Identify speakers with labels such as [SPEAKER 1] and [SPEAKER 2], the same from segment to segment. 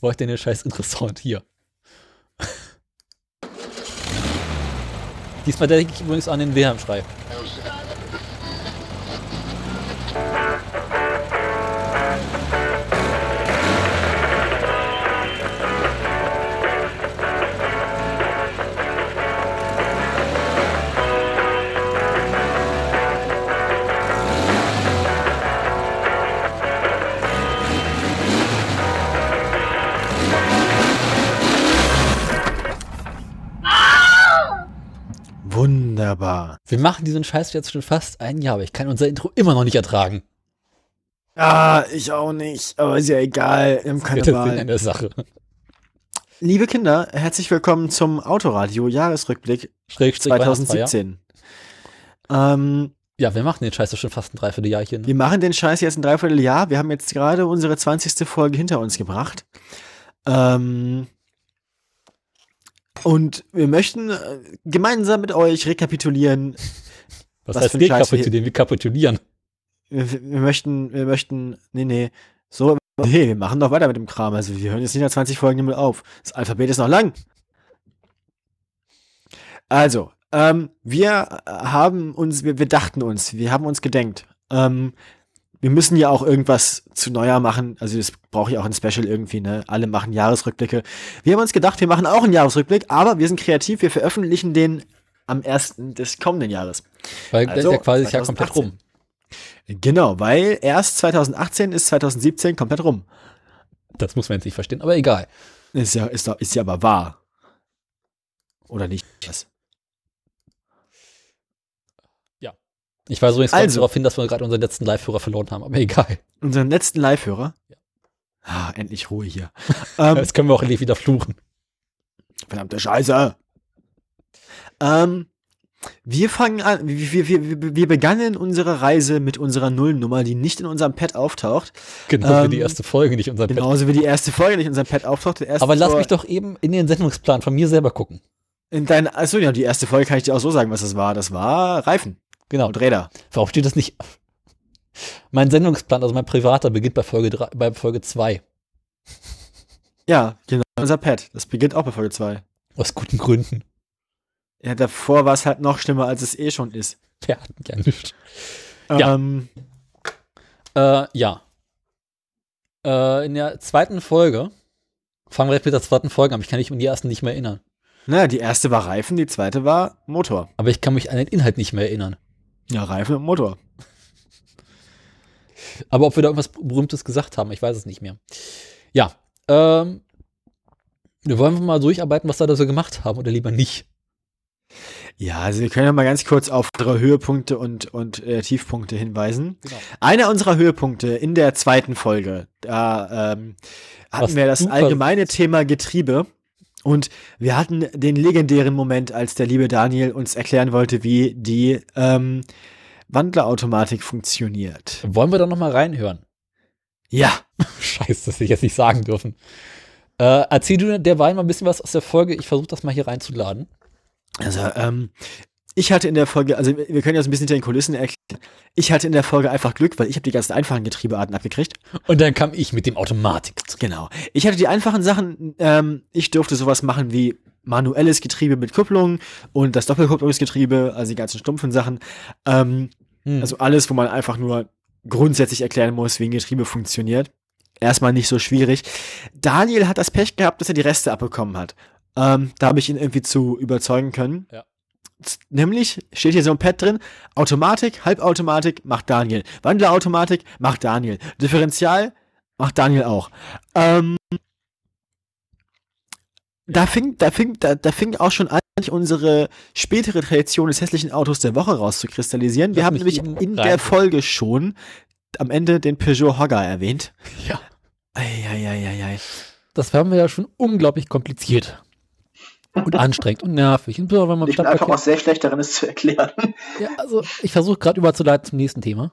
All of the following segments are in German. [SPEAKER 1] war euch denn der Scheiß interessant? Hier. Diesmal denke ich übrigens an den Wilhelm-Schrei.
[SPEAKER 2] Wunderbar.
[SPEAKER 1] Wir machen diesen Scheiß jetzt schon fast ein Jahr, aber ich kann unser Intro immer noch nicht ertragen.
[SPEAKER 2] Ah, ich auch nicht, aber ist ja egal. Wir haben keine
[SPEAKER 1] Bitte Sinn an
[SPEAKER 2] Wahl.
[SPEAKER 1] der Sache.
[SPEAKER 2] Liebe Kinder, herzlich willkommen zum Autoradio Jahresrückblick
[SPEAKER 1] Schrägstrich Weihnachtsfeier.
[SPEAKER 2] 2017. Ähm,
[SPEAKER 1] Ja, wir machen den Scheiß doch schon fast ein Dreivierteljahr hier. Ne?
[SPEAKER 2] wir machen den Scheiß jetzt ein Dreivierteljahr. Wir haben jetzt gerade unsere 20. Folge hinter uns gebracht. Ähm, und wir möchten äh, gemeinsam mit euch rekapitulieren,
[SPEAKER 1] Was,
[SPEAKER 2] was
[SPEAKER 1] heißt
[SPEAKER 2] für ein
[SPEAKER 1] wir
[SPEAKER 2] Scheiß wir hier-
[SPEAKER 1] kapitulieren? Wir kapitulieren.
[SPEAKER 2] wir, wir möchten, wir möchten, nee, nee, so, nee, wir machen doch weiter mit dem Kram. Also wir hören jetzt nicht nach 20 Folgen immer auf. Das Alphabet ist noch lang. Also, ähm, wir äh, haben uns, wir, wir dachten uns, wir haben uns gedenkt. Ähm, wir müssen ja auch irgendwas zu Neujahr machen. Also das brauche ich auch ein Special irgendwie, ne? Alle machen Jahresrückblicke. Wir haben uns gedacht, wir machen auch einen Jahresrückblick, aber wir sind kreativ, wir veröffentlichen den am 1. des kommenden Jahres.
[SPEAKER 1] Weil das ist
[SPEAKER 2] Also,
[SPEAKER 1] ja quasi das Jahr komplett
[SPEAKER 2] 2018.
[SPEAKER 1] rum.
[SPEAKER 2] Genau, weil erst 2018 ist 2017 komplett rum.
[SPEAKER 1] Das muss man jetzt nicht verstehen, aber egal.
[SPEAKER 2] Ist ja, ist, doch- ist ja aber wahr. Oder nicht? Was?
[SPEAKER 1] Ich weiß übrigens also.
[SPEAKER 2] Also. Ähm.
[SPEAKER 1] darauf hin, dass wir gerade unseren letzten Live-Hörer verloren haben, aber egal.
[SPEAKER 2] Unseren letzten Live-Hörer?
[SPEAKER 1] Ja.
[SPEAKER 2] Ah, endlich Ruhe hier. ähm,
[SPEAKER 1] Jetzt können wir auch endlich wieder fluchen.
[SPEAKER 2] verdammte Scheiße. Ähm, wir fangen an, wir, wir, wir, wir- wir begannen unsere Reise mit unserer Nullnummer, die nicht in unserem Pad auftaucht.
[SPEAKER 1] Genau wie
[SPEAKER 2] Ähm, Genau.
[SPEAKER 1] die erste Folge, nicht unser Bett.
[SPEAKER 2] Genauso wie die erste Folge nicht in unserem Pad auftaucht. die erste
[SPEAKER 1] Aber lass
[SPEAKER 2] Folge-
[SPEAKER 1] mich doch eben in den Sendungsplan von mir selber gucken.
[SPEAKER 2] In dein, achso, ja, die erste Folge kann ich dir auch so sagen, was das war. Das war Reifen
[SPEAKER 1] Genau.
[SPEAKER 2] und Räder.
[SPEAKER 1] Warum steht das nicht? Mein Sendungsplan, also mein privater, beginnt bei Folge drei, bei Folge 2.
[SPEAKER 2] Ja, genau. Unser Pad. Das beginnt auch bei Folge 2.
[SPEAKER 1] Aus guten Gründen.
[SPEAKER 2] Ja, davor war es halt noch schlimmer, als es eh schon ist.
[SPEAKER 1] Wir hatten ja nichts. Ja.
[SPEAKER 2] Ähm,
[SPEAKER 1] Äh, ja. Äh, in der zweiten Folge, fangen wir jetzt mit der zweiten Folge an, ich kann mich an die ersten nicht mehr erinnern.
[SPEAKER 2] naja, die erste war Reifen, die zweite war Motor.
[SPEAKER 1] Aber ich kann mich an den Inhalt nicht mehr erinnern.
[SPEAKER 2] Ja, Reifen und Motor.
[SPEAKER 1] Aber ob wir da irgendwas Berühmtes gesagt haben, ich weiß es nicht mehr. Ja. Ähm, wir wollen mal durcharbeiten, was wir da so gemacht haben oder lieber nicht.
[SPEAKER 2] Ja, also wir können ja mal ganz kurz auf unsere Höhepunkte und, und äh, Tiefpunkte hinweisen.
[SPEAKER 1] Genau.
[SPEAKER 2] Einer unserer Höhepunkte in der zweiten Folge, da ähm, hatten
[SPEAKER 1] Was
[SPEAKER 2] wir das
[SPEAKER 1] super-
[SPEAKER 2] allgemeine Thema Getriebe und wir hatten den legendären Moment, als der liebe Daniel uns erklären wollte, wie die ähm, Wandlerautomatik funktioniert.
[SPEAKER 1] Wollen wir da noch mal reinhören?
[SPEAKER 2] Ja,
[SPEAKER 1] Scheiße, das hätte ich jetzt nicht sagen dürfen. Äh, erzähl du derweil mal ein bisschen was aus der Folge. Ich versuche das mal hier reinzuladen.
[SPEAKER 2] Also, ähm, ich hatte in der Folge, also wir wir können jetzt ein bisschen hinter den Kulissen erklären. Ich hatte in der Folge einfach Glück, weil ich habe die ganzen einfachen Getriebearten abgekriegt.
[SPEAKER 1] Und dann kam ich mit dem Automatik.
[SPEAKER 2] Genau. Ich hatte die einfachen Sachen, ähm, ich durfte sowas machen wie manuelles Getriebe mit Kupplung und das Doppelkupplungsgetriebe, also die ganzen stumpfen Sachen. Ähm,
[SPEAKER 1] Hm.
[SPEAKER 2] also alles, wo man einfach nur grundsätzlich erklären muss, wie ein Getriebe funktioniert. Erstmal nicht so schwierig. Daniel hat das Pech gehabt, dass er die Reste abbekommen hat. Ähm, da habe ich ihn irgendwie zu überzeugen können.
[SPEAKER 1] Ja.
[SPEAKER 2] Z- Nämlich steht hier so ein Pad drin, Automatik, Halbautomatik macht Daniel. Wandlerautomatik macht Daniel. Differential macht Daniel auch. Ähm, da fing, da fing, da, da fing auch schon an, unsere spätere Tradition des hässlichen Autos der Woche rauszukristallisieren. Wir
[SPEAKER 1] Lass
[SPEAKER 2] haben
[SPEAKER 1] mich
[SPEAKER 2] nämlich
[SPEAKER 1] eben
[SPEAKER 2] in
[SPEAKER 1] rein.
[SPEAKER 2] der Folge schon am Ende den Peugeot Hogger erwähnt.
[SPEAKER 1] ja.
[SPEAKER 2] Eieieiei.
[SPEAKER 1] Das haben wir ja schon unglaublich kompliziert. Und anstrengend und nervig. Und so, wenn man
[SPEAKER 2] Ich bin einfach auch sehr schlecht darin, es zu erklären.
[SPEAKER 1] ja, also ich versuche gerade überzuleiten zum nächsten Thema.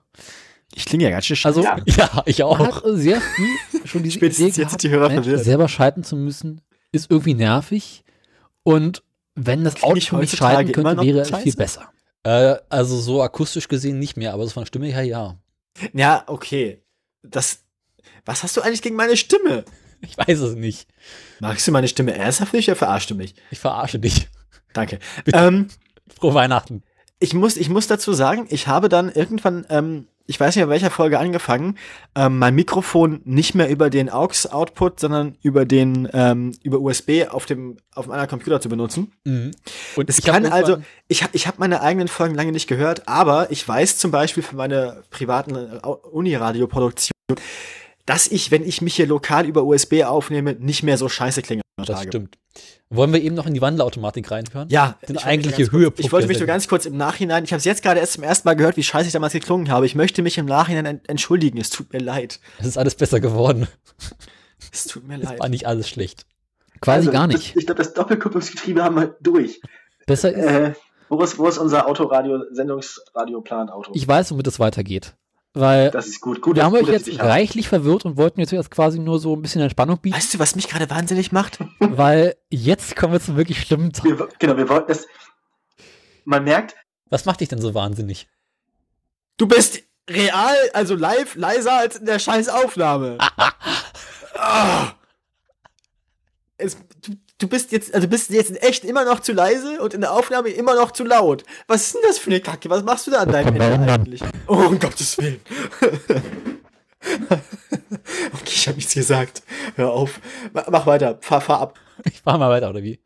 [SPEAKER 2] Ich klinge ja ganz schön
[SPEAKER 1] Also,
[SPEAKER 2] scheiße.
[SPEAKER 1] ja, ich auch. Hat äh, sehr viel schon diese
[SPEAKER 2] Spätestens
[SPEAKER 1] Idee
[SPEAKER 2] jetzt sind
[SPEAKER 1] gehabt,
[SPEAKER 2] die Hörer
[SPEAKER 1] Mensch,
[SPEAKER 2] verwirrt.
[SPEAKER 1] selber schalten zu müssen, ist irgendwie nervig. Und wenn das Auto
[SPEAKER 2] ich
[SPEAKER 1] für mich
[SPEAKER 2] heutzutage
[SPEAKER 1] schalten
[SPEAKER 2] immer
[SPEAKER 1] könnte,
[SPEAKER 2] noch
[SPEAKER 1] wäre es
[SPEAKER 2] scheiße?
[SPEAKER 1] viel besser. Äh, also so akustisch gesehen nicht mehr, aber so von der Stimme her ja.
[SPEAKER 2] Ja, okay. Das. Was hast du eigentlich gegen meine Stimme?
[SPEAKER 1] Ich weiß es nicht.
[SPEAKER 2] Magst du meine Stimme ernsthaft nicht oder verarschst du mich?
[SPEAKER 1] Ich verarsche dich.
[SPEAKER 2] Danke.
[SPEAKER 1] Bitte.
[SPEAKER 2] Ähm,
[SPEAKER 1] Frohe Weihnachten.
[SPEAKER 2] ich, muss, ich muss dazu sagen, ich habe dann irgendwann, ähm, ich weiß nicht, bei welcher Folge angefangen, ähm, mein Mikrofon nicht mehr über den AUX-Output, sondern über den ähm, über USB auf dem auf meiner Computer zu benutzen.
[SPEAKER 1] Mhm. Und
[SPEAKER 2] Es
[SPEAKER 1] ich hab
[SPEAKER 2] kann also,
[SPEAKER 1] irgendwann-
[SPEAKER 2] ich habe ich hab meine eigenen Folgen lange nicht gehört, aber ich weiß zum Beispiel von meiner privaten äh, Au- Uniradioproduktion, dass ich, wenn ich mich hier lokal über USB aufnehme, nicht mehr so scheiße klinge. am
[SPEAKER 1] Das
[SPEAKER 2] Tage.
[SPEAKER 1] stimmt. Wollen wir eben noch in die Wandelautomatik reinhören?
[SPEAKER 2] Ja,
[SPEAKER 1] Den
[SPEAKER 2] ich wollte mich
[SPEAKER 1] eigentliche
[SPEAKER 2] ganz kurz-
[SPEAKER 1] Höhepunkt
[SPEAKER 2] Ich wollte mich
[SPEAKER 1] der
[SPEAKER 2] nur ganz kurz im Nachhinein, ich habe es jetzt gerade erst zum ersten Mal gehört, wie scheiße ich damals geklungen habe. Ich möchte mich im Nachhinein en- entschuldigen. Es tut mir leid.
[SPEAKER 1] Es ist alles besser geworden.
[SPEAKER 2] Es tut mir
[SPEAKER 1] Es war
[SPEAKER 2] leid.
[SPEAKER 1] nicht alles schlecht.
[SPEAKER 2] Also,
[SPEAKER 1] Quasi gar nicht.
[SPEAKER 3] Ich glaube, Also, das Doppelkupplungsgetriebe haben wir durch.
[SPEAKER 1] Besser ist,
[SPEAKER 3] Äh, wo, ist, wo ist unser Autoradio, Sendungsradioplan Auto?
[SPEAKER 1] ich weiß, womit es weitergeht. Weil
[SPEAKER 3] das ist gut. gut
[SPEAKER 1] wir haben
[SPEAKER 3] gut,
[SPEAKER 1] euch
[SPEAKER 3] dass ich
[SPEAKER 1] jetzt
[SPEAKER 3] dich hab.
[SPEAKER 1] reichlich verwirrt und wollten jetzt erst quasi nur so ein bisschen Entspannung bieten,
[SPEAKER 2] Weißt du, was mich gerade wahnsinnig macht?
[SPEAKER 1] weil jetzt kommen wir zum wirklich schlimmen Teil.
[SPEAKER 3] wir, wo- Genau, wir wollten das. Man merkt,
[SPEAKER 1] Was macht dich denn so wahnsinnig?
[SPEAKER 2] Du bist real, also live, leiser als in der scheiß Aufnahme. Ah. es, du, du bist jetzt, also bist jetzt in echt immer noch zu leise und in der Aufnahme immer noch zu laut. Was ist denn das für eine Kacke? Was machst du da an deinem
[SPEAKER 1] können wir
[SPEAKER 2] Ende
[SPEAKER 1] ändern.
[SPEAKER 2] eigentlich? Oh, um Gottes Willen. okay, ich habe nichts gesagt. Hör auf. Ma- Mach weiter. Fahr, fahr ab.
[SPEAKER 1] Ich fahr mal weiter, oder wie?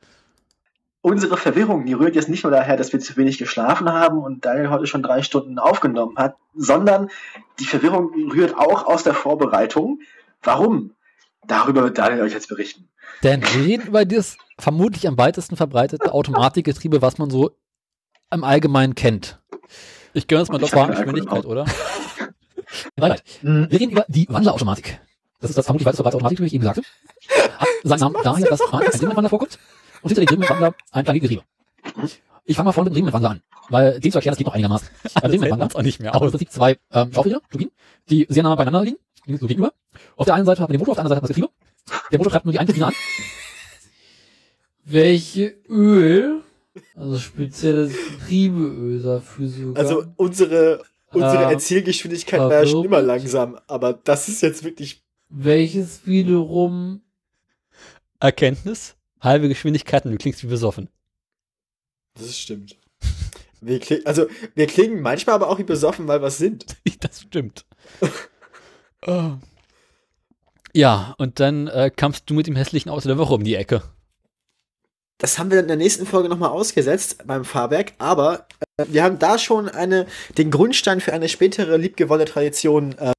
[SPEAKER 3] unsere Verwirrung, die rührt jetzt nicht nur daher, dass wir zu wenig geschlafen haben und Daniel heute schon drei Stunden aufgenommen hat, sondern die Verwirrung rührt auch aus der Vorbereitung. Warum? Darüber wird Daniel euch jetzt berichten.
[SPEAKER 1] Denn wir reden über das vermutlich am weitesten verbreitete Automatikgetriebe, was man so im Allgemeinen kennt. Ich gönne jetzt mal
[SPEAKER 3] Ich
[SPEAKER 1] doch
[SPEAKER 3] hab keinen
[SPEAKER 1] Geschwindigkeit, oder? Right. Wir reden über die Wandelautomatik. Das ist das vermutlich weiteste verbreitete Automatik, wie ich eben sagte. Hat seinen Namen daher, dass rein ein Drehmomentwandler vorkommt und hinter dem Drehmomentwandler ein kleines Getriebe. Ich fange mal vorne mit dem Drehmomentwandler an, weil den zu erklären, das geht noch einigermaßen. Äh, Beim Drehmomentwandler
[SPEAKER 4] auch nicht mehr
[SPEAKER 1] haben wir im Prinzip zwei ähm, Schaufelräder, Turbinen, die sehr nah beieinander liegen, liegen so gegenüber. Auf der einen Seite hat man den Motor, auf der anderen Seite hat man das Getriebe. Der Motor treibt nur die eine Turbine an.
[SPEAKER 4] Welche Öl? Also spezielles Getriebeöl dafür sogar.
[SPEAKER 2] Also unsere, unsere
[SPEAKER 4] Ähm,
[SPEAKER 2] Erzählgeschwindigkeit war ja schon
[SPEAKER 4] warum?
[SPEAKER 2] immer langsam, aber das ist jetzt wirklich
[SPEAKER 4] welches wiederum
[SPEAKER 1] Erkenntnis, halbe Geschwindigkeiten, du klingst wie besoffen.
[SPEAKER 2] Das stimmt. Wir kling, also, wir klingen manchmal aber auch wie besoffen, weil wir es sind.
[SPEAKER 1] Das stimmt. Oh. Ja, und dann äh, kamst du mit dem hässlichen Auto der Woche um die Ecke.
[SPEAKER 2] Das haben wir dann in der nächsten Folge nochmal ausgesetzt beim Fahrwerk, aber äh, wir haben da schon eine, den Grundstein für eine spätere liebgewonnene Tradition äh,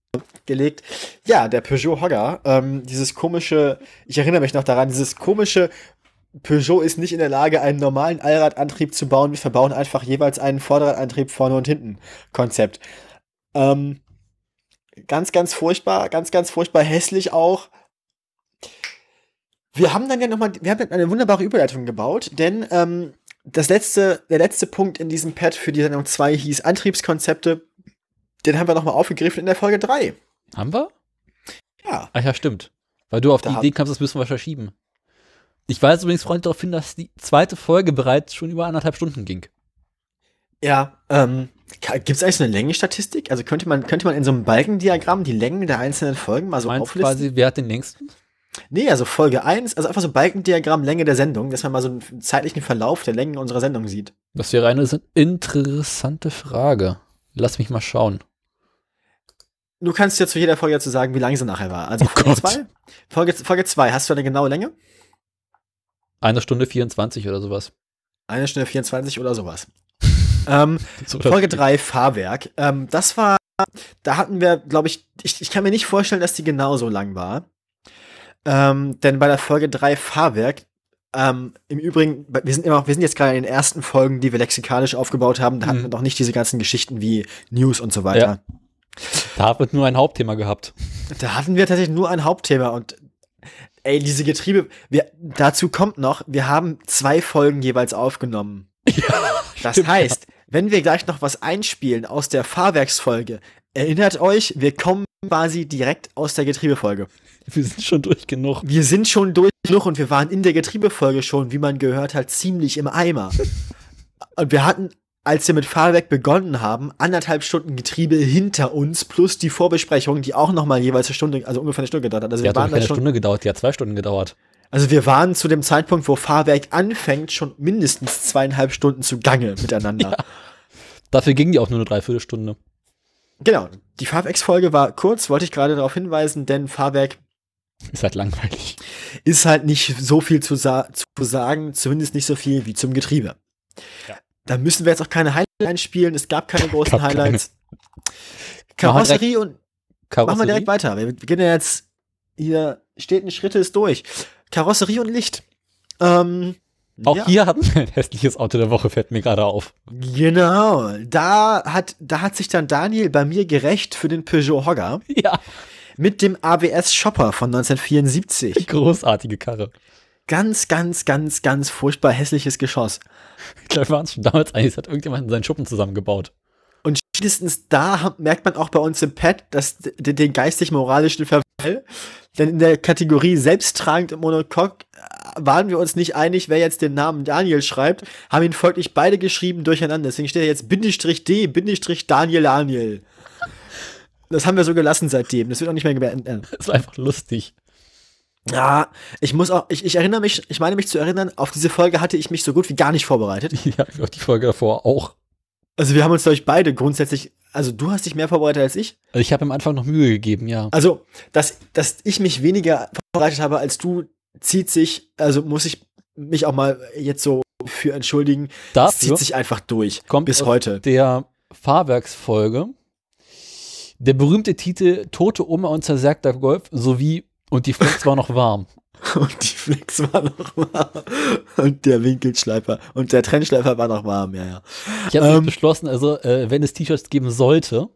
[SPEAKER 2] gelegt. Ja, der Peugeot Hogger, ähm, dieses komische, ich erinnere mich noch daran, dieses komische Peugeot ist nicht in der Lage, einen normalen Allradantrieb zu bauen. Wir verbauen einfach jeweils einen Vorderradantrieb vorne und hinten. Konzept. Ähm, ganz, ganz furchtbar, ganz, ganz furchtbar hässlich auch. Wir haben dann ja nochmal, wir haben dann eine wunderbare Überleitung gebaut, denn ähm, das letzte, der letzte Punkt in diesem Pad für die Sendung 2 hieß Antriebskonzepte. Den haben wir nochmal aufgegriffen in der Folge 3.
[SPEAKER 1] Haben wir?
[SPEAKER 2] Ja.
[SPEAKER 1] Ach ja, stimmt. Weil du auf
[SPEAKER 2] Da
[SPEAKER 1] die
[SPEAKER 2] hab-
[SPEAKER 1] Idee kamst, das müssen wir verschieben. Ich weiß übrigens, Freunde, darauf hin, dass die zweite Folge bereits schon über anderthalb Stunden ging.
[SPEAKER 2] Ja. Ähm, Gibt es eigentlich so eine Längenstatistik? Also könnte man, könnte man in so einem Balkendiagramm die Längen der einzelnen Folgen mal so
[SPEAKER 1] Meinst du
[SPEAKER 2] Also auflisten?
[SPEAKER 1] quasi, wer hat den längsten?
[SPEAKER 2] Nee, also Folge 1, also einfach so ein Balkendiagramm Länge der Sendung, dass man mal so einen zeitlichen Verlauf der Längen unserer Sendung sieht.
[SPEAKER 1] Das wäre eine interessante Frage. Lass mich mal schauen.
[SPEAKER 2] Du kannst ja zu jeder Folge dazu sagen, wie lang sie nachher war. Also Folge
[SPEAKER 1] Oh Gott.
[SPEAKER 2] 2, Folge, Folge 2, hast du eine genaue Länge?
[SPEAKER 1] Eine Stunde 24 oder sowas.
[SPEAKER 2] Eine Stunde 24 oder sowas. ähm,
[SPEAKER 1] So,
[SPEAKER 2] Folge 3, Fahrwerk. Ähm, das war, da hatten wir, glaube ich, ich, ich kann mir nicht vorstellen, dass die genauso lang war. Ähm, denn bei der Folge 3, Fahrwerk, ähm, im Übrigen, wir sind immer noch, wir sind jetzt gerade in den ersten Folgen, die wir lexikalisch aufgebaut haben, da hatten
[SPEAKER 1] Mhm.
[SPEAKER 2] wir noch nicht diese ganzen Geschichten wie News und so weiter.
[SPEAKER 1] Da hat man nur ein Hauptthema gehabt.
[SPEAKER 2] Da hatten wir tatsächlich nur ein Hauptthema und ey, diese Getriebe, wir, dazu kommt noch, wir haben zwei Folgen jeweils aufgenommen. Das heißt, wenn wir gleich noch was einspielen aus der Fahrwerksfolge, erinnert euch, wir kommen quasi direkt aus der Getriebefolge.
[SPEAKER 1] wir sind schon durch genug.
[SPEAKER 2] Wir sind schon durch genug und wir waren in der Getriebefolge schon, wie man gehört hat, ziemlich im Eimer. Und wir hatten als wir mit Fahrwerk begonnen haben, anderthalb Stunden Getriebe hinter uns plus die Vorbesprechung, die auch nochmal jeweils eine Stunde, also ungefähr eine Stunde gedauert hat. Also
[SPEAKER 1] Die
[SPEAKER 2] wir
[SPEAKER 1] hat doch
[SPEAKER 2] waren da
[SPEAKER 1] keine
[SPEAKER 2] schon,
[SPEAKER 1] Stunde gedauert, die hat zwei Stunden gedauert.
[SPEAKER 2] also wir waren zu dem Zeitpunkt, wo Fahrwerk anfängt, schon mindestens zweieinhalb Stunden zu Gange miteinander.
[SPEAKER 1] Dafür ging die auch nur eine Dreiviertelstunde.
[SPEAKER 2] Genau. Die Fahrwerksfolge war kurz, wollte ich gerade darauf hinweisen, denn Fahrwerk
[SPEAKER 1] Ist halt langweilig.
[SPEAKER 2] ist halt nicht so viel zu, sa zu sagen, zumindest nicht so viel wie zum Getriebe.
[SPEAKER 1] Ja.
[SPEAKER 2] Da müssen wir jetzt auch keine Highlights einspielen, es gab keine großen
[SPEAKER 1] Gab keine.
[SPEAKER 2] Highlights. Karosserie und machen wir
[SPEAKER 1] Karosserie?
[SPEAKER 2] direkt weiter. Wir beginnen ja jetzt hier steten Schritte ist durch. Karosserie und Licht. Ähm,
[SPEAKER 1] Auch
[SPEAKER 2] ja.
[SPEAKER 1] hier hatten wir ein hässliches Auto der Woche, fällt mir gerade auf.
[SPEAKER 2] Genau. Da hat, da hat sich dann Daniel bei mir gerecht für den Peugeot Hogger
[SPEAKER 1] Ja.
[SPEAKER 2] mit dem ABS Shopper von 1974.
[SPEAKER 1] Großartige Karre.
[SPEAKER 2] Ganz, ganz, ganz, ganz furchtbar hässliches Geschoss.
[SPEAKER 1] Ich glaube, wir waren uns schon damals einig, es hat irgendjemand in seinen Schuppen zusammengebaut.
[SPEAKER 2] Und spätestens da ha- merkt man auch bei uns im Pad, dass d- den geistig-moralischen Verfall, denn in der Kategorie selbsttragend und Monocoque äh, waren wir uns nicht einig, wer jetzt den Namen Daniel schreibt, haben ihn folglich beide geschrieben durcheinander. Deswegen steht er jetzt Bindestrich D, Bindestrich Daniel Daniel. Das haben wir so gelassen seitdem. Das wird auch nicht mehr geändert.
[SPEAKER 1] Es war einfach lustig.
[SPEAKER 2] Ja, ich muss auch, ich, ich erinnere mich, ich meine mich zu erinnern, auf diese Folge hatte ich mich so gut wie gar nicht vorbereitet.
[SPEAKER 1] Ja, ich glaub, die Folge davor auch.
[SPEAKER 2] Also wir haben uns, glaube ich, beide grundsätzlich, also du hast dich mehr vorbereitet als ich.
[SPEAKER 1] Also ich habe am Anfang noch Mühe gegeben, ja.
[SPEAKER 2] Also, dass, dass ich mich weniger vorbereitet habe als du, zieht sich, also muss ich mich auch mal jetzt so für entschuldigen. Das
[SPEAKER 1] Dafür
[SPEAKER 2] zieht sich einfach durch.
[SPEAKER 1] Kommt
[SPEAKER 2] bis
[SPEAKER 1] aus-
[SPEAKER 2] heute.
[SPEAKER 1] der Fahrwerksfolge der berühmte Titel Tote Oma und zersägter Golf sowie und die Flex war noch warm.
[SPEAKER 2] Und die Flex war noch warm. Und der Winkelschleifer. Und der Trennschleifer war noch warm, ja, ja.
[SPEAKER 1] Ich habe
[SPEAKER 2] Ähm.
[SPEAKER 1] beschlossen, also äh, wenn es T-Shirts geben sollte,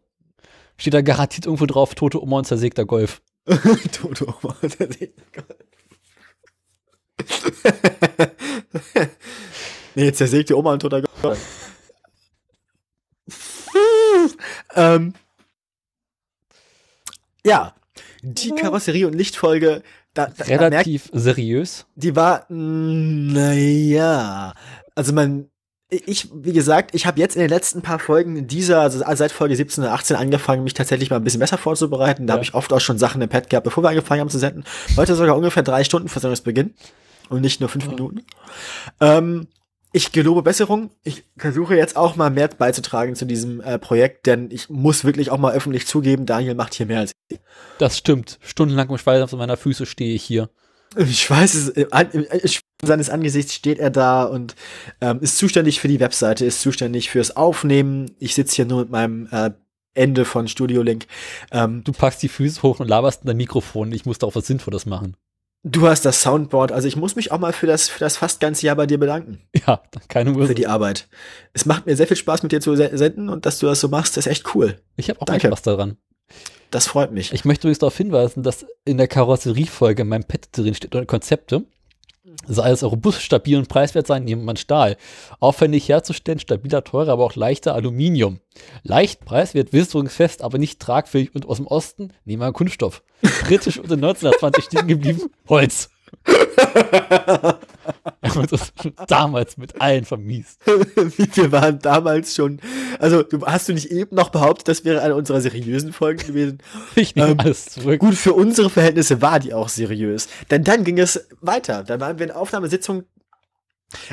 [SPEAKER 1] steht da garantiert irgendwo drauf Tote Oma und zersägter Golf.
[SPEAKER 2] Tote Oma. nee, zersägte Oma und toter Gott. ähm, ja, die Karosserie- und Lichtfolge, da, da, da merkt,
[SPEAKER 1] Relativ seriös.
[SPEAKER 2] die war, naja, also man, ich, wie gesagt, ich habe jetzt in den letzten paar Folgen dieser, also seit Folge 17 oder 18 angefangen, mich tatsächlich mal ein bisschen besser vorzubereiten. Da
[SPEAKER 1] Ja.
[SPEAKER 2] habe ich oft auch schon Sachen im Pad gehabt, bevor wir angefangen haben zu senden. Heute sogar ungefähr drei Stunden vor Sendungsbeginn und nicht nur fünf Minuten. Ähm, ich gelobe Besserung. Ich versuche jetzt auch mal mehr beizutragen zu diesem äh, Projekt, denn ich muss wirklich auch mal öffentlich zugeben, Daniel macht hier mehr als
[SPEAKER 1] Das stimmt. Stundenlang im Schweiß auf meiner Füße stehe ich hier.
[SPEAKER 2] Ich weiß es, im, An- im Schatten seines Angesichts steht er da und ähm, ist zuständig für die Webseite, ist zuständig fürs Aufnehmen. Ich sitze hier nur mit meinem äh, Ende von Studio Link. Ähm,
[SPEAKER 1] Du packst die Füße hoch und laberst in dein Mikrofon. Ich muss da auch was Sinnvolles machen.
[SPEAKER 2] du hast das Soundboard, also ich muss mich auch mal für das, für das fast ganze Jahr bei dir bedanken,
[SPEAKER 1] Ja, keine
[SPEAKER 2] für
[SPEAKER 1] Ursache.
[SPEAKER 2] die Arbeit. Es macht mir sehr viel Spaß, mit dir zu se- senden und dass du das so machst, ist echt cool.
[SPEAKER 1] Ich habe auch
[SPEAKER 2] Danke.
[SPEAKER 1] mal Spaß daran.
[SPEAKER 2] Das freut mich.
[SPEAKER 1] Ich möchte übrigens darauf hinweisen, dass in der Karosseriefolge in meinem Pad drin steht unter Konzepte, sei es robust, stabil und preiswert sein, nehmen man Stahl. Aufwendig herzustellen, stabiler, teurer, aber auch leichter Aluminium. Leicht, preiswert, witterungsfest, aber nicht tragfähig und aus dem Osten, nehmen wir Kunststoff. Britisch unter 1920 stehen geblieben, Holz. Wir haben uns das schon damals mit allen vermiest.
[SPEAKER 2] Wir waren damals schon, also du, hast du nicht eben noch behauptet, das wäre eine unserer seriösen Folgen gewesen?
[SPEAKER 1] Ich nehme
[SPEAKER 2] Ähm,
[SPEAKER 1] alles zurück.
[SPEAKER 2] Gut, für unsere Verhältnisse war die auch seriös. Denn dann ging es weiter. Dann waren wir in Aufnahmesitzung.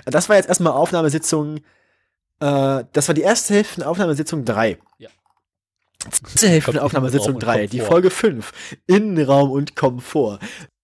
[SPEAKER 2] Das war jetzt erstmal Aufnahmesitzung. Äh, das war die erste Hälfte von Aufnahmesitzung 3.
[SPEAKER 1] Ja.
[SPEAKER 2] Zweite Hälfte von
[SPEAKER 1] Kommt Innenraum
[SPEAKER 2] Aufnahmesitzung
[SPEAKER 1] und
[SPEAKER 2] 3, die
[SPEAKER 1] Komfort.
[SPEAKER 2] Folge 5. Innenraum und Komfort.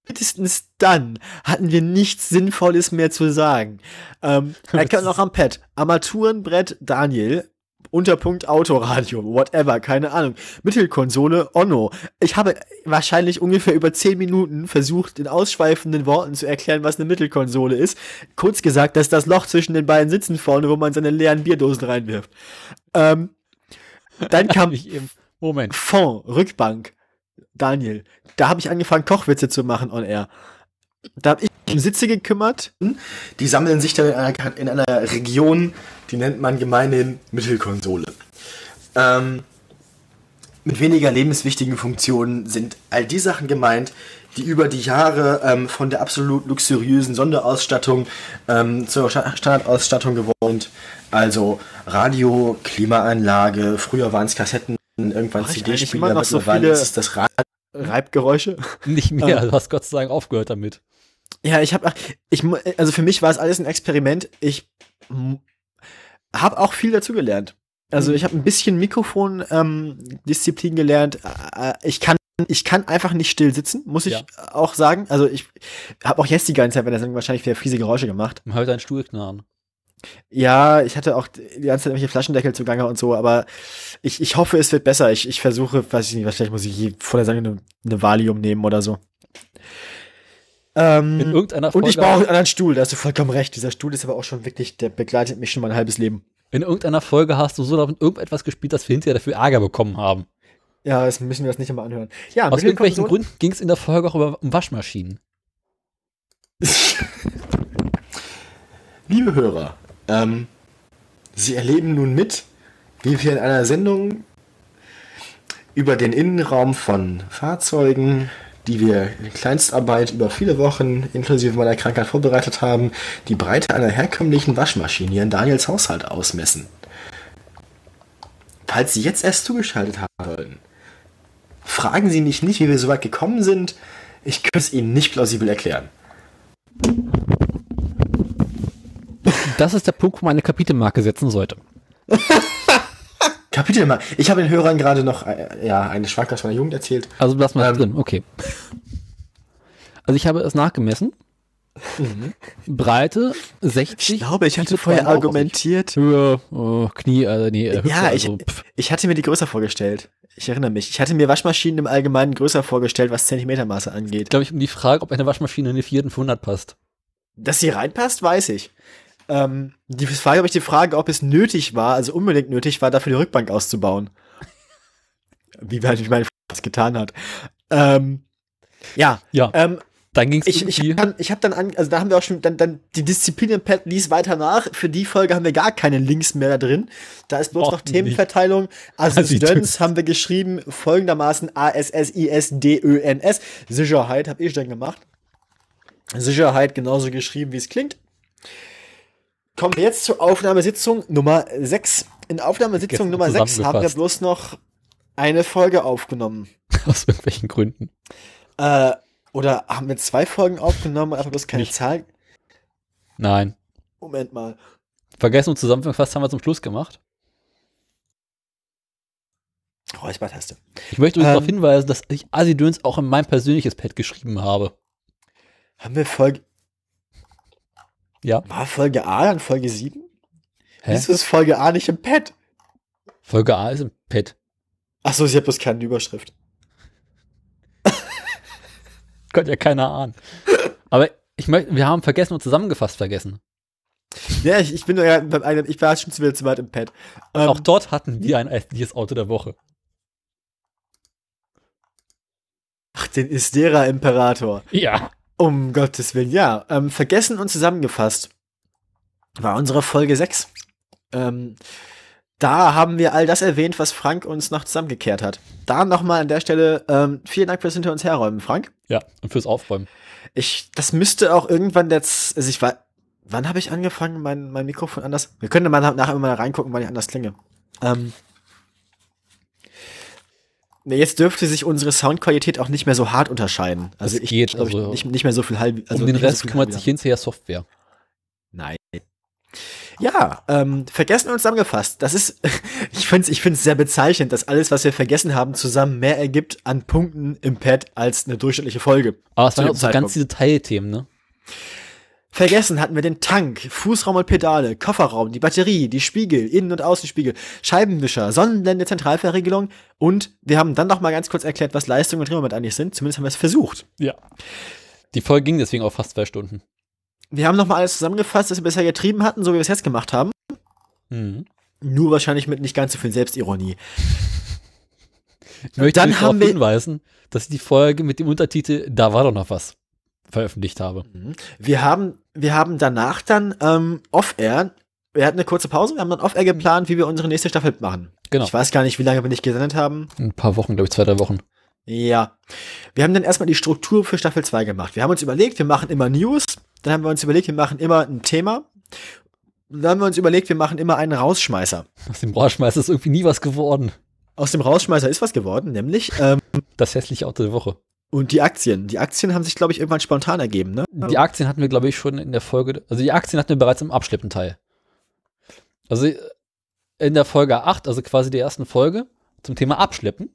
[SPEAKER 2] Spätestens dann hatten wir nichts Sinnvolles mehr zu sagen. Ähm, er kann auch am Pad. Armaturenbrett Daniel. Unterpunkt Autoradio, whatever, keine Ahnung. Mittelkonsole, Onno. Ich habe wahrscheinlich ungefähr über 10 Minuten versucht, in ausschweifenden Worten zu erklären, was eine Mittelkonsole ist. Kurz gesagt, dass das Loch zwischen den beiden Sitzen vorne, wo man seine leeren Bierdosen reinwirft. Ähm, dann kam
[SPEAKER 1] Ich eben- Moment.
[SPEAKER 2] Fond, Rückbank, Daniel. Da habe ich angefangen, Kochwitze zu machen on air. Da habe ich mich um Sitze gekümmert.
[SPEAKER 5] Die sammeln sich dann in einer, in einer Region, die nennt man gemeinhin Mittelkonsole. Ähm, mit weniger lebenswichtigen Funktionen sind all die Sachen gemeint, die über die Jahre ähm, von der absolut luxuriösen Sonderausstattung ähm, zur Sta- Standardausstattung geworden sind. Also Radio, Klimaanlage, früher waren es Kassetten, irgendwann
[SPEAKER 2] Mach ich
[SPEAKER 5] CD-Spieler,
[SPEAKER 2] eigentlich immer noch so
[SPEAKER 5] mittlerweile
[SPEAKER 2] viele-
[SPEAKER 5] ist es das Radio.
[SPEAKER 2] Reibgeräusche.
[SPEAKER 1] Nicht mehr, du hast Gott sei Dank aufgehört damit.
[SPEAKER 2] Ja, ich habe, ich, mu- also für mich war es alles ein Experiment. Ich habe auch viel dazugelernt. Also ich habe ein bisschen Mikrofon-Disziplin gelernt. Äh, Ich kann, ich kann einfach nicht still sitzen, muss ich
[SPEAKER 1] Ja.
[SPEAKER 2] auch sagen. Also ich habe auch jetzt die ganze Zeit bei der Sendung wahrscheinlich wieder fiese Geräusche gemacht.
[SPEAKER 1] Man hört einen Stuhl knarren.
[SPEAKER 2] Ja, ich hatte auch die ganze Zeit irgendwelche Flaschendeckel zugange und so, aber ich, ich hoffe, es wird besser. Ich, ich versuche, weiß ich nicht, vielleicht muss ich vor der Sendung eine, eine Valium nehmen oder so. Ähm,
[SPEAKER 1] In irgendeiner
[SPEAKER 2] und
[SPEAKER 1] Folge,
[SPEAKER 2] ich brauche einen anderen Stuhl, da hast du vollkommen recht. Dieser Stuhl ist aber auch schon wirklich, der begleitet mich schon mein halbes Leben.
[SPEAKER 1] in irgendeiner Folge hast du so damit irgendetwas gespielt, dass wir hinterher dafür Ärger bekommen haben.
[SPEAKER 2] Ja, jetzt müssen wir das nicht immer anhören. Ja,
[SPEAKER 1] Aus irgendwelchen
[SPEAKER 2] Mittelkonsole-
[SPEAKER 1] Gründen ging es in der Folge auch über, um Waschmaschinen.
[SPEAKER 5] Liebe Hörer, ähm, Sie erleben nun mit, wie wir in einer Sendung über den Innenraum von Fahrzeugen, die wir in Kleinstarbeit über viele Wochen inklusive meiner Krankheit vorbereitet haben, die Breite einer herkömmlichen Waschmaschine hier in Daniels Haushalt ausmessen. Falls Sie jetzt erst zugeschaltet haben wollen, fragen Sie mich nicht, wie wir so weit gekommen sind. Ich könnte es Ihnen nicht plausibel erklären.
[SPEAKER 1] Das ist der Punkt, wo man eine Kapitelmarke setzen sollte.
[SPEAKER 5] Kapitelmarke. Ich habe den Hörern gerade noch äh, ja, eine Schwank aus meiner Jugend erzählt.
[SPEAKER 1] Also lass mal
[SPEAKER 5] Ähm.
[SPEAKER 1] drin, okay. Also ich habe es nachgemessen.
[SPEAKER 2] Mhm.
[SPEAKER 1] Breite 60.
[SPEAKER 2] Ich glaube, ich hatte
[SPEAKER 1] Tiefe
[SPEAKER 2] vorher
[SPEAKER 1] 82.
[SPEAKER 2] argumentiert.
[SPEAKER 1] Höhe, äh, Knie, äh, nee, äh, Hüfte,
[SPEAKER 2] Ja, ich,
[SPEAKER 1] also, pff.
[SPEAKER 2] ich hatte mir die größer vorgestellt. Ich erinnere mich. Ich hatte mir Waschmaschinen im Allgemeinen größer vorgestellt, was Zentimetermaße angeht.
[SPEAKER 1] glaube ich, um die Frage, ob eine Waschmaschine in die vierten 100 passt.
[SPEAKER 2] Dass sie reinpasst, weiß ich. Ähm, die Frage, ob ich die Frage, ob es nötig war, also unbedingt nötig war, dafür die Rückbank auszubauen. Wie weit ich meine, das getan hat. Ähm, ja.
[SPEAKER 1] Ja.
[SPEAKER 2] Ähm,
[SPEAKER 1] Dann ging es
[SPEAKER 2] ich ich, kann- ich habe dann, an, also da haben wir auch schon, dann, dann die Disziplin im Pad ließ weiter nach. Für die Folge haben wir gar keine Links mehr da drin. Da ist bloß
[SPEAKER 1] Och,
[SPEAKER 2] noch Themenverteilung. Also
[SPEAKER 1] Also die
[SPEAKER 2] Students haben wir geschrieben folgendermaßen A S S I S D Ö N S. Sicherheit habe ich dann gemacht. Sicherheit genauso geschrieben, wie es klingt. Kommen wir jetzt zur Aufnahmesitzung Nummer 6. In Aufnahmesitzung
[SPEAKER 1] Gestern
[SPEAKER 2] Nummer 6 haben wir
[SPEAKER 1] zusammengefasst.
[SPEAKER 2] bloß noch eine Folge aufgenommen.
[SPEAKER 1] aus irgendwelchen Gründen.
[SPEAKER 2] Äh, oder haben wir zwei Folgen aufgenommen und einfach bloß keine
[SPEAKER 1] Nicht.
[SPEAKER 2] Zahl?
[SPEAKER 1] Nein.
[SPEAKER 2] Moment mal.
[SPEAKER 1] Vergessen und zusammengefasst haben wir zum Schluss gemacht.
[SPEAKER 2] Räuspertaste.
[SPEAKER 1] Ich möchte übrigens
[SPEAKER 2] Ähm.
[SPEAKER 1] darauf hinweisen, dass ich Asidöns auch in mein persönliches Pad geschrieben habe.
[SPEAKER 2] Haben wir Folge.
[SPEAKER 1] Ja.
[SPEAKER 2] War Folge A dann Folge 7?
[SPEAKER 1] Hä?
[SPEAKER 2] Wieso ist Folge A nicht im Pad?
[SPEAKER 1] Folge A ist im Pad.
[SPEAKER 2] Achso, sie hat bloß keine Überschrift.
[SPEAKER 1] Könnt ja keiner ahnen. Aber ich möchte, wir haben vergessen und zusammengefasst vergessen.
[SPEAKER 2] Ja, ich, ich bin nur ja beim einen, ich war schon zu, zu weit im Pad. Ähm,
[SPEAKER 1] auch dort hatten wir ein ästliches Auto der Woche.
[SPEAKER 2] ach, den Isdera Imperator.
[SPEAKER 1] Ja.
[SPEAKER 2] Um Gottes Willen, ja. Ähm, vergessen und zusammengefasst war unsere Folge 6. Ähm, da haben wir all das erwähnt, was Frank uns noch zusammengekehrt hat. Da nochmal an der Stelle ähm, vielen Dank fürs Hinter uns herräumen, Frank.
[SPEAKER 1] Ja, und fürs Aufräumen.
[SPEAKER 2] Ich, das müsste auch irgendwann jetzt, also ich war, wann habe ich angefangen, mein, mein Mikrofon anders? Wir können mal nach- nachher mal reingucken, wann ich anders klinge. Ähm, nee, jetzt dürfte sich unsere Soundqualität auch nicht mehr so hart unterscheiden. Also
[SPEAKER 1] Das
[SPEAKER 2] ich
[SPEAKER 1] geht,
[SPEAKER 2] glaube,
[SPEAKER 1] also
[SPEAKER 2] ich, nicht, nicht mehr so viel halb. Also
[SPEAKER 1] um den
[SPEAKER 2] nicht mehr so
[SPEAKER 1] Rest
[SPEAKER 2] viel
[SPEAKER 1] kümmert
[SPEAKER 2] halb-
[SPEAKER 1] sich hinterher Software.
[SPEAKER 2] Nein. Ja, ähm, vergessen und zusammengefasst. Das ist, ich finde es ich find's sehr bezeichnend, dass alles, was wir vergessen haben, zusammen mehr ergibt an Punkten im Pad als eine durchschnittliche Folge.
[SPEAKER 1] Aber Ah, es
[SPEAKER 2] Zu
[SPEAKER 1] waren
[SPEAKER 2] dem
[SPEAKER 1] auch so ganz diese Teilthemen, ne?
[SPEAKER 2] Vergessen hatten wir den Tank, Fußraum und Pedale, Kofferraum, die Batterie, die Spiegel, Innen- und Außenspiegel, Scheibenwischer, Sonnenblende, Zentralverriegelung und wir haben dann noch mal ganz kurz erklärt, was Leistung und Drehmoment eigentlich sind. Zumindest haben wir es versucht.
[SPEAKER 1] Ja. Die Folge ging deswegen auch fast zwei Stunden.
[SPEAKER 2] Wir haben noch mal alles zusammengefasst, was wir bisher getrieben hatten, so wie wir es jetzt gemacht haben.
[SPEAKER 1] Mhm.
[SPEAKER 2] Nur wahrscheinlich mit nicht ganz so viel Selbstironie.
[SPEAKER 1] Ich möchte
[SPEAKER 2] Dann
[SPEAKER 1] euch
[SPEAKER 2] haben
[SPEAKER 1] darauf
[SPEAKER 2] wir-
[SPEAKER 1] hinweisen, dass ich die Folge mit dem Untertitel Da war doch noch was veröffentlicht habe.
[SPEAKER 2] Wir haben, wir haben danach dann ähm, off-air, wir hatten eine kurze Pause, wir haben dann off-air geplant, wie wir unsere nächste Staffel machen.
[SPEAKER 1] Genau.
[SPEAKER 2] Ich weiß gar nicht, wie lange wir nicht gesendet haben.
[SPEAKER 1] In ein paar Wochen, glaube ich, zwei, drei Wochen.
[SPEAKER 2] Ja. Wir haben dann erstmal die Struktur für Staffel 2 gemacht. Wir haben uns überlegt, wir machen immer News. Dann haben wir uns überlegt, wir machen immer ein Thema. Dann haben wir uns überlegt, wir machen immer einen Rausschmeißer.
[SPEAKER 1] Aus dem Rauschmeister ist irgendwie nie was geworden.
[SPEAKER 2] Aus dem Rausschmeißer ist was geworden, nämlich ähm,
[SPEAKER 1] Das hässliche Auto der Woche.
[SPEAKER 2] und die Aktien. Die Aktien haben sich, glaube ich, irgendwann spontan ergeben, ne?
[SPEAKER 1] Die Aktien hatten wir, glaube ich, schon in der Folge. Also die Aktien hatten wir bereits im Abschleppenteil. Also in der Folge 8, also quasi der ersten Folge, zum Thema Abschleppen.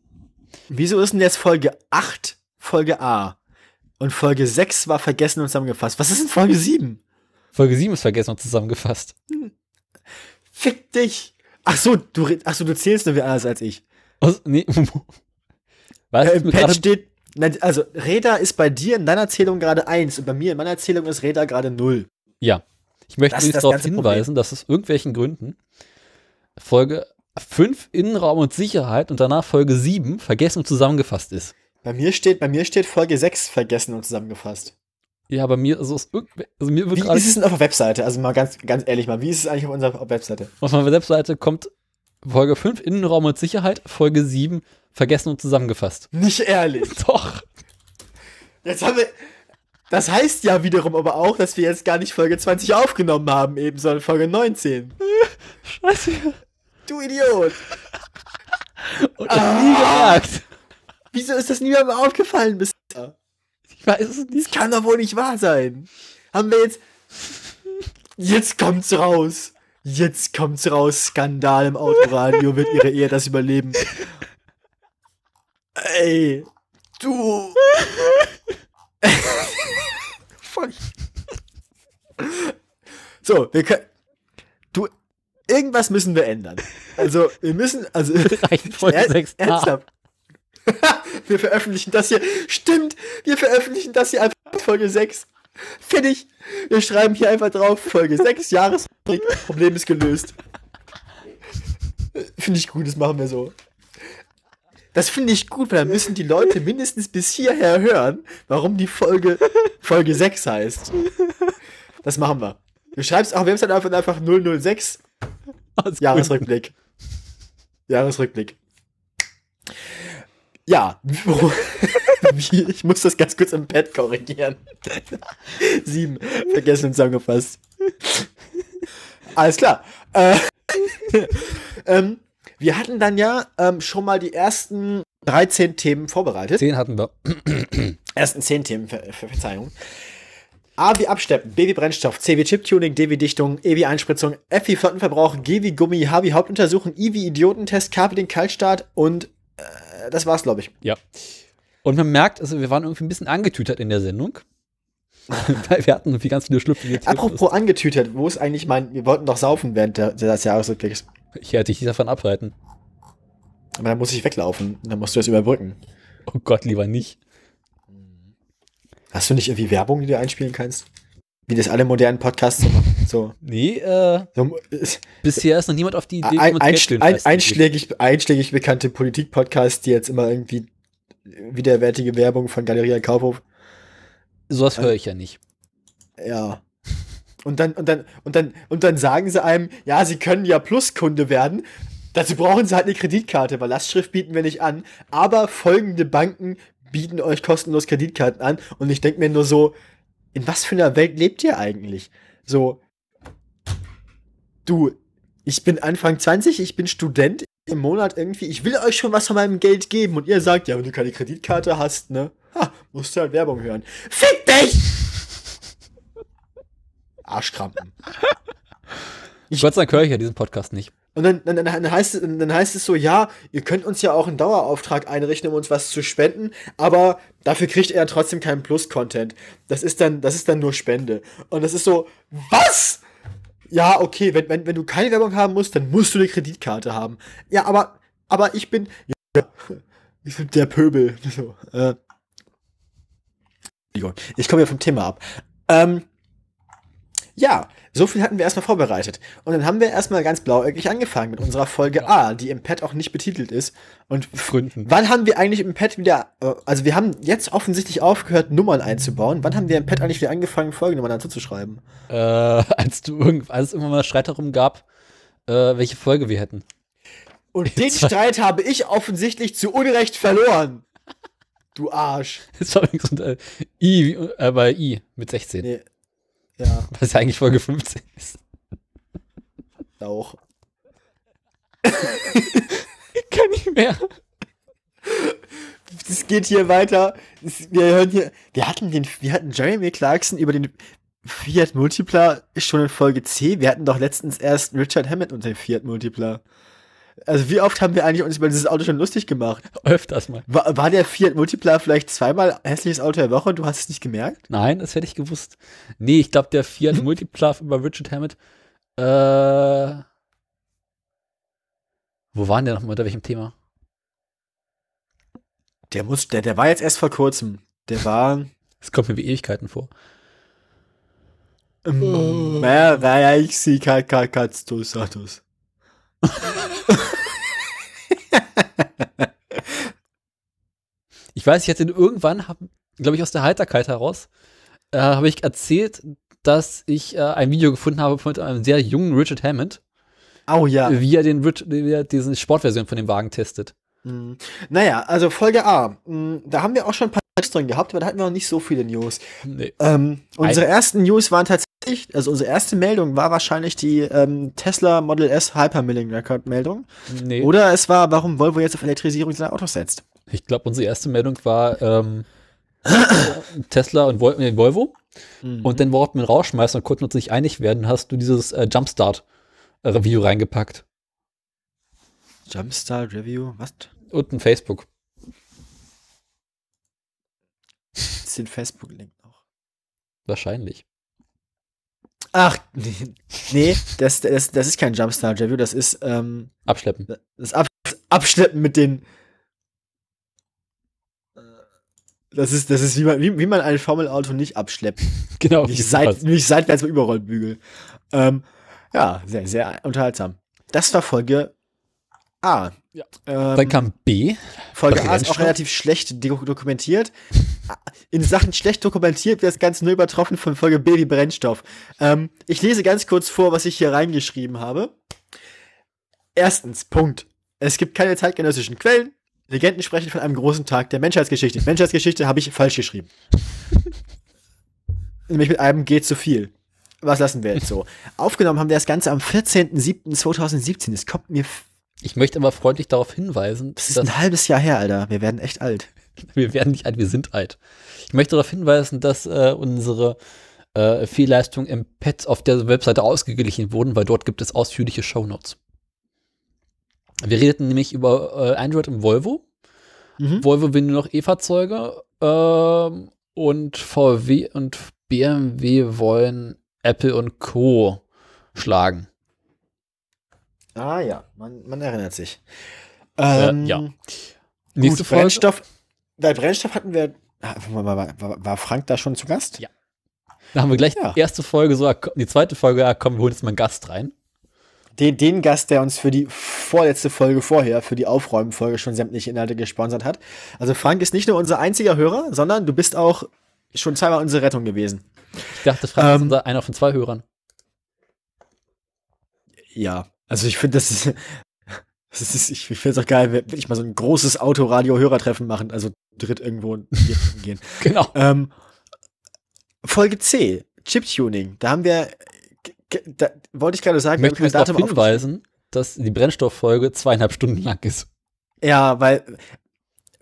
[SPEAKER 2] Wieso ist denn jetzt Folge 8 Folge A? Und Folge 6 war vergessen und zusammengefasst. Was ist denn Folge 7?
[SPEAKER 1] Folge 7 ist vergessen und zusammengefasst.
[SPEAKER 2] Fick dich! Ach so, du, red- ach so, du zählst nur wie anders als ich.
[SPEAKER 1] Also, nee. Was
[SPEAKER 2] Äh,
[SPEAKER 1] ist
[SPEAKER 2] Im
[SPEAKER 1] mir
[SPEAKER 2] Pad
[SPEAKER 1] gerade
[SPEAKER 2] steht, na, also Reda ist bei dir in deiner Zählung gerade 1 und bei mir in meiner Zählung ist Reda gerade 0.
[SPEAKER 1] Ja. Ich möchte
[SPEAKER 2] Das ist
[SPEAKER 1] übrigens
[SPEAKER 2] das
[SPEAKER 1] darauf
[SPEAKER 2] ganze
[SPEAKER 1] hinweisen, dass aus irgendwelchen Gründen Folge 5 Innenraum und Sicherheit und danach Folge 7 vergessen und zusammengefasst ist.
[SPEAKER 2] Bei mir steht, bei mir steht Folge 6 vergessen und zusammengefasst.
[SPEAKER 1] Ja, bei mir, also, aus irgendwel- also mir wird
[SPEAKER 2] Wie
[SPEAKER 1] gerade,
[SPEAKER 2] ist es denn auf der Webseite? Also mal ganz, ganz ehrlich mal, wie ist es eigentlich auf unserer Webseite?
[SPEAKER 1] auf meiner Webseite kommt Folge 5 Innenraum und Sicherheit, Folge 7 vergessen und zusammengefasst.
[SPEAKER 2] Nicht ehrlich.
[SPEAKER 1] Doch.
[SPEAKER 2] Jetzt haben wir. Das heißt ja wiederum aber auch, dass wir jetzt gar nicht Folge 20 aufgenommen haben, eben, sondern Folge 19.
[SPEAKER 1] Scheiße.
[SPEAKER 2] Du Idiot! Ah.
[SPEAKER 1] Und ich hab nie gemerkt.
[SPEAKER 2] Wieso ist das niemandem aufgefallen bis.
[SPEAKER 1] Ich weiß es nicht.
[SPEAKER 2] Das kann doch wohl nicht wahr sein. Haben wir jetzt. Jetzt kommt's raus. Jetzt kommt's raus. Skandal im Autoradio wird ihre Ehe das überleben. Ey. Du. Voll. so, wir können. Du. Irgendwas müssen wir ändern. Also, wir müssen. Also,
[SPEAKER 1] Reicht Folge Ah,
[SPEAKER 2] Er-
[SPEAKER 1] 6 nach.
[SPEAKER 2] Ernsthaft. wir veröffentlichen das hier. Stimmt, wir veröffentlichen das hier einfach als Folge 6. Fertig. Wir schreiben hier einfach drauf, Folge 6, Jahres Problem ist gelöst. Finde ich gut, das machen wir so. Das finde ich gut, weil dann müssen die Leute mindestens bis hierher hören, warum die Folge Folge 6 heißt. Das machen wir. Du schreibst auch, wir haben es dann einfach, einfach 006
[SPEAKER 1] Aus
[SPEAKER 2] Jahresrückblick. Jahresrückblick. Ja, wie- ich muss das ganz kurz im Pad korrigieren. Sieben, vergessen und zusammengefasst. Alles klar. Äh, ähm, wir hatten dann ja ähm, schon mal die ersten 13 Themen vorbereitet.
[SPEAKER 1] 10 hatten wir.
[SPEAKER 2] Ersten zehn Themen, Ver Ver Verzeihung. A wie Absteppen, B wie Brennstoff, C wie Chiptuning, D wie Dichtung, E wie Einspritzung, F wie Flottenverbrauch, G wie Gummi, H wie Hauptuntersuchen, I wie Idiotentest, K wie den Kaltstart und äh, das war's, glaube ich.
[SPEAKER 1] Ja. Und man merkt, also wir waren irgendwie ein bisschen angetütert in der Sendung. Weil wir hatten irgendwie ganz viele schlüpfige Themen.
[SPEAKER 2] Apropos angetütert, wo ist eigentlich mein, wir wollten doch saufen während der, des Jahresrückblicks.
[SPEAKER 1] Ich hätte dich nicht davon abhalten.
[SPEAKER 2] Aber dann muss ich weglaufen, dann musst du das überbrücken.
[SPEAKER 1] Oh Gott, lieber nicht.
[SPEAKER 2] Hast du nicht irgendwie Werbung, die du einspielen kannst? Wie das alle modernen Podcasts so machen. So,
[SPEAKER 1] Nee, äh,
[SPEAKER 2] so äh,
[SPEAKER 1] bisher ist noch niemand auf die Idee
[SPEAKER 2] ein,
[SPEAKER 1] dass man Geld
[SPEAKER 2] einsch-
[SPEAKER 1] für den
[SPEAKER 2] ein,
[SPEAKER 1] Preis ausgibt.
[SPEAKER 2] einschlägig, einschlägig bekannte Politik-Podcasts, die jetzt immer irgendwie widerwärtige Werbung von Galeria Kaufhof.
[SPEAKER 1] Sowas höre ich ja nicht.
[SPEAKER 2] Ja. Und dann, und dann, und dann, und dann sagen sie einem, ja, sie können ja Pluskunde werden. Dazu brauchen sie halt eine Kreditkarte, weil Lastschrift bieten wir nicht an. Aber folgende Banken bieten euch kostenlos Kreditkarten an. Und ich denke mir nur so, in was für einer Welt lebt ihr eigentlich? So, du, ich bin Anfang 20, ich bin Student im Monat irgendwie, ich will euch schon was von meinem Geld geben und ihr sagt, ja, wenn du keine Kreditkarte hast, ne? Ha, musst du halt Werbung hören. Fick dich! Arschkrampen. Ich-
[SPEAKER 1] Gott sei Dank höre ich ja diesen Podcast nicht.
[SPEAKER 2] Und dann, dann, dann, heißt, es- dann heißt es so, ja, ihr könnt uns ja auch einen Dauerauftrag einrichten, um uns was zu spenden, aber dafür kriegt ihr ja trotzdem keinen Plus-Content. Das ist dann, das ist dann nur Spende. Und das ist so, was? Ja, okay, wenn, wenn, wenn du keine Werbung haben musst, dann musst du eine Kreditkarte haben. Ja, aber, aber ich bin, ja, ich bin der Pöbel. So, äh. Entschuldigung, ich komme ja vom Thema ab. Ähm, ja, so viel hatten wir erstmal vorbereitet. Und dann haben wir erstmal ganz blauäugig angefangen mit unserer Folge A, die im Pad auch nicht betitelt ist. Und
[SPEAKER 1] Gründen.
[SPEAKER 2] wann haben wir eigentlich im Pad wieder, äh, also wir haben jetzt offensichtlich aufgehört, Nummern einzubauen. Wann haben wir im Pad eigentlich wieder angefangen, Folgenummern dazu zu schreiben?
[SPEAKER 1] Äh, als, du irgend, als es irgendwann mal Streit darum gab, äh, welche Folge wir hätten.
[SPEAKER 2] Und den Streit habe ich offensichtlich zu Unrecht verloren. Du Arsch.
[SPEAKER 1] Das war übrigens unter I, wie- äh, bei I mit 16.
[SPEAKER 2] Nee. Ja.
[SPEAKER 1] Was ja eigentlich Folge 15 ist.
[SPEAKER 2] Lauch.
[SPEAKER 1] Kann nicht mehr.
[SPEAKER 2] Es geht hier weiter. Es- Wir hören hier. Wir hatten den, wir hatten Jeremy Clarkson über den Fiat Multipla schon in Folge C. Wir hatten doch letztens erst Richard Hammett und den Fiat Multipla. Also wie oft haben wir eigentlich uns über dieses Auto schon lustig gemacht?
[SPEAKER 1] Öfters mal.
[SPEAKER 2] War, war der Fiat Multipla vielleicht zweimal hässliches Auto der Woche und du hast es nicht gemerkt?
[SPEAKER 1] Nein, das hätte ich gewusst. Nee, ich glaube, der Fiat Multiplaf über Richard Hammett. Äh, wo waren der nochmal? Unter welchem Thema?
[SPEAKER 2] Der muss, der, der war jetzt erst vor kurzem. Der war.
[SPEAKER 1] Das kommt mir wie Ewigkeiten vor.
[SPEAKER 2] Naja, ich sehe Kakastus Satus.
[SPEAKER 1] Ich weiß, ich hatte irgendwann, glaube ich, aus der Heiterkeit heraus, äh, habe ich erzählt, dass ich äh, ein Video gefunden habe von einem sehr jungen Richard Hammond,
[SPEAKER 2] Oh ja.
[SPEAKER 1] wie er den Rich, wie er diesen Sportversion von dem Wagen testet.
[SPEAKER 2] Mhm. Naja, also Folge A. Mhm, Da haben wir auch schon ein paar Tipps drin gehabt, aber da hatten wir noch nicht so viele News.
[SPEAKER 1] Nee.
[SPEAKER 2] Ähm, unsere ersten News waren tatsächlich, also unsere erste Meldung war wahrscheinlich die ähm, Tesla Model S Hypermilling Record Meldung.
[SPEAKER 1] nee.
[SPEAKER 2] Oder es war, warum Volvo jetzt auf Elektrisierung seiner Autos setzt.
[SPEAKER 1] Ich glaube, unsere erste Meldung war ähm, Tesla und Vol nee, Volvo.
[SPEAKER 2] Hm. Mhm.
[SPEAKER 1] Und dann wollten wir rausschmeißen und konnten uns nicht einig werden. Hast du dieses äh, Jumpstart-Review reingepackt
[SPEAKER 2] Jumpstart Review, was?
[SPEAKER 1] und ein Facebook.
[SPEAKER 2] Ist den Facebook-Link noch?
[SPEAKER 1] Wahrscheinlich.
[SPEAKER 2] Ach, nee, nee das, das, das ist kein Jumpstart Review, das ist ähm,
[SPEAKER 1] Abschleppen.
[SPEAKER 2] das Ab Abschleppen mit den. Äh. Das ist, das ist wie, man, wie, wie man ein Formelauto nicht abschleppt.
[SPEAKER 1] Genau.
[SPEAKER 2] Nicht, seit, nicht seitwärts mit Überrollbügel. Ähm, ja, sehr, sehr unterhaltsam. Das war Folge A.
[SPEAKER 1] Ja.
[SPEAKER 2] Ähm,
[SPEAKER 1] Dann kam B.
[SPEAKER 2] Folge A ist auch
[SPEAKER 1] Brennstoff.
[SPEAKER 2] relativ schlecht do- dokumentiert. In Sachen schlecht dokumentiert wird das Ganze nur übertroffen von Folge B wie Brennstoff. Ähm, ich lese ganz kurz vor, was ich hier reingeschrieben habe. Erstens, Punkt. Es gibt keine zeitgenössischen Quellen. Legenden sprechen von einem großen Tag der Menschheitsgeschichte. Menschheitsgeschichte habe ich falsch geschrieben. Nämlich mit einem G zu viel. Was lassen wir jetzt so? Aufgenommen haben wir das Ganze am 14.07.2017. Es kommt mir, f-
[SPEAKER 1] Ich möchte aber freundlich darauf hinweisen,
[SPEAKER 2] das ist
[SPEAKER 1] dass
[SPEAKER 2] ein halbes Jahr her, Alter. Wir werden echt alt.
[SPEAKER 1] wir werden nicht alt, wir sind alt. Ich möchte darauf hinweisen, dass äh, unsere äh, Fehlleistungen im Pad auf der Webseite ausgeglichen wurden, weil dort gibt es ausführliche Shownotes. Wir redeten nämlich über äh, Android im Volvo.
[SPEAKER 2] Mhm.
[SPEAKER 1] Volvo will nur noch E-Fahrzeuge ähm, und VW und BMW wollen Apple und Co. schlagen.
[SPEAKER 2] Ah ja, man, man erinnert sich.
[SPEAKER 1] Äh,
[SPEAKER 2] Ähm,
[SPEAKER 1] ja.
[SPEAKER 2] Gut,
[SPEAKER 1] Nächste Folge.
[SPEAKER 2] Brennstoff. Bei Brennstoff hatten wir. Ah, War, war, war, war Frank da schon zu Gast?
[SPEAKER 1] Ja. Da haben wir gleich
[SPEAKER 2] Ja.
[SPEAKER 1] die erste Folge, so, ah, komm, die zweite Folge, ah, komm, wir holen jetzt mal einen Gast rein.
[SPEAKER 2] Den, den Gast, der uns für die vorletzte Folge vorher, für die Aufräumen-Folge schon sämtliche Inhalte gesponsert hat. Also Frank ist nicht nur unser einziger Hörer, sondern du bist auch schon zweimal unsere Rettung gewesen.
[SPEAKER 1] Ich dachte, Frank ist
[SPEAKER 2] Ähm.
[SPEAKER 1] unser einer von zwei Hörern.
[SPEAKER 2] Ja. Also ich finde, das ist. Das ist ich finde es auch geil, wenn ich mal so ein großes Autoradio-Hörertreffen machen, also dritt irgendwo gehen.
[SPEAKER 1] Genau.
[SPEAKER 2] Ähm, Folge C, Chiptuning. Da haben wir, g- g- da wollte ich gerade sagen,
[SPEAKER 1] Ich
[SPEAKER 2] wir
[SPEAKER 1] möchte
[SPEAKER 2] haben
[SPEAKER 1] mich
[SPEAKER 2] kein
[SPEAKER 1] darauf
[SPEAKER 2] Datum auf-
[SPEAKER 1] hinweisen, dass die Brennstofffolge zweieinhalb Stunden lang ist.
[SPEAKER 2] Ja, weil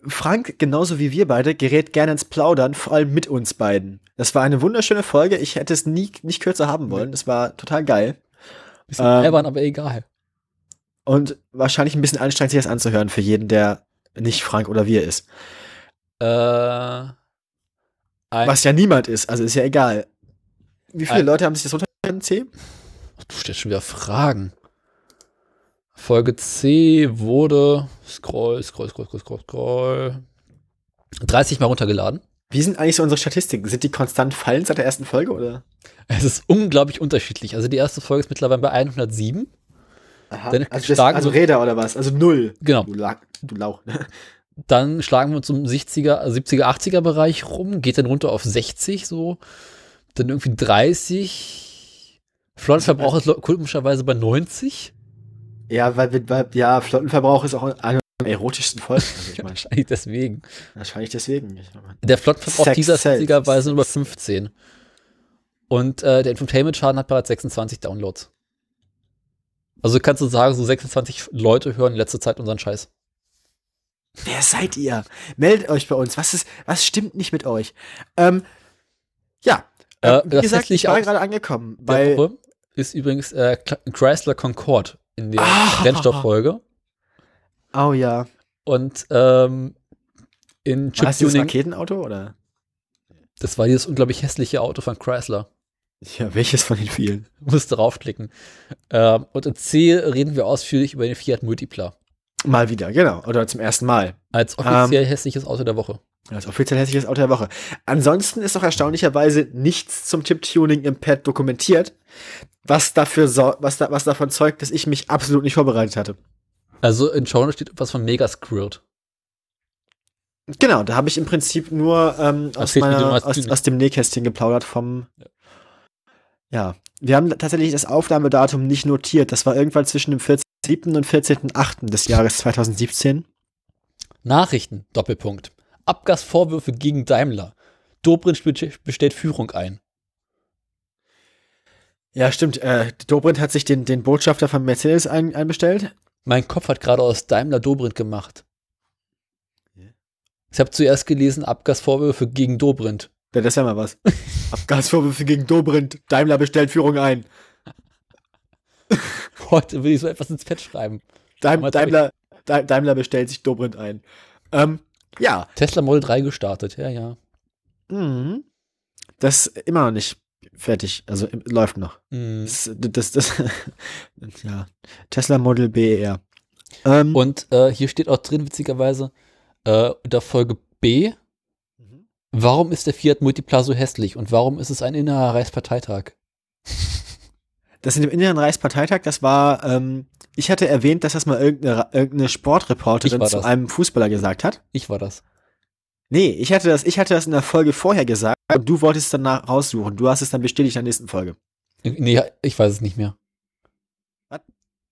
[SPEAKER 2] Frank, genauso wie wir beide, gerät gerne ins Plaudern, vor allem mit uns beiden. Das war eine wunderschöne Folge. Ich hätte es nie, nicht kürzer haben wollen. Das war total geil.
[SPEAKER 1] Bisschen
[SPEAKER 2] Ähm.
[SPEAKER 1] albern, aber egal.
[SPEAKER 2] Und wahrscheinlich ein bisschen anstrengend, sich das anzuhören für jeden, der nicht Frank oder wir ist.
[SPEAKER 1] Äh, ein,
[SPEAKER 2] Was ja niemand ist, also ist ja egal. Wie viele
[SPEAKER 1] Ein-
[SPEAKER 2] Leute haben sich das runtergeladen, C?
[SPEAKER 1] Ach, du stellst schon wieder Fragen. Folge C wurde scroll, scroll, scroll, scroll, scroll, scroll. 30 Mal runtergeladen.
[SPEAKER 2] Wie sind eigentlich so unsere Statistiken? Sind die konstant fallend seit der ersten Folge, oder?
[SPEAKER 1] Es ist unglaublich unterschiedlich. Also die erste Folge ist mittlerweile bei 107.
[SPEAKER 2] Aha.
[SPEAKER 1] Dann
[SPEAKER 2] also, das,
[SPEAKER 1] schlagen
[SPEAKER 2] also
[SPEAKER 1] wir-
[SPEAKER 2] Räder oder was? Also null.
[SPEAKER 1] Genau.
[SPEAKER 2] Du, La du Lauch. ne?
[SPEAKER 1] Dann schlagen wir uns um 60er, 70er, 80er Bereich rum, geht dann runter auf 60 so. Dann irgendwie 30. Flottenverbrauch ist lo- komischerweise bei 90.
[SPEAKER 2] Ja, weil, wir- weil ja, Flottenverbrauch ist auch eine der erotischsten Folgen. Also ich meine,
[SPEAKER 1] Wahrscheinlich deswegen.
[SPEAKER 2] wahrscheinlich deswegen. Ich meine,
[SPEAKER 1] Der Flottenverbrauch
[SPEAKER 2] Sex
[SPEAKER 1] dieser
[SPEAKER 2] sells.
[SPEAKER 1] 70er Weise sind über 15. Und äh, der Infotainment-Schaden hat bereits 26 Downloads. Also kannst du sagen, so 26 Leute hören in letzter Zeit unseren Scheiß.
[SPEAKER 2] Wer seid ihr? Meldet euch bei uns. Was ist, was stimmt nicht mit euch? Ähm, ja. ähm,
[SPEAKER 1] Äh,
[SPEAKER 2] wie
[SPEAKER 1] das
[SPEAKER 2] gesagt,
[SPEAKER 1] hätte ich
[SPEAKER 2] ich war
[SPEAKER 1] auch-
[SPEAKER 2] gerade angekommen.
[SPEAKER 1] Der
[SPEAKER 2] Bei,
[SPEAKER 1] Woche ist übrigens äh, Cla- Chrysler Concorde in der
[SPEAKER 2] Ah.
[SPEAKER 1] Brennstofffolge.
[SPEAKER 2] oh ja.
[SPEAKER 1] Und ähm, in Chip
[SPEAKER 2] War das dieses
[SPEAKER 1] Tuning,
[SPEAKER 2] Raketenauto oder?
[SPEAKER 1] das war dieses unglaublich hässliche Auto von Chrysler.
[SPEAKER 2] Ja, welches von den vielen?
[SPEAKER 1] Musst draufklicken. Ähm, und in C reden wir ausführlich über den Fiat Multipla.
[SPEAKER 2] Mal wieder, genau. Oder zum ersten Mal.
[SPEAKER 1] Als offiziell hässliches Auto der Woche.
[SPEAKER 2] Als offiziell hässliches Auto der Woche. Ansonsten ist auch erstaunlicherweise nichts zum Chip-Tuning im Pad dokumentiert, was, dafür so, was, da, was davon zeugt, dass ich mich absolut nicht vorbereitet hatte.
[SPEAKER 1] Also in Shonen steht was von Mega Squirt.
[SPEAKER 2] Genau, da habe ich im Prinzip nur ähm, aus,
[SPEAKER 1] Erzähl, wie du
[SPEAKER 2] meiner,
[SPEAKER 1] meinst,
[SPEAKER 2] aus,
[SPEAKER 1] Tuning.
[SPEAKER 2] aus dem Nähkästchen geplaudert vom. Ja, wir haben tatsächlich das Aufnahmedatum nicht notiert. Das war irgendwann zwischen dem 14.07. und 14.08. des Jahres 2017.
[SPEAKER 1] Nachrichten, Doppelpunkt. Abgasvorwürfe gegen Daimler. Dobrindt be- bestellt Führung ein.
[SPEAKER 2] Ja, stimmt. Äh, Dobrindt hat sich den, den Botschafter von Mercedes ein, einbestellt.
[SPEAKER 1] Mein Kopf hat gerade aus Daimler Dobrindt gemacht. Ich habe zuerst gelesen, Abgasvorwürfe gegen Dobrindt.
[SPEAKER 2] Ja, das ist ja mal was. Abgasvorwürfe gegen Dobrindt. Daimler bestellt Führung ein.
[SPEAKER 1] Heute will ich so etwas ins Pad schreiben.
[SPEAKER 2] Daim
[SPEAKER 1] Mal
[SPEAKER 2] Daimler, Da- Daimler bestellt sich Dobrindt ein. Ähm, ja.
[SPEAKER 1] Tesla Model 3 gestartet, ja, ja.
[SPEAKER 2] Mhm. Das ist immer noch nicht fertig. Also im- läuft noch.
[SPEAKER 1] Mhm.
[SPEAKER 2] Das, das, das, ja. Tesla Model BER. Ähm,
[SPEAKER 1] Und äh, hier steht auch drin, witzigerweise, äh, unter Folge B,
[SPEAKER 2] Mhm.
[SPEAKER 1] warum ist der Fiat Multipla so hässlich und warum ist es ein innerer Reichsparteitag?
[SPEAKER 2] das in dem Inneren Reichsparteitag, das war, ähm, ich hatte erwähnt, dass das mal irgendeine, Ra- irgendeine
[SPEAKER 1] Ich
[SPEAKER 2] Sportreporterin
[SPEAKER 1] war
[SPEAKER 2] zu
[SPEAKER 1] das.
[SPEAKER 2] einem Fußballer gesagt hat.
[SPEAKER 1] Ich war das.
[SPEAKER 2] Nee, ich hatte das, ich hatte das in der Folge vorher gesagt und du wolltest es dann nach- raussuchen. Du hast es dann bestätigt in der nächsten Folge.
[SPEAKER 1] Äh, Nee, ich weiß es nicht mehr.
[SPEAKER 2] Was?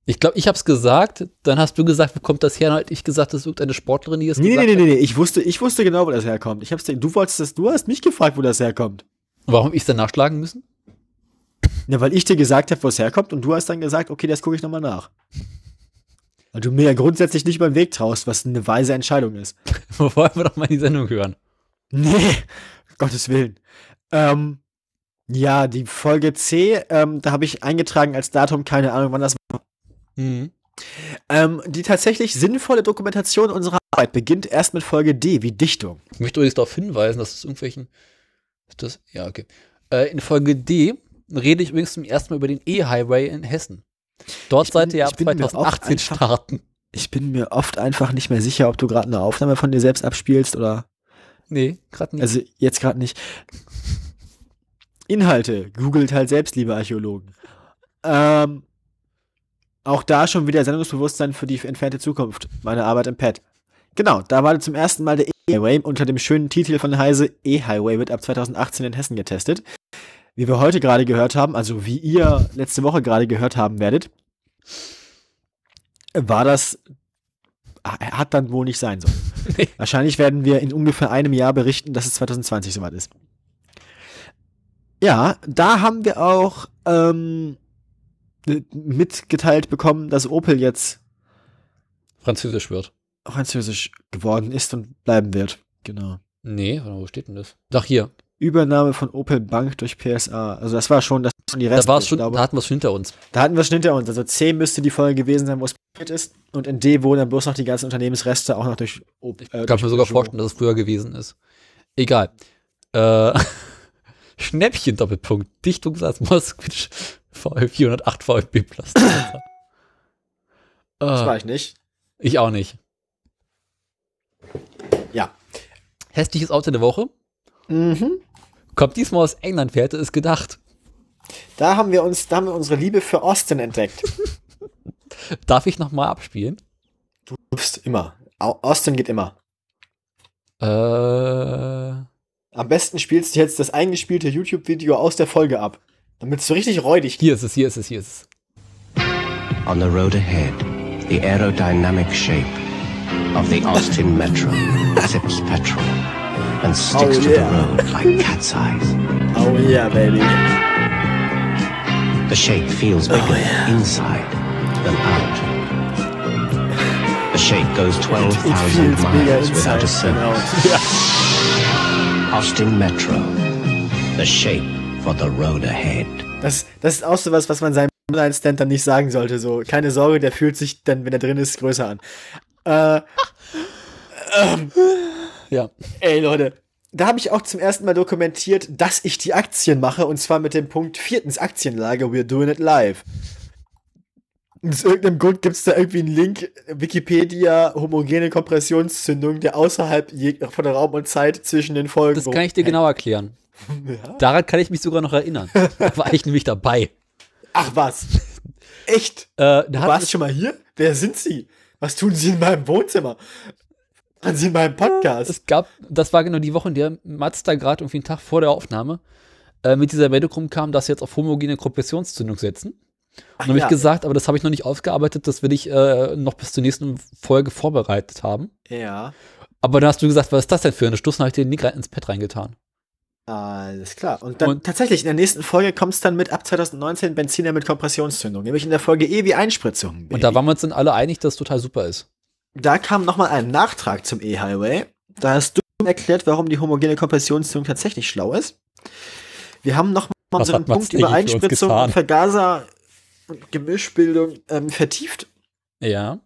[SPEAKER 1] Ich glaube, ich habe es gesagt, dann hast du gesagt, wo kommt das her? Dann hab ich gesagt, das ist irgendeine Sportlerin, die es
[SPEAKER 2] Nee, nee,
[SPEAKER 1] gesagt
[SPEAKER 2] nee, nee,
[SPEAKER 1] hat.
[SPEAKER 2] nee, ich wusste, ich wusste genau, wo das herkommt. Ich hab's dir, du wolltest das, du hast mich gefragt, wo das herkommt.
[SPEAKER 1] Warum ich es dann nachschlagen müssen?
[SPEAKER 2] Ja, weil ich dir gesagt habe, wo es herkommt und du hast dann gesagt, okay, das gucke ich nochmal nach. Weil du mir ja grundsätzlich nicht über den Weg traust, was eine weise Entscheidung ist.
[SPEAKER 1] Wollen wir doch mal die Sendung hören.
[SPEAKER 2] Nee, um Gottes Willen. Ähm, ja, die Folge C, ähm, da habe ich eingetragen als Datum, keine Ahnung, wann das
[SPEAKER 1] Mhm.
[SPEAKER 2] Ähm, die tatsächlich sinnvolle Dokumentation unserer Arbeit beginnt erst mit Folge D, wie Dichtung.
[SPEAKER 1] Ich möchte übrigens darauf hinweisen, dass es irgendwelchen. Ist das? Ja, okay. Äh, in Folge D rede ich übrigens zum ersten Mal über den E-Highway in Hessen. Dort
[SPEAKER 2] Ich bin-
[SPEAKER 1] seid ihr ja
[SPEAKER 2] ich
[SPEAKER 1] ab
[SPEAKER 2] bin mir auch
[SPEAKER 1] 2018
[SPEAKER 2] einfach-
[SPEAKER 1] starten.
[SPEAKER 2] Ich bin mir oft einfach nicht mehr sicher, ob du gerade eine Aufnahme von dir selbst abspielst oder.
[SPEAKER 1] Nee, gerade nicht.
[SPEAKER 2] Also jetzt gerade nicht. Inhalte. Googelt halt selbst, liebe Archäologen. Ähm, auch da schon wieder Sendungsbewusstsein für die entfernte Zukunft. Meine Arbeit im Pad. Genau, da war zum ersten Mal der E-Highway unter dem schönen Titel von Heise E-Highway wird ab 2018 in Hessen getestet. Wie wir heute gerade gehört haben, also wie ihr letzte Woche gerade gehört haben werdet, war das, äh, hat dann wohl nicht sein sollen. Wahrscheinlich werden wir in ungefähr einem Jahr berichten, dass es 2020 soweit ist. Ja, da haben wir auch ähm, mitgeteilt bekommen, dass Opel jetzt
[SPEAKER 1] Französisch wird.
[SPEAKER 2] französisch geworden ist und bleiben wird. Genau.
[SPEAKER 1] Nee, warte mal, wo steht denn das? Doch hier.
[SPEAKER 2] Übernahme von Opel Bank durch PSA. Also das war schon, das war schon die Rest.
[SPEAKER 1] da war es schon, da
[SPEAKER 2] glaube,
[SPEAKER 1] hatten wir es schon hinter uns.
[SPEAKER 2] da hatten wir es schon hinter uns. Also C müsste die Folge gewesen sein, wo es passiert ist. Und in D wurden dann bloß noch die ganzen Unternehmensreste auch noch durch Opel.
[SPEAKER 1] Ich kann mir sogar vorstellen, dass es früher gewesen ist. Egal. Äh, Schnäppchen Doppelpunkt. Dichtungssatz Moskvitsch VL 408 VfB Plus.
[SPEAKER 2] Das war
[SPEAKER 1] äh,
[SPEAKER 2] ich nicht.
[SPEAKER 1] ich auch nicht.
[SPEAKER 2] Ja.
[SPEAKER 1] Hässliches Auto der Woche.
[SPEAKER 2] Mhm.
[SPEAKER 1] Kommt diesmal aus England, wer hätte es gedacht?
[SPEAKER 2] Da haben wir uns, da haben wir unsere Liebe für Austin entdeckt.
[SPEAKER 1] Darf ich nochmal abspielen?
[SPEAKER 2] Psst, immer. Au- Austin geht immer.
[SPEAKER 1] Äh,
[SPEAKER 2] Am besten spielst du jetzt das eingespielte YouTube-Video aus der Folge ab. Damit es so richtig räudig
[SPEAKER 1] hier ist es, hier ist es, hier ist es.
[SPEAKER 6] On the road ahead, the aerodynamic shape of the Austin Metro sips petrol and sticks to the road like cat's eyes.
[SPEAKER 2] Oh yeah, baby. Oh,
[SPEAKER 6] The shape feels bigger inside them out. The shape goes
[SPEAKER 2] It
[SPEAKER 6] 12,000
[SPEAKER 2] feels bigger
[SPEAKER 6] miles without
[SPEAKER 2] inside genau.
[SPEAKER 6] a
[SPEAKER 2] than
[SPEAKER 6] surface.
[SPEAKER 2] out.
[SPEAKER 6] Austin Metro, the shape for the road ahead.
[SPEAKER 2] Das, das ist auch sowas, was man seinem Online-Stand dann nicht sagen sollte. So, keine Sorge, der fühlt sich dann, wenn er drin ist, größer an. Äh,
[SPEAKER 1] Ja.
[SPEAKER 2] ey, Leute. Da habe ich auch zum ersten Mal dokumentiert, dass ich die Aktien mache. Und zwar mit dem Punkt viertens Aktienlage, we're doing it live. Und Aus irgendeinem Grund gibt es da irgendwie einen Link, Wikipedia, homogene Kompressionszündung, der außerhalb jeg- von Raum und Zeit zwischen den Folgen.
[SPEAKER 1] Das kann ich dir genau erklären. Daran kann ich mich sogar noch erinnern. Da war ich nämlich dabei.
[SPEAKER 2] Ach was. Echt?
[SPEAKER 1] Äh, da
[SPEAKER 2] Du
[SPEAKER 1] hat
[SPEAKER 2] warst schon mal hier? Wer sind Sie? Was tun Sie in meinem Wohnzimmer? Waren Sie in meinem Podcast?
[SPEAKER 1] Es gab, das war genau die Woche, in der Mats da gerade irgendwie einen Tag vor der Aufnahme äh, mit dieser Meldung rumkam, dass sie jetzt auf homogene Kompressionszündung setzen. Und dann habe
[SPEAKER 2] ja.
[SPEAKER 1] ich gesagt, aber das habe ich noch nicht aufgearbeitet, das will ich äh, noch bis zur nächsten Folge vorbereitet haben.
[SPEAKER 2] Ja.
[SPEAKER 1] Aber dann hast du gesagt, was ist das denn für eine Stoß? Dann habe ich den Nick rein ins Pad reingetan.
[SPEAKER 2] Alles klar. Und dann
[SPEAKER 1] Und-
[SPEAKER 2] tatsächlich, in der nächsten Folge kommt es dann mit ab 2019 Benziner mit Kompressionszündung. Nämlich in der Folge E wie Einspritzung.
[SPEAKER 1] Und
[SPEAKER 2] Baby.
[SPEAKER 1] da waren wir uns dann alle einig, dass es total super ist.
[SPEAKER 2] da kam nochmal ein Nachtrag zum E-Highway. Da hast du erklärt, warum die homogene Kompressionszündung tatsächlich schlau ist. Wir haben nochmal
[SPEAKER 1] Was
[SPEAKER 2] unseren
[SPEAKER 1] hat Mats
[SPEAKER 2] Punkt über
[SPEAKER 1] eigentlich für uns
[SPEAKER 2] Einspritzung
[SPEAKER 1] getan?
[SPEAKER 2] und Vergaser und Gemischbildung ähm, vertieft.
[SPEAKER 1] Ja.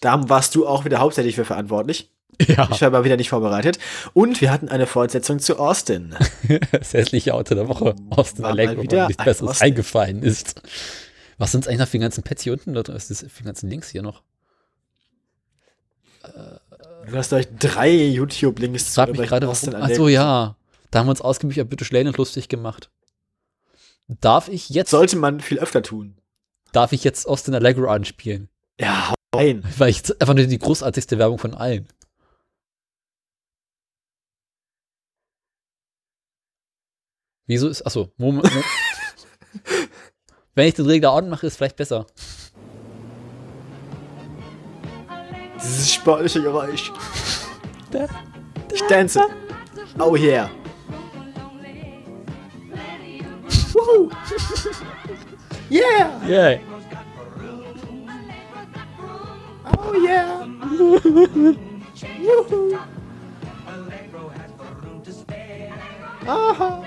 [SPEAKER 2] Da warst du auch wieder hauptsächlich für verantwortlich.
[SPEAKER 1] Ja.
[SPEAKER 2] Ich war aber wieder nicht vorbereitet. Und wir hatten eine Fortsetzung zu Austin.
[SPEAKER 1] das hässliche Auto der Woche. Austin
[SPEAKER 2] Mm, War mal
[SPEAKER 1] Alec, wo
[SPEAKER 2] wieder
[SPEAKER 1] mir nichts
[SPEAKER 2] ein
[SPEAKER 1] Besseres
[SPEAKER 2] Austin.
[SPEAKER 1] eingefallen ist. Was sind eigentlich noch für die ganzen Pads hier unten? Leute? Was ist das für die ganzen Links hier noch?
[SPEAKER 2] Du hast euch drei YouTube-Links
[SPEAKER 1] Ich frage mich gerade, was.
[SPEAKER 2] Austin
[SPEAKER 1] Ach
[SPEAKER 2] erlebt.
[SPEAKER 1] so, ja. Da haben wir uns ausgiebig über Bitch Lane und lustig gemacht. Darf ich jetzt,
[SPEAKER 2] Sollte man viel öfter tun.
[SPEAKER 1] darf ich jetzt Austin Allegro anspielen?
[SPEAKER 2] Ja, hau rein.
[SPEAKER 1] Weil ich jetzt einfach nur die großartigste Werbung von allen. Wieso ist. Achso, Moment. Wenn ich den Regler on mache, ist vielleicht besser.
[SPEAKER 2] Dieses sportliche Geräusch. Ich tanze. Oh yeah. Woohoo. Yeah.
[SPEAKER 1] Yeah.
[SPEAKER 2] Oh yeah. Woohoo. Aha.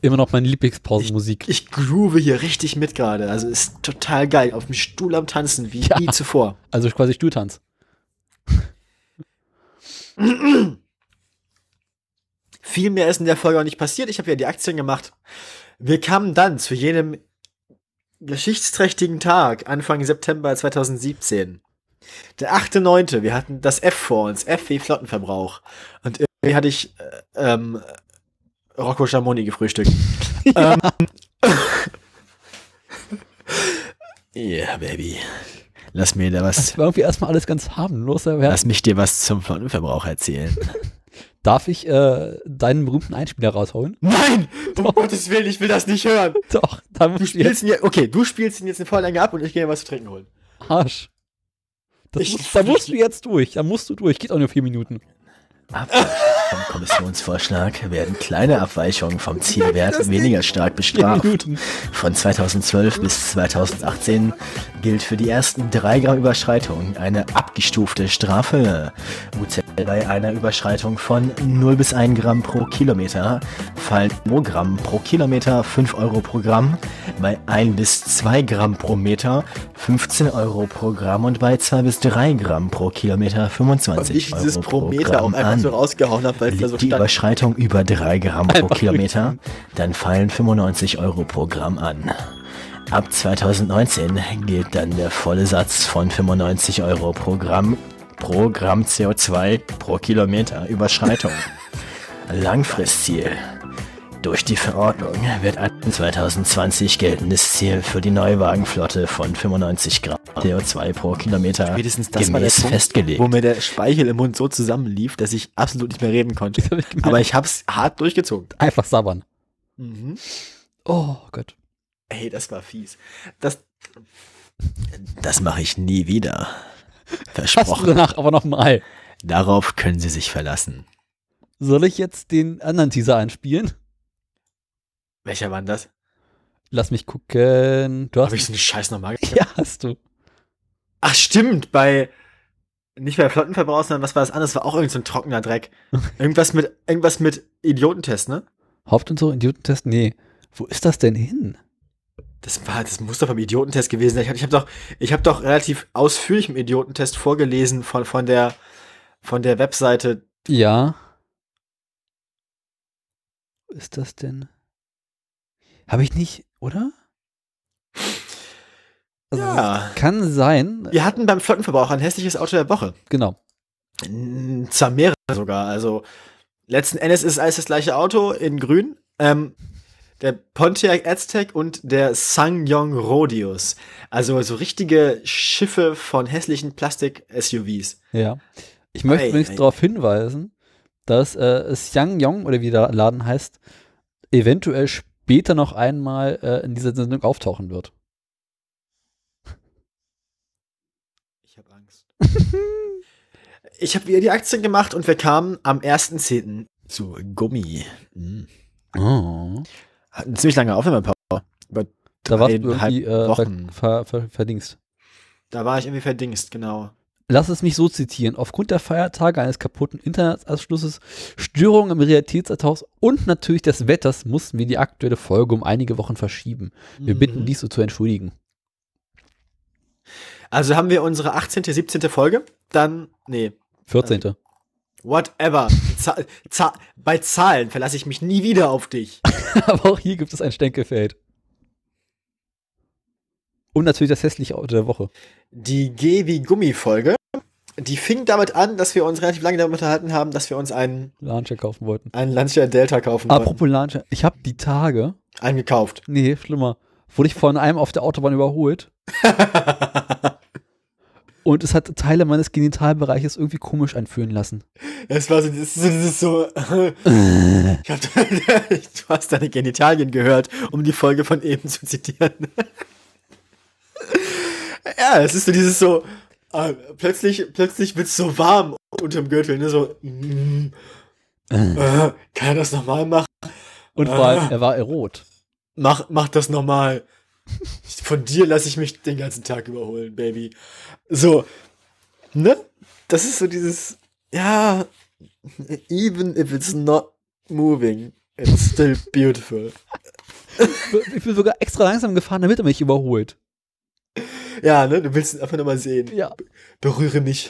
[SPEAKER 1] Immer noch meine Lieblingspausenmusik.
[SPEAKER 2] Ich groove hier richtig mit gerade. Also ist total geil. Auf dem Stuhl am Tanzen, wie nie zuvor.
[SPEAKER 1] Also quasi Stuhltanz.
[SPEAKER 2] Viel mehr ist in der Folge auch nicht passiert. Ich habe ja die Aktien gemacht. Wir kamen dann zu jenem geschichtsträchtigen Tag, Anfang September 2017. Der 8.9. Wir hatten das F vor uns, F wie Flottenverbrauch. Und irgendwie hatte ich äh, ähm, Rocco Schamoni gefrühstückt. Ähm, yeah, Baby. Lass mir da was.
[SPEAKER 1] War irgendwie erstmal alles ganz harmlos. aber wir hatten-
[SPEAKER 2] Lass mich dir was zum Flottenverbrauch erzählen.
[SPEAKER 1] Darf ich äh, deinen berühmten Einspieler raushauen?
[SPEAKER 2] Nein! Um Gottes Willen, ich will das nicht hören!
[SPEAKER 1] Doch, da
[SPEAKER 2] Du
[SPEAKER 1] muss ich
[SPEAKER 2] spielst ihn ja, okay, du spielst ihn jetzt in Vorlänge ab und ich gehe mir was zu trinken holen.
[SPEAKER 1] Arsch. Das
[SPEAKER 2] Ich-
[SPEAKER 1] muss, da musst du jetzt durch. Da musst du durch. Geht auch nur vier Minuten.
[SPEAKER 5] Vom Kommissionsvorschlag werden kleine Abweichungen vom Zielwert weniger stark bestraft.
[SPEAKER 1] Minuten.
[SPEAKER 5] Von 2012 bis 2018 gilt für die ersten 3 Gramm Überschreitung eine abgestufte Strafe. UZ bei einer Überschreitung von 0 bis 1 Gramm pro Kilometer, Fall pro Gramm pro Kilometer 5 Euro pro Gramm, bei 1 bis 2 Gramm pro Meter 15 Euro pro Gramm und bei 2 bis 3 Gramm pro Kilometer 25
[SPEAKER 2] Ich
[SPEAKER 5] Euro
[SPEAKER 2] dieses
[SPEAKER 5] pro
[SPEAKER 2] Prometer auch
[SPEAKER 5] Gramm
[SPEAKER 2] einfach
[SPEAKER 5] an.
[SPEAKER 2] so rausgehauen habe, weil es da so
[SPEAKER 5] Liegt die
[SPEAKER 2] stand.
[SPEAKER 5] Überschreitung über 3 Gramm pro Kilometer, dann fallen 95 Euro pro Gramm an. Ab 2019 gilt dann der volle Satz von 95 Euro pro Gramm pro Gramm CO2 pro Kilometer Überschreitung. Langfristziel. Durch die Verordnung wird ein 2020 geltendes Ziel für die Neuwagenflotte von 95 Gramm CO2 pro Kilometer
[SPEAKER 2] Spätestens das war der
[SPEAKER 5] gemäß
[SPEAKER 2] Punkt,
[SPEAKER 5] festgelegt.
[SPEAKER 2] wo mir der Speichel im Mund so zusammenlief, dass ich absolut nicht mehr reden konnte. Aber ich hab's hart durchgezogen.
[SPEAKER 1] Einfach sabbern.
[SPEAKER 2] Mhm.
[SPEAKER 1] Oh Gott.
[SPEAKER 2] Ey, das war fies. Das,
[SPEAKER 5] Das mache ich nie wieder.
[SPEAKER 1] Hast du
[SPEAKER 5] Versprochen.
[SPEAKER 1] danach aber nochmal.
[SPEAKER 5] Darauf können Sie sich verlassen.
[SPEAKER 1] Soll ich jetzt den anderen Teaser einspielen?
[SPEAKER 2] welcher war denn das?
[SPEAKER 1] Lass mich gucken. Du hast.
[SPEAKER 2] Habe ich so einen Scheiß nochmal gekriegt?
[SPEAKER 1] ja, hast du.
[SPEAKER 2] Ach, stimmt, bei. Nicht bei Flottenverbrauch, sondern was war das anderes? War auch irgend so ein trockener Dreck. Irgendwas mit, irgendwas mit Idiotentest, ne?
[SPEAKER 1] Haupt- und so, Idiotentest? Nee. Wo ist das denn hin?
[SPEAKER 2] Das war, das muss doch beim Idiotentest gewesen sein. Ich habe ich hab doch, ich habe doch relativ ausführlich im Idiotentest vorgelesen von, von der, von der Webseite.
[SPEAKER 1] Ja. Wo ist das denn? Habe ich nicht, oder? Also,
[SPEAKER 2] Ja.
[SPEAKER 1] Kann sein.
[SPEAKER 2] Wir hatten beim Flottenverbrauch ein hässliches Auto der Woche.
[SPEAKER 1] Genau.
[SPEAKER 2] Mm, Zwar mehrere sogar. Also letzten Endes ist alles das gleiche Auto in grün. Ähm, der Pontiac Aztec und der Sangyong Rodius. Also so richtige Schiffe von hässlichen Plastik-SUVs.
[SPEAKER 1] Ja. Ich möchte
[SPEAKER 2] Ei,
[SPEAKER 1] übrigens
[SPEAKER 2] ei.
[SPEAKER 1] darauf hinweisen, dass äh, Xiang Yong, oder wie der Laden heißt, eventuell später noch einmal äh, in dieser Sendung auftauchen wird.
[SPEAKER 2] Ich habe Angst. ich habe wieder die Aktien gemacht und wir kamen am 1.10. zu Gummi. Mm. Ah.
[SPEAKER 1] Oh.
[SPEAKER 2] Hatten ziemlich lange Aufnahmepause. Über
[SPEAKER 1] Da warst du
[SPEAKER 2] dreieinhalb
[SPEAKER 1] irgendwie äh,
[SPEAKER 2] Wochen.
[SPEAKER 1] ver ver ver verdingst.
[SPEAKER 2] Da war ich irgendwie verdingst, genau.
[SPEAKER 1] Lass es mich so zitieren. Aufgrund der Feiertage eines kaputten Internetanschlusses, Störungen im Realitätshaus und natürlich des Wetters mussten wir die aktuelle Folge um einige Wochen verschieben. Wir
[SPEAKER 2] Mhm.
[SPEAKER 1] bitten dies so zu entschuldigen.
[SPEAKER 2] Also haben wir unsere 18., 17. Folge, dann, nee,
[SPEAKER 1] 14.
[SPEAKER 2] whatever. Za Za bei Zahlen verlasse ich mich nie wieder auf dich.
[SPEAKER 1] Aber auch hier gibt es ein Stänkelfeld. Und natürlich das hässliche Auto der Woche.
[SPEAKER 2] Die G wie Gummi-Folge, die fing damit an, dass wir uns relativ lange damit unterhalten haben, dass wir uns einen,
[SPEAKER 1] Launcher kaufen wollten.
[SPEAKER 2] einen Lancia Delta kaufen wollten.
[SPEAKER 1] Apropos Launcher, ich habe die Tage,
[SPEAKER 2] Eingekauft.
[SPEAKER 1] nee, schlimmer, wurde ich von einem auf der Autobahn überholt. und es hat Teile meines Genitalbereiches irgendwie komisch anfühlen lassen.
[SPEAKER 2] Es war so, das ist, das ist so, ich hab, du hast deine Genitalien gehört, um die Folge von eben zu zitieren. ja, es ist so dieses so, äh, plötzlich, plötzlich wird's so warm unterm Gürtel, ne, so, mm, äh, kann er das nochmal machen?
[SPEAKER 1] Und vor allem, er war erot.
[SPEAKER 2] Mach, mach das nochmal. Von dir lasse ich mich den ganzen Tag überholen, Baby. So, ne? Das ist so dieses, ja, even if it's not moving, it's still beautiful.
[SPEAKER 1] Ich bin sogar extra langsam gefahren, damit er mich überholt.
[SPEAKER 2] Ja, ne? Du willst ihn einfach nochmal sehen.
[SPEAKER 1] Ja.
[SPEAKER 2] Berühre mich.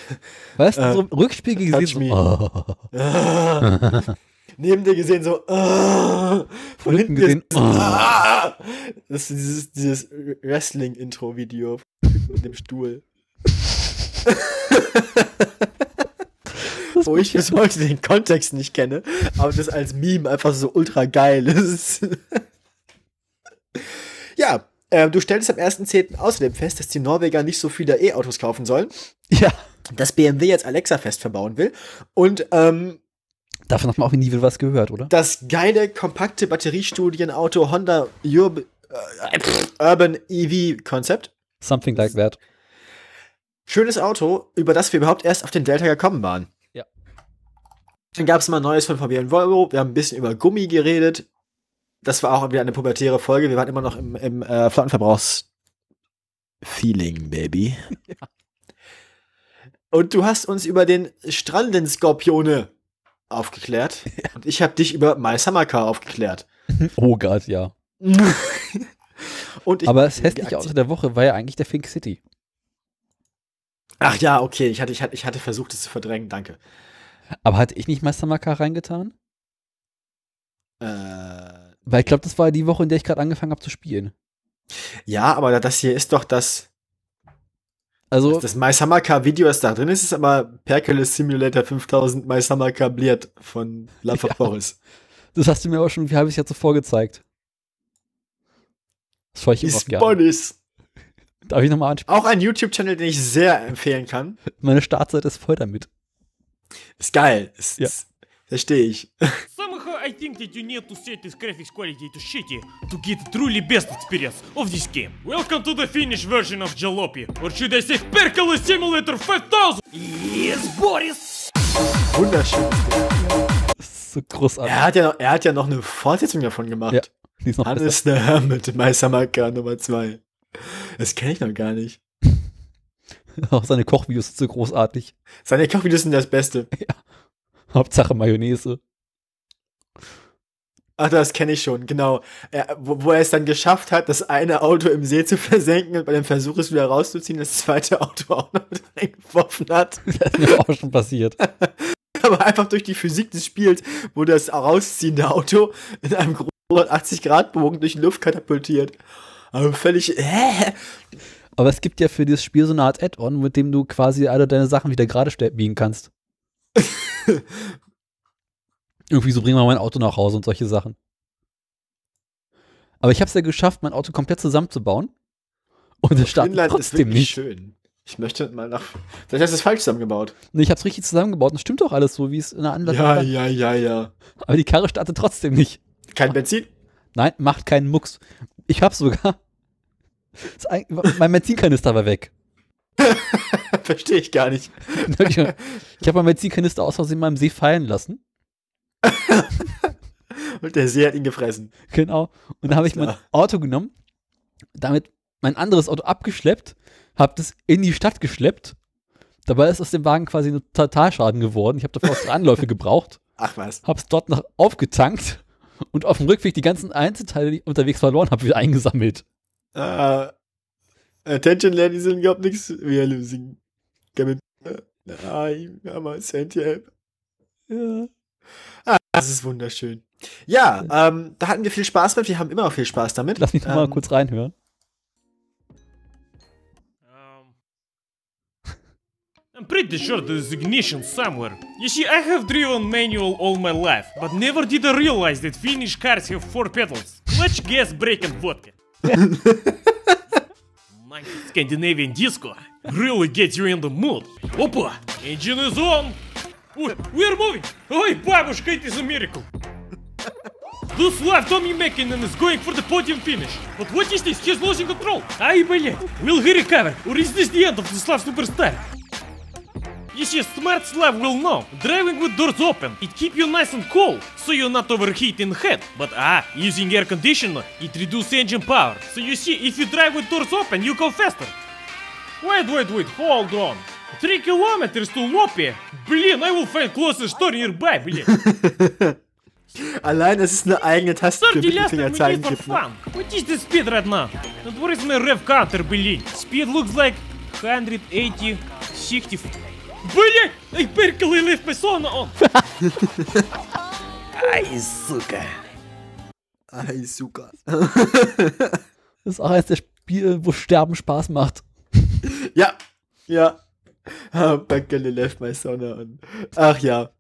[SPEAKER 1] Weißt du,
[SPEAKER 2] Äh,
[SPEAKER 1] so im Rückspiel gesehen.
[SPEAKER 2] touch
[SPEAKER 1] So,
[SPEAKER 2] me.
[SPEAKER 1] oh,
[SPEAKER 2] Ah. Neben dir gesehen so, ah. von hinten
[SPEAKER 1] gesehen,
[SPEAKER 2] gesehen.
[SPEAKER 1] ah.
[SPEAKER 2] Ah. Das ist dieses, dieses Wrestling-Intro-Video mit dem Stuhl. Wo ich bis heute den Kontext nicht kenne, aber das als Meme einfach so ultra geil ist. ja, äh, du stellst am 1.10. außerdem fest, dass die Norweger nicht so viele E-Autos kaufen sollen,
[SPEAKER 1] Ja.
[SPEAKER 2] dass BMW jetzt Alexa fest verbauen will und ähm,
[SPEAKER 1] Davon hat man auch nie wieder was gehört, oder?
[SPEAKER 2] das geile, kompakte Batteriestudienauto Honda Urb äh, pff, Urban E EV Konzept.
[SPEAKER 1] Something like that.
[SPEAKER 2] Schönes Auto, über das wir überhaupt erst auf den Delta gekommen waren.
[SPEAKER 1] Ja.
[SPEAKER 2] Dann gab es mal Neues von Fabian und Volvo. Wir haben ein bisschen über Gummi geredet. Das war auch wieder eine pubertäre Folge. Wir waren immer noch im, im äh, Flottenverbrauchs-Feeling, Baby. Und du hast uns über den Strandenskorpione aufgeklärt. Und ich habe dich über My Summer Car aufgeklärt.
[SPEAKER 1] Oh Gott, ja.
[SPEAKER 2] Und ich
[SPEAKER 1] Aber das hässliche Auto der Woche war ja eigentlich der Fink City.
[SPEAKER 2] Ach ja, okay, ich hatte, ich hatte, ich hatte versucht, es zu verdrängen, danke.
[SPEAKER 1] Aber hatte ich nicht Meister Makar reingetan?
[SPEAKER 2] Äh,
[SPEAKER 1] Weil ich glaube, das war die Woche, in der ich gerade angefangen habe zu spielen.
[SPEAKER 2] ja, aber das hier ist doch das,
[SPEAKER 1] Also,
[SPEAKER 2] das, das My Summer Car Video, das da drin ist, ist aber Pericles Simulator 5000 My Summer Car Bliert von La
[SPEAKER 1] Ja.
[SPEAKER 2] Boris.
[SPEAKER 1] das hast du mir aber schon ein halbes Jahr zuvor gezeigt. Das war ich immer noch
[SPEAKER 2] Ist
[SPEAKER 1] gerne.
[SPEAKER 2] Boris.
[SPEAKER 1] Darf ich nochmal anspielen?
[SPEAKER 2] Auch ein YouTube-Channel, den ich sehr empfehlen kann.
[SPEAKER 1] Meine Startseite ist voll damit.
[SPEAKER 2] Ist geil. Ist,
[SPEAKER 1] Ja.
[SPEAKER 2] ist, verstehe ich.
[SPEAKER 7] Somehow I think that you need to set this graphics quality to shitty to get truly best experience of this game. Welcome to the finished version of Jalopy, or should I say Percola Simulator 5000! Yes, Boris!
[SPEAKER 2] Wunderschön.
[SPEAKER 1] Das ist so großartig.
[SPEAKER 2] Er hat ja noch, er hat ja noch eine Fortsetzung davon gemacht.
[SPEAKER 1] Ja. Die ist noch besser.
[SPEAKER 2] Hannes der Hermit, My Summer Car Nummer 2. Das kenne ich noch gar nicht.
[SPEAKER 1] Auch seine Kochvideos sind so großartig.
[SPEAKER 2] Seine Kochvideos sind das Beste.
[SPEAKER 1] Hauptsache Mayonnaise.
[SPEAKER 2] Ach, das kenne ich schon, genau. Er, wo, wo er es dann geschafft hat, das eine Auto im See zu versenken und bei dem Versuch, es wieder rauszuziehen, das zweite Auto auch noch mit reingeworfen hat.
[SPEAKER 1] Das ist mir auch schon passiert.
[SPEAKER 2] Aber einfach durch die Physik des Spiels wurde das rausziehende Auto in einem 180-Grad-Bogen durch die Luft katapultiert. Aber völlig, hä?
[SPEAKER 1] Aber es gibt ja für dieses Spiel so eine Art Add-on, mit dem du quasi alle deine Sachen wieder gerade stell- biegen kannst. Irgendwie so bring mal mein Auto nach Hause und solche Sachen. Aber ich habe es ja geschafft, mein Auto komplett zusammenzubauen. Und es startet
[SPEAKER 2] Finnland ist
[SPEAKER 1] trotzdem
[SPEAKER 2] wirklich
[SPEAKER 1] nicht.
[SPEAKER 2] schön. Ich möchte mal nach. Vielleicht hast du es falsch zusammengebaut.
[SPEAKER 1] Nee, ich habe es richtig zusammengebaut. Das stimmt doch alles so, wie es in der Anleitung war.
[SPEAKER 2] ja, ja, ja.
[SPEAKER 1] Aber die Karre startet trotzdem nicht.
[SPEAKER 2] Kein Benzin?
[SPEAKER 1] Nein, macht keinen Mucks. Ich hab's sogar. Das eig- mein Benzinkanister war weg.
[SPEAKER 2] Verstehe ich gar nicht.
[SPEAKER 1] Ich habe meinen Benzinkanister aus Versehen in meinem See fallen lassen.
[SPEAKER 2] Und der See hat ihn gefressen.
[SPEAKER 1] Genau. Und da habe ich
[SPEAKER 2] klar.
[SPEAKER 1] mein Auto genommen, damit mein anderes Auto abgeschleppt, habe das in die Stadt geschleppt. Dabei ist aus dem Wagen quasi ein Totalschaden geworden. Ich habe davor auch drei Anläufe gebraucht,
[SPEAKER 2] Ach was.
[SPEAKER 1] habe es dort noch aufgetankt und auf dem Rückweg die ganzen Einzelteile, die ich unterwegs verloren habe, wieder eingesammelt.
[SPEAKER 2] Ah, attention, ladies and got nix. We are losing. Gammon. I am a Santiam. Ja. Ah, das ist wunderschön. Ja, ähm, da hatten wir viel Spaß mit. Wir haben immer noch viel Spaß damit.
[SPEAKER 1] Lass mich noch mal
[SPEAKER 2] Ähm,
[SPEAKER 1] kurz reinhören.
[SPEAKER 7] Um, I'm pretty sure there's ignition somewhere. You see, I have driven manual all my life, but never did I realize that Finnish cars have four pedals. Clutch, gas, brake and vodka. Monkey Scandinavian disco really gets you in the mood. Opa! Engine is on! We- We're moving! Oi, бабушка, it is a miracle! This left Tommy Mäkinen is going for the podium finish. But what is this? He's losing control. Ай, блядь. Will he recover? Or is this the end of the Slav Superstar? You see, smart Slav will know. Driving with doors open, it keep you nice and cool, so you're not overheating head. But ah, using air conditioner, it reduce engine power. So you see, if you drive with doors open, you go faster. Wait, wait, wait, hold on. Three kilometers to Lopi? Блин, I will find closest store nearby, блядь.
[SPEAKER 2] Allein, es ist eine eigene Taste
[SPEAKER 7] Start
[SPEAKER 2] mit
[SPEAKER 7] the
[SPEAKER 2] dem
[SPEAKER 7] last and we
[SPEAKER 2] Fingerzeichen
[SPEAKER 7] need for
[SPEAKER 2] gibt. ne?
[SPEAKER 7] fun. What is the speed right now? And where is my rev counter, блин? Speed looks like 180, 60... Блин! I barely left my sauna on!
[SPEAKER 2] Ay, Suka.
[SPEAKER 1] Das ist auch eines der Spiele, wo Sterben Spaß macht.
[SPEAKER 2] Ja, ja. Ah, Back in the left my sauna on. Ach ja.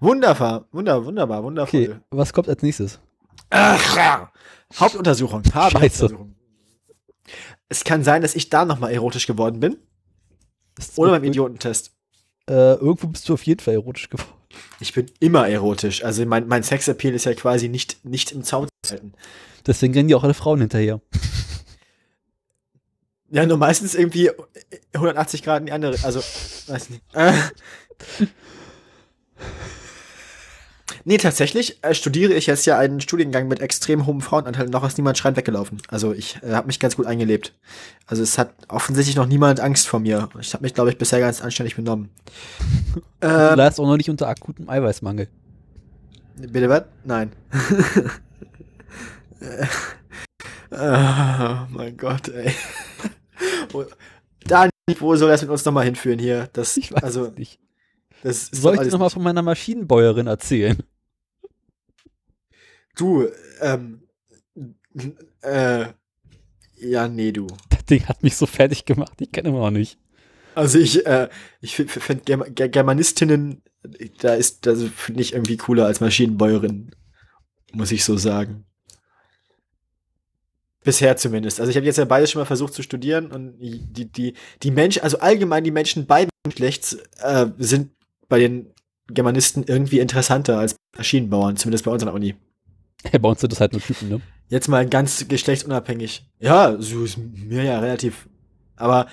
[SPEAKER 2] Wunderbar, wunder, wunderbar, wundervoll.
[SPEAKER 1] Okay, was kommt als nächstes?
[SPEAKER 2] Ach, ja. Hauptuntersuchung. Habe
[SPEAKER 1] Scheiße.
[SPEAKER 2] Hauptuntersuchung. Es kann sein, dass ich da nochmal erotisch geworden bin.
[SPEAKER 1] Ist-
[SPEAKER 2] Oder beim Idiotentest.
[SPEAKER 1] Äh, irgendwo bist du auf jeden Fall erotisch geworden.
[SPEAKER 2] Ich bin immer erotisch. Also mein, mein Sexappeal ist ja quasi nicht, nicht im Zaun zu halten.
[SPEAKER 1] Deswegen rennen ja auch alle Frauen hinterher.
[SPEAKER 2] Ähm. Ja, nur meistens irgendwie 180 Grad in die andere. Also, weiß nicht. Äh. Nee, tatsächlich äh, studiere ich jetzt ja einen Studiengang mit extrem hohem Frauenanteil. und Noch ist niemand schreiend weggelaufen. Also ich äh, habe mich ganz gut eingelebt. Also es hat offensichtlich noch niemand Angst vor mir. Ich habe mich, glaube ich, bisher ganz anständig benommen.
[SPEAKER 1] Du
[SPEAKER 2] äh,
[SPEAKER 1] leidest auch noch nicht unter akutem Eiweißmangel.
[SPEAKER 2] bitte was? Nein. Äh,
[SPEAKER 1] Ah,
[SPEAKER 2] oh mein Gott, ey. Wo- Dani, wo soll das mit uns nochmal hinführen hier? Das,
[SPEAKER 1] Ich weiß
[SPEAKER 2] also,
[SPEAKER 1] es nicht.
[SPEAKER 2] Das ist
[SPEAKER 1] Soll
[SPEAKER 2] doch
[SPEAKER 1] ich dir
[SPEAKER 2] alles-
[SPEAKER 1] nochmal von meiner Maschinenbäuerin erzählen?
[SPEAKER 2] Du, ähm, äh, ja, nee, du.
[SPEAKER 1] Das Ding hat mich so fertig gemacht, ich kenne immer noch nicht.
[SPEAKER 2] Also ich, äh, ich finde Germ Ger- Germanistinnen, da ist, das finde ich irgendwie cooler als Maschinenbäuerin, muss ich so sagen. Bisher zumindest. Also ich habe jetzt ja beides schon mal versucht zu studieren und die, die, die, die Menschen, also allgemein die Menschen beiden Geschlechts äh, sind bei den Germanisten irgendwie interessanter als Maschinenbauern, zumindest bei uns an der Uni.
[SPEAKER 1] Hey, bei uns sind das halt nur Typen, ne?
[SPEAKER 2] Jetzt mal ganz geschlechtsunabhängig. Ja, so ist mir ja relativ. Aber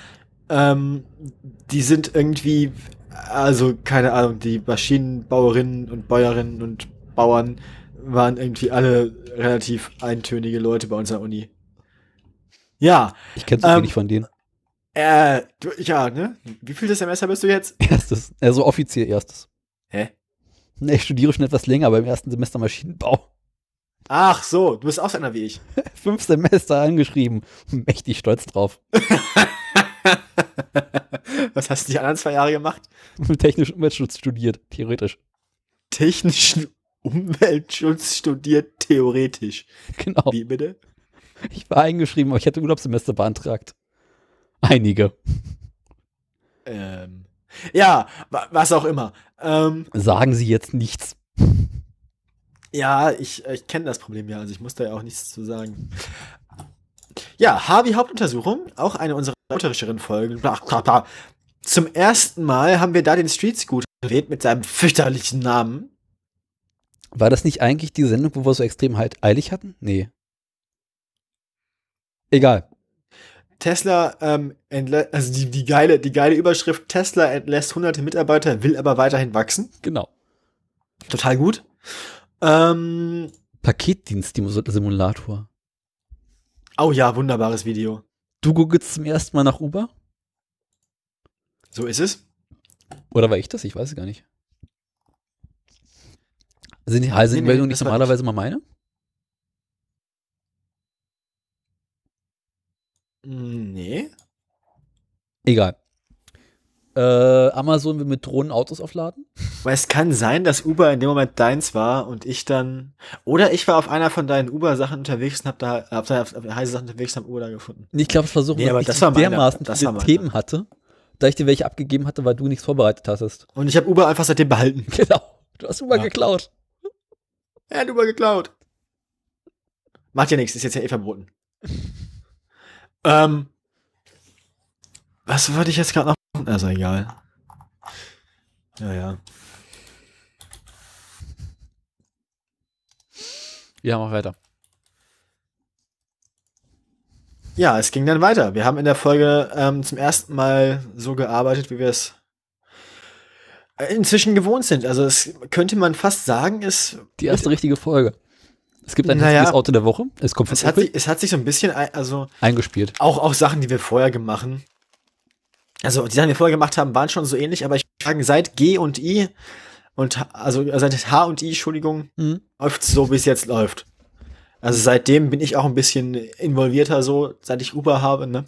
[SPEAKER 2] ähm, die sind irgendwie, also keine Ahnung, die Maschinenbauerinnen und Bäuerinnen und Bauern waren irgendwie alle relativ eintönige Leute bei unserer Uni. Ja,
[SPEAKER 1] Ich kenne so
[SPEAKER 2] Ähm,
[SPEAKER 1] wenig von denen.
[SPEAKER 2] äh, du, ja, ne? Wie viel Semester bist du jetzt?
[SPEAKER 1] Erstes. Also offiziell erstes.
[SPEAKER 2] Hä?
[SPEAKER 1] Nee, ich studiere schon etwas länger, aber im ersten Semester Maschinenbau.
[SPEAKER 2] Ach so, du bist auch so einer wie ich.
[SPEAKER 1] Fünf Semester angeschrieben. Mächtig stolz drauf.
[SPEAKER 2] Was hast du die anderen zwei Jahre gemacht?
[SPEAKER 1] Technischen Umweltschutz studiert, theoretisch.
[SPEAKER 2] Technischen Umweltschutz studiert, theoretisch.
[SPEAKER 1] Genau.
[SPEAKER 2] Wie bitte?
[SPEAKER 1] Ich war eingeschrieben, aber ich hatte Urlaubssemester beantragt. Einige.
[SPEAKER 2] Ähm, ja, wa- was auch immer. Ähm,
[SPEAKER 1] Sagen Sie jetzt nichts.
[SPEAKER 2] ja, ich, ich kenne das Problem ja, also ich muss da ja auch nichts zu sagen. Ja, Harvey Hauptuntersuchung, auch eine unserer autorischeren Folgen. Bla, bla, bla. Zum ersten Mal haben wir da den Street Scooter gedreht mit seinem fürchterlichen Namen.
[SPEAKER 1] War das nicht eigentlich die Sendung, wo wir so extrem halt eilig hatten? Nee. Egal.
[SPEAKER 2] Tesla ähm, entlä- also die, die geile, die geile Überschrift Tesla entlässt hunderte Mitarbeiter, will aber weiterhin wachsen.
[SPEAKER 1] Genau.
[SPEAKER 2] Total gut. Ähm,
[SPEAKER 1] Paketdienst-Simulator.
[SPEAKER 2] oh ja, wunderbares Video.
[SPEAKER 1] Du googelst zum ersten Mal nach Uber?
[SPEAKER 2] So ist es.
[SPEAKER 1] Oder war ich das? Ich weiß es gar nicht. Sind die Heise
[SPEAKER 2] Nee, nee,
[SPEAKER 1] Meldungen nicht
[SPEAKER 2] das war
[SPEAKER 1] normalerweise mal meine?
[SPEAKER 2] Mm, Nee.
[SPEAKER 1] Egal. Äh, Amazon will mit Drohnen Autos aufladen?
[SPEAKER 2] Weil es kann sein, dass Uber in dem Moment deins war und ich dann. Oder ich war auf einer von deinen Uber-Sachen unterwegs und hab da, hab da auf heiße Sachen unterwegs und hab Uber da gefunden.
[SPEAKER 1] Nee, Ich glaube, ich versuche
[SPEAKER 2] Nee,
[SPEAKER 1] weil
[SPEAKER 2] aber
[SPEAKER 1] ich
[SPEAKER 2] das war meine.
[SPEAKER 1] dermaßen
[SPEAKER 2] Das
[SPEAKER 1] viele
[SPEAKER 2] war meine.
[SPEAKER 1] Themen hatte, da ich dir welche abgegeben hatte, weil du nichts vorbereitet hattest.
[SPEAKER 2] Und ich habe Uber einfach seitdem behalten.
[SPEAKER 1] Genau. Du hast Uber
[SPEAKER 2] Ja.
[SPEAKER 1] geklaut.
[SPEAKER 2] Er hat Uber geklaut. Macht ja nichts, ist jetzt ja eh verboten. ähm. Was wollte ich jetzt gerade noch machen? Also egal. Ja, ja.
[SPEAKER 1] Ja, mach weiter.
[SPEAKER 2] Ja, es ging dann weiter. Wir haben in der Folge ähm, zum ersten Mal so gearbeitet, wie wir es äh, inzwischen gewohnt sind. Also es könnte man fast sagen, es,
[SPEAKER 1] Die erste richtige Folge. Es gibt ein
[SPEAKER 2] Naja.
[SPEAKER 1] heftiges Auto der Woche. Es kommt
[SPEAKER 2] es,
[SPEAKER 1] von
[SPEAKER 2] hat,
[SPEAKER 1] Opel.
[SPEAKER 2] sich, es hat sich so ein bisschen, ein- also
[SPEAKER 1] Eingespielt.
[SPEAKER 2] auch, auch Sachen, die wir vorher gemacht haben. Also die Sachen, die wir vorher gemacht haben, waren schon so ähnlich, aber ich würde sagen, seit G und I und H- also seit H und I, Entschuldigung,
[SPEAKER 1] Mhm.
[SPEAKER 2] läuft so, wie es jetzt läuft. Also seitdem bin ich auch ein bisschen involvierter so, seit ich Uber habe, ne?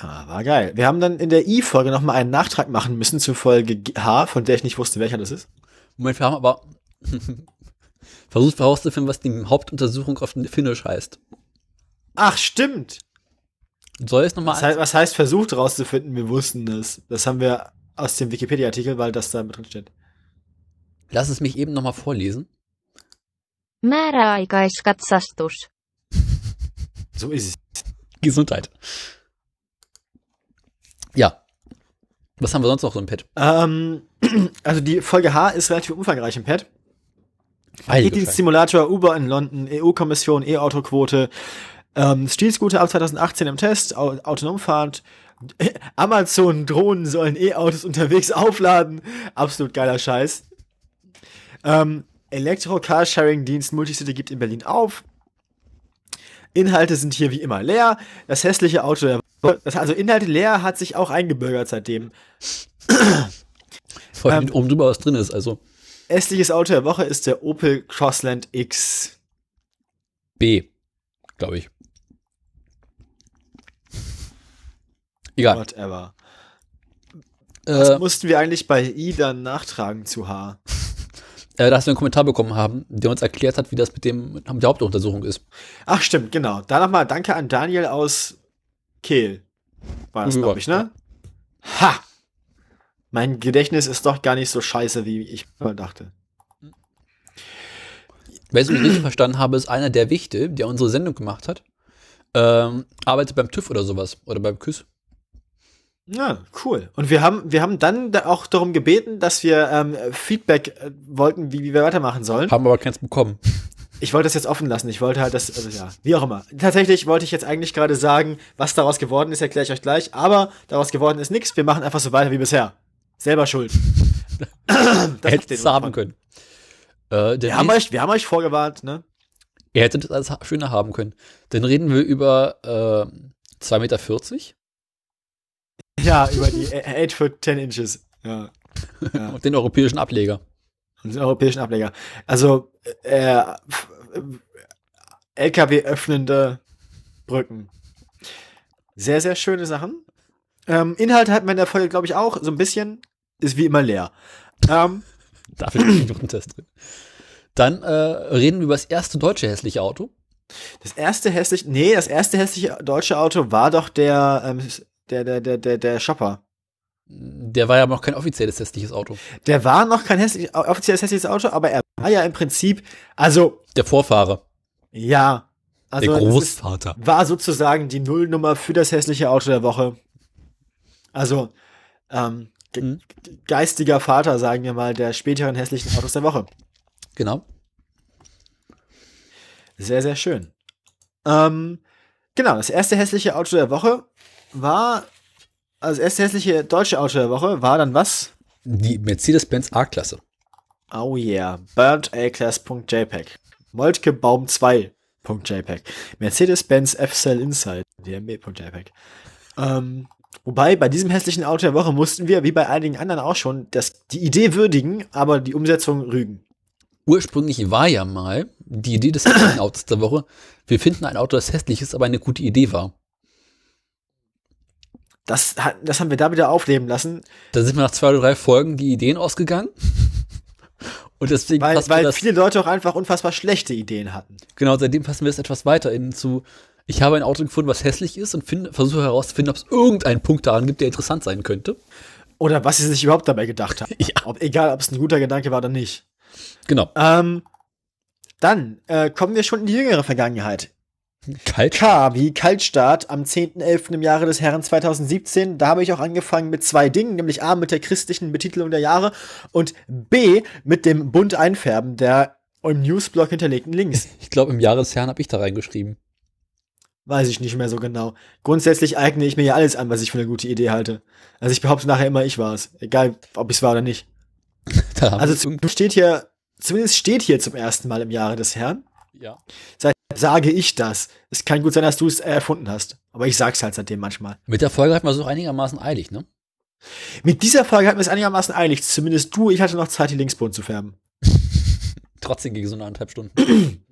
[SPEAKER 2] Ja, war geil. Wir haben dann in der I-Folge nochmal einen Nachtrag machen müssen zu Folge G- H, von der ich nicht wusste, welcher das ist.
[SPEAKER 1] Moment, wir haben aber versucht herauszufinden, was die Hauptuntersuchung auf Finnisch heißt.
[SPEAKER 2] Ach, stimmt!
[SPEAKER 1] Soll ich es nochmal
[SPEAKER 2] Was heißt, was heißt versucht rauszufinden? Wir wussten das. Das haben wir aus dem Wikipedia-Artikel, weil das da mit drin steht.
[SPEAKER 1] Lass es mich eben nochmal vorlesen.
[SPEAKER 8] määräaikaiskatsastus ,
[SPEAKER 2] So ist es.
[SPEAKER 1] Gesundheit. Ja. Was haben wir sonst noch so im Pad?
[SPEAKER 2] Ähm, also die Folge H ist relativ umfangreich im Pad.
[SPEAKER 1] Scheiße.
[SPEAKER 2] Paketdienstsimulator, E Uber in London, EU-Kommission, E-Auto-Quote, ähm, Steel Scooter ab 2018 im Test, Au Autonomfahrt, Amazon-Drohnen sollen E-Autos unterwegs aufladen. Absolut geiler Scheiß. Ähm, Elektro-Carsharing-Dienst Multicity gibt in Berlin auf. Inhalte sind hier wie immer leer. Das hässliche Auto der Woche- das, Also Inhalte leer hat sich auch eingebürgert seitdem.
[SPEAKER 1] Vor allem
[SPEAKER 2] ähm,
[SPEAKER 1] oben drüber was drin ist, also
[SPEAKER 2] Hässliches Auto der Woche ist der Opel Crossland X.
[SPEAKER 1] B, glaube ich. Egal.
[SPEAKER 2] Whatever.
[SPEAKER 1] Äh,
[SPEAKER 2] Mussten wir eigentlich bei I dann nachtragen zu H?
[SPEAKER 1] äh, dass wir einen Kommentar bekommen haben, der uns erklärt hat, wie das mit dem mit der Hauptuntersuchung ist.
[SPEAKER 2] Ach, stimmt, genau. Da nochmal Danke an Daniel aus Kehl. War das,
[SPEAKER 1] Ja,
[SPEAKER 2] glaube ich, ne? Ha! Mein Gedächtnis ist doch gar nicht so scheiße, wie ich mal dachte.
[SPEAKER 1] Wenn ich es richtig verstanden habe, ist einer der Wichte, der unsere Sendung gemacht hat, ähm, arbeitet beim TÜV oder sowas oder beim KÜS.
[SPEAKER 2] Ja, cool. Und wir haben, wir haben dann da auch darum gebeten, dass wir ähm, Feedback äh, wollten, wie, wie wir weitermachen sollen.
[SPEAKER 1] Haben aber keins bekommen.
[SPEAKER 2] Ich wollte das jetzt offen lassen. Ich wollte halt das, also ja, wie auch immer. Tatsächlich wollte ich jetzt eigentlich gerade sagen, was daraus geworden ist, erkläre ich euch gleich. Aber daraus geworden ist nichts. Wir machen einfach so weiter wie bisher. Selber schuld. das
[SPEAKER 1] Hättest es haben können. Äh, denn
[SPEAKER 2] Wir haben, euch, wir haben euch vorgewarnt, ne?
[SPEAKER 1] Ihr hättet das alles ha- schöner haben können. Dann reden wir über äh, 2,40 Meter
[SPEAKER 2] Ja, über die 8 foot 10 inches. Ja. Ja.
[SPEAKER 1] und den europäischen Ableger.
[SPEAKER 2] Und den europäischen Ableger. Also, äh, f- äh, LKW öffnende Brücken. Sehr, sehr schöne Sachen. Ähm, Inhalte hatten wir in der Folge, glaube ich, auch. So ein bisschen ist wie immer leer. Ähm,
[SPEAKER 1] Dafür ist ein Test drin. Dann äh, reden wir über das erste deutsche hässliche Auto.
[SPEAKER 2] das erste hässliche, nee, das erste hässliche deutsche Auto war doch der, ähm, der, der, der, der, der Shopper.
[SPEAKER 1] Der war ja aber noch kein offizielles hässliches Auto.
[SPEAKER 2] Der war noch kein hässlich, offizielles hässliches Auto, aber er war ja im Prinzip, also,
[SPEAKER 1] Der Vorfahrer.
[SPEAKER 2] ja. Also,
[SPEAKER 1] der
[SPEAKER 2] das ist-
[SPEAKER 1] Großvater.
[SPEAKER 2] war sozusagen die Nullnummer für das hässliche Auto der Woche. Also, ähm, ge
[SPEAKER 1] Mhm.
[SPEAKER 2] ge- geistiger Vater, sagen wir mal, der späteren hässlichen Autos der Woche.
[SPEAKER 1] Genau.
[SPEAKER 2] Sehr, sehr schön. Ähm, genau, das erste hässliche Auto der Woche war, also das erste hässliche deutsche Auto der Woche war dann was?
[SPEAKER 1] Die Mercedes-Benz A-Klasse.
[SPEAKER 2] Oh yeah, birdaclass.jpg. Moltke Baum 2.jpg. E Mercedes-Benz F-Cell Insight. DMB.jpg. E Ähm, wobei, bei diesem hässlichen Auto der Woche mussten wir, wie bei einigen anderen auch schon, das, die Idee würdigen, aber die Umsetzung rügen.
[SPEAKER 1] Ursprünglich war ja mal die Idee des hässlichen Autos der Woche, wir finden ein Auto, das hässlich ist, aber eine gute Idee war.
[SPEAKER 2] Das, hat- das haben wir da wieder aufleben lassen,
[SPEAKER 1] Da sind wir nach zwei oder drei Folgen die Ideen ausgegangen. Und deswegen
[SPEAKER 2] weil,
[SPEAKER 1] passen wir
[SPEAKER 2] weil
[SPEAKER 1] das,
[SPEAKER 2] viele Leute auch einfach unfassbar schlechte Ideen hatten.
[SPEAKER 1] genau, seitdem passen wir das etwas weiter in zu, ich habe ein Auto gefunden, was hässlich ist und finde, versuche herauszufinden, ob es irgendeinen Punkt daran gibt, der interessant sein könnte.
[SPEAKER 2] Oder was sie sich überhaupt dabei gedacht haben.
[SPEAKER 1] Ja.
[SPEAKER 2] Ob, egal, ob es ein guter Gedanke war oder nicht.
[SPEAKER 1] Genau.
[SPEAKER 2] Ähm, dann äh, kommen wir schon in die jüngere Vergangenheit.
[SPEAKER 1] Kalt.
[SPEAKER 2] K wie Kaltstart am 10.11. im Jahre des Herrn 2017. Da habe ich auch angefangen mit zwei Dingen, nämlich A mit der christlichen Betitelung der Jahre und B mit dem bunt einfärben der im Newsblog hinterlegten Links.
[SPEAKER 1] Ich glaube, im Jahresherrn habe ich da reingeschrieben.
[SPEAKER 2] Weiß ich nicht mehr so genau. Grundsätzlich eigne ich mir ja alles an, was ich für eine gute Idee halte. Also ich behaupte nachher immer, ich war es. Egal, ob ich es war oder nicht.
[SPEAKER 1] Da haben
[SPEAKER 2] Also
[SPEAKER 1] wir
[SPEAKER 2] zu-
[SPEAKER 1] irgend-
[SPEAKER 2] steht hier, zumindest steht hier zum ersten Mal im Jahre des Herrn.
[SPEAKER 1] ja.
[SPEAKER 2] Sage ich das. Es kann gut sein, dass du es erfunden hast. Aber ich sag's halt seitdem manchmal.
[SPEAKER 1] Mit der Folge hat man es auch einigermaßen eilig, ne?
[SPEAKER 2] Mit dieser Folge hatten wir es einigermaßen eilig. Zumindest du, ich hatte noch Zeit, die Linksbohnen zu färben.
[SPEAKER 1] Trotzdem gegen so eine anderthalb Stunden.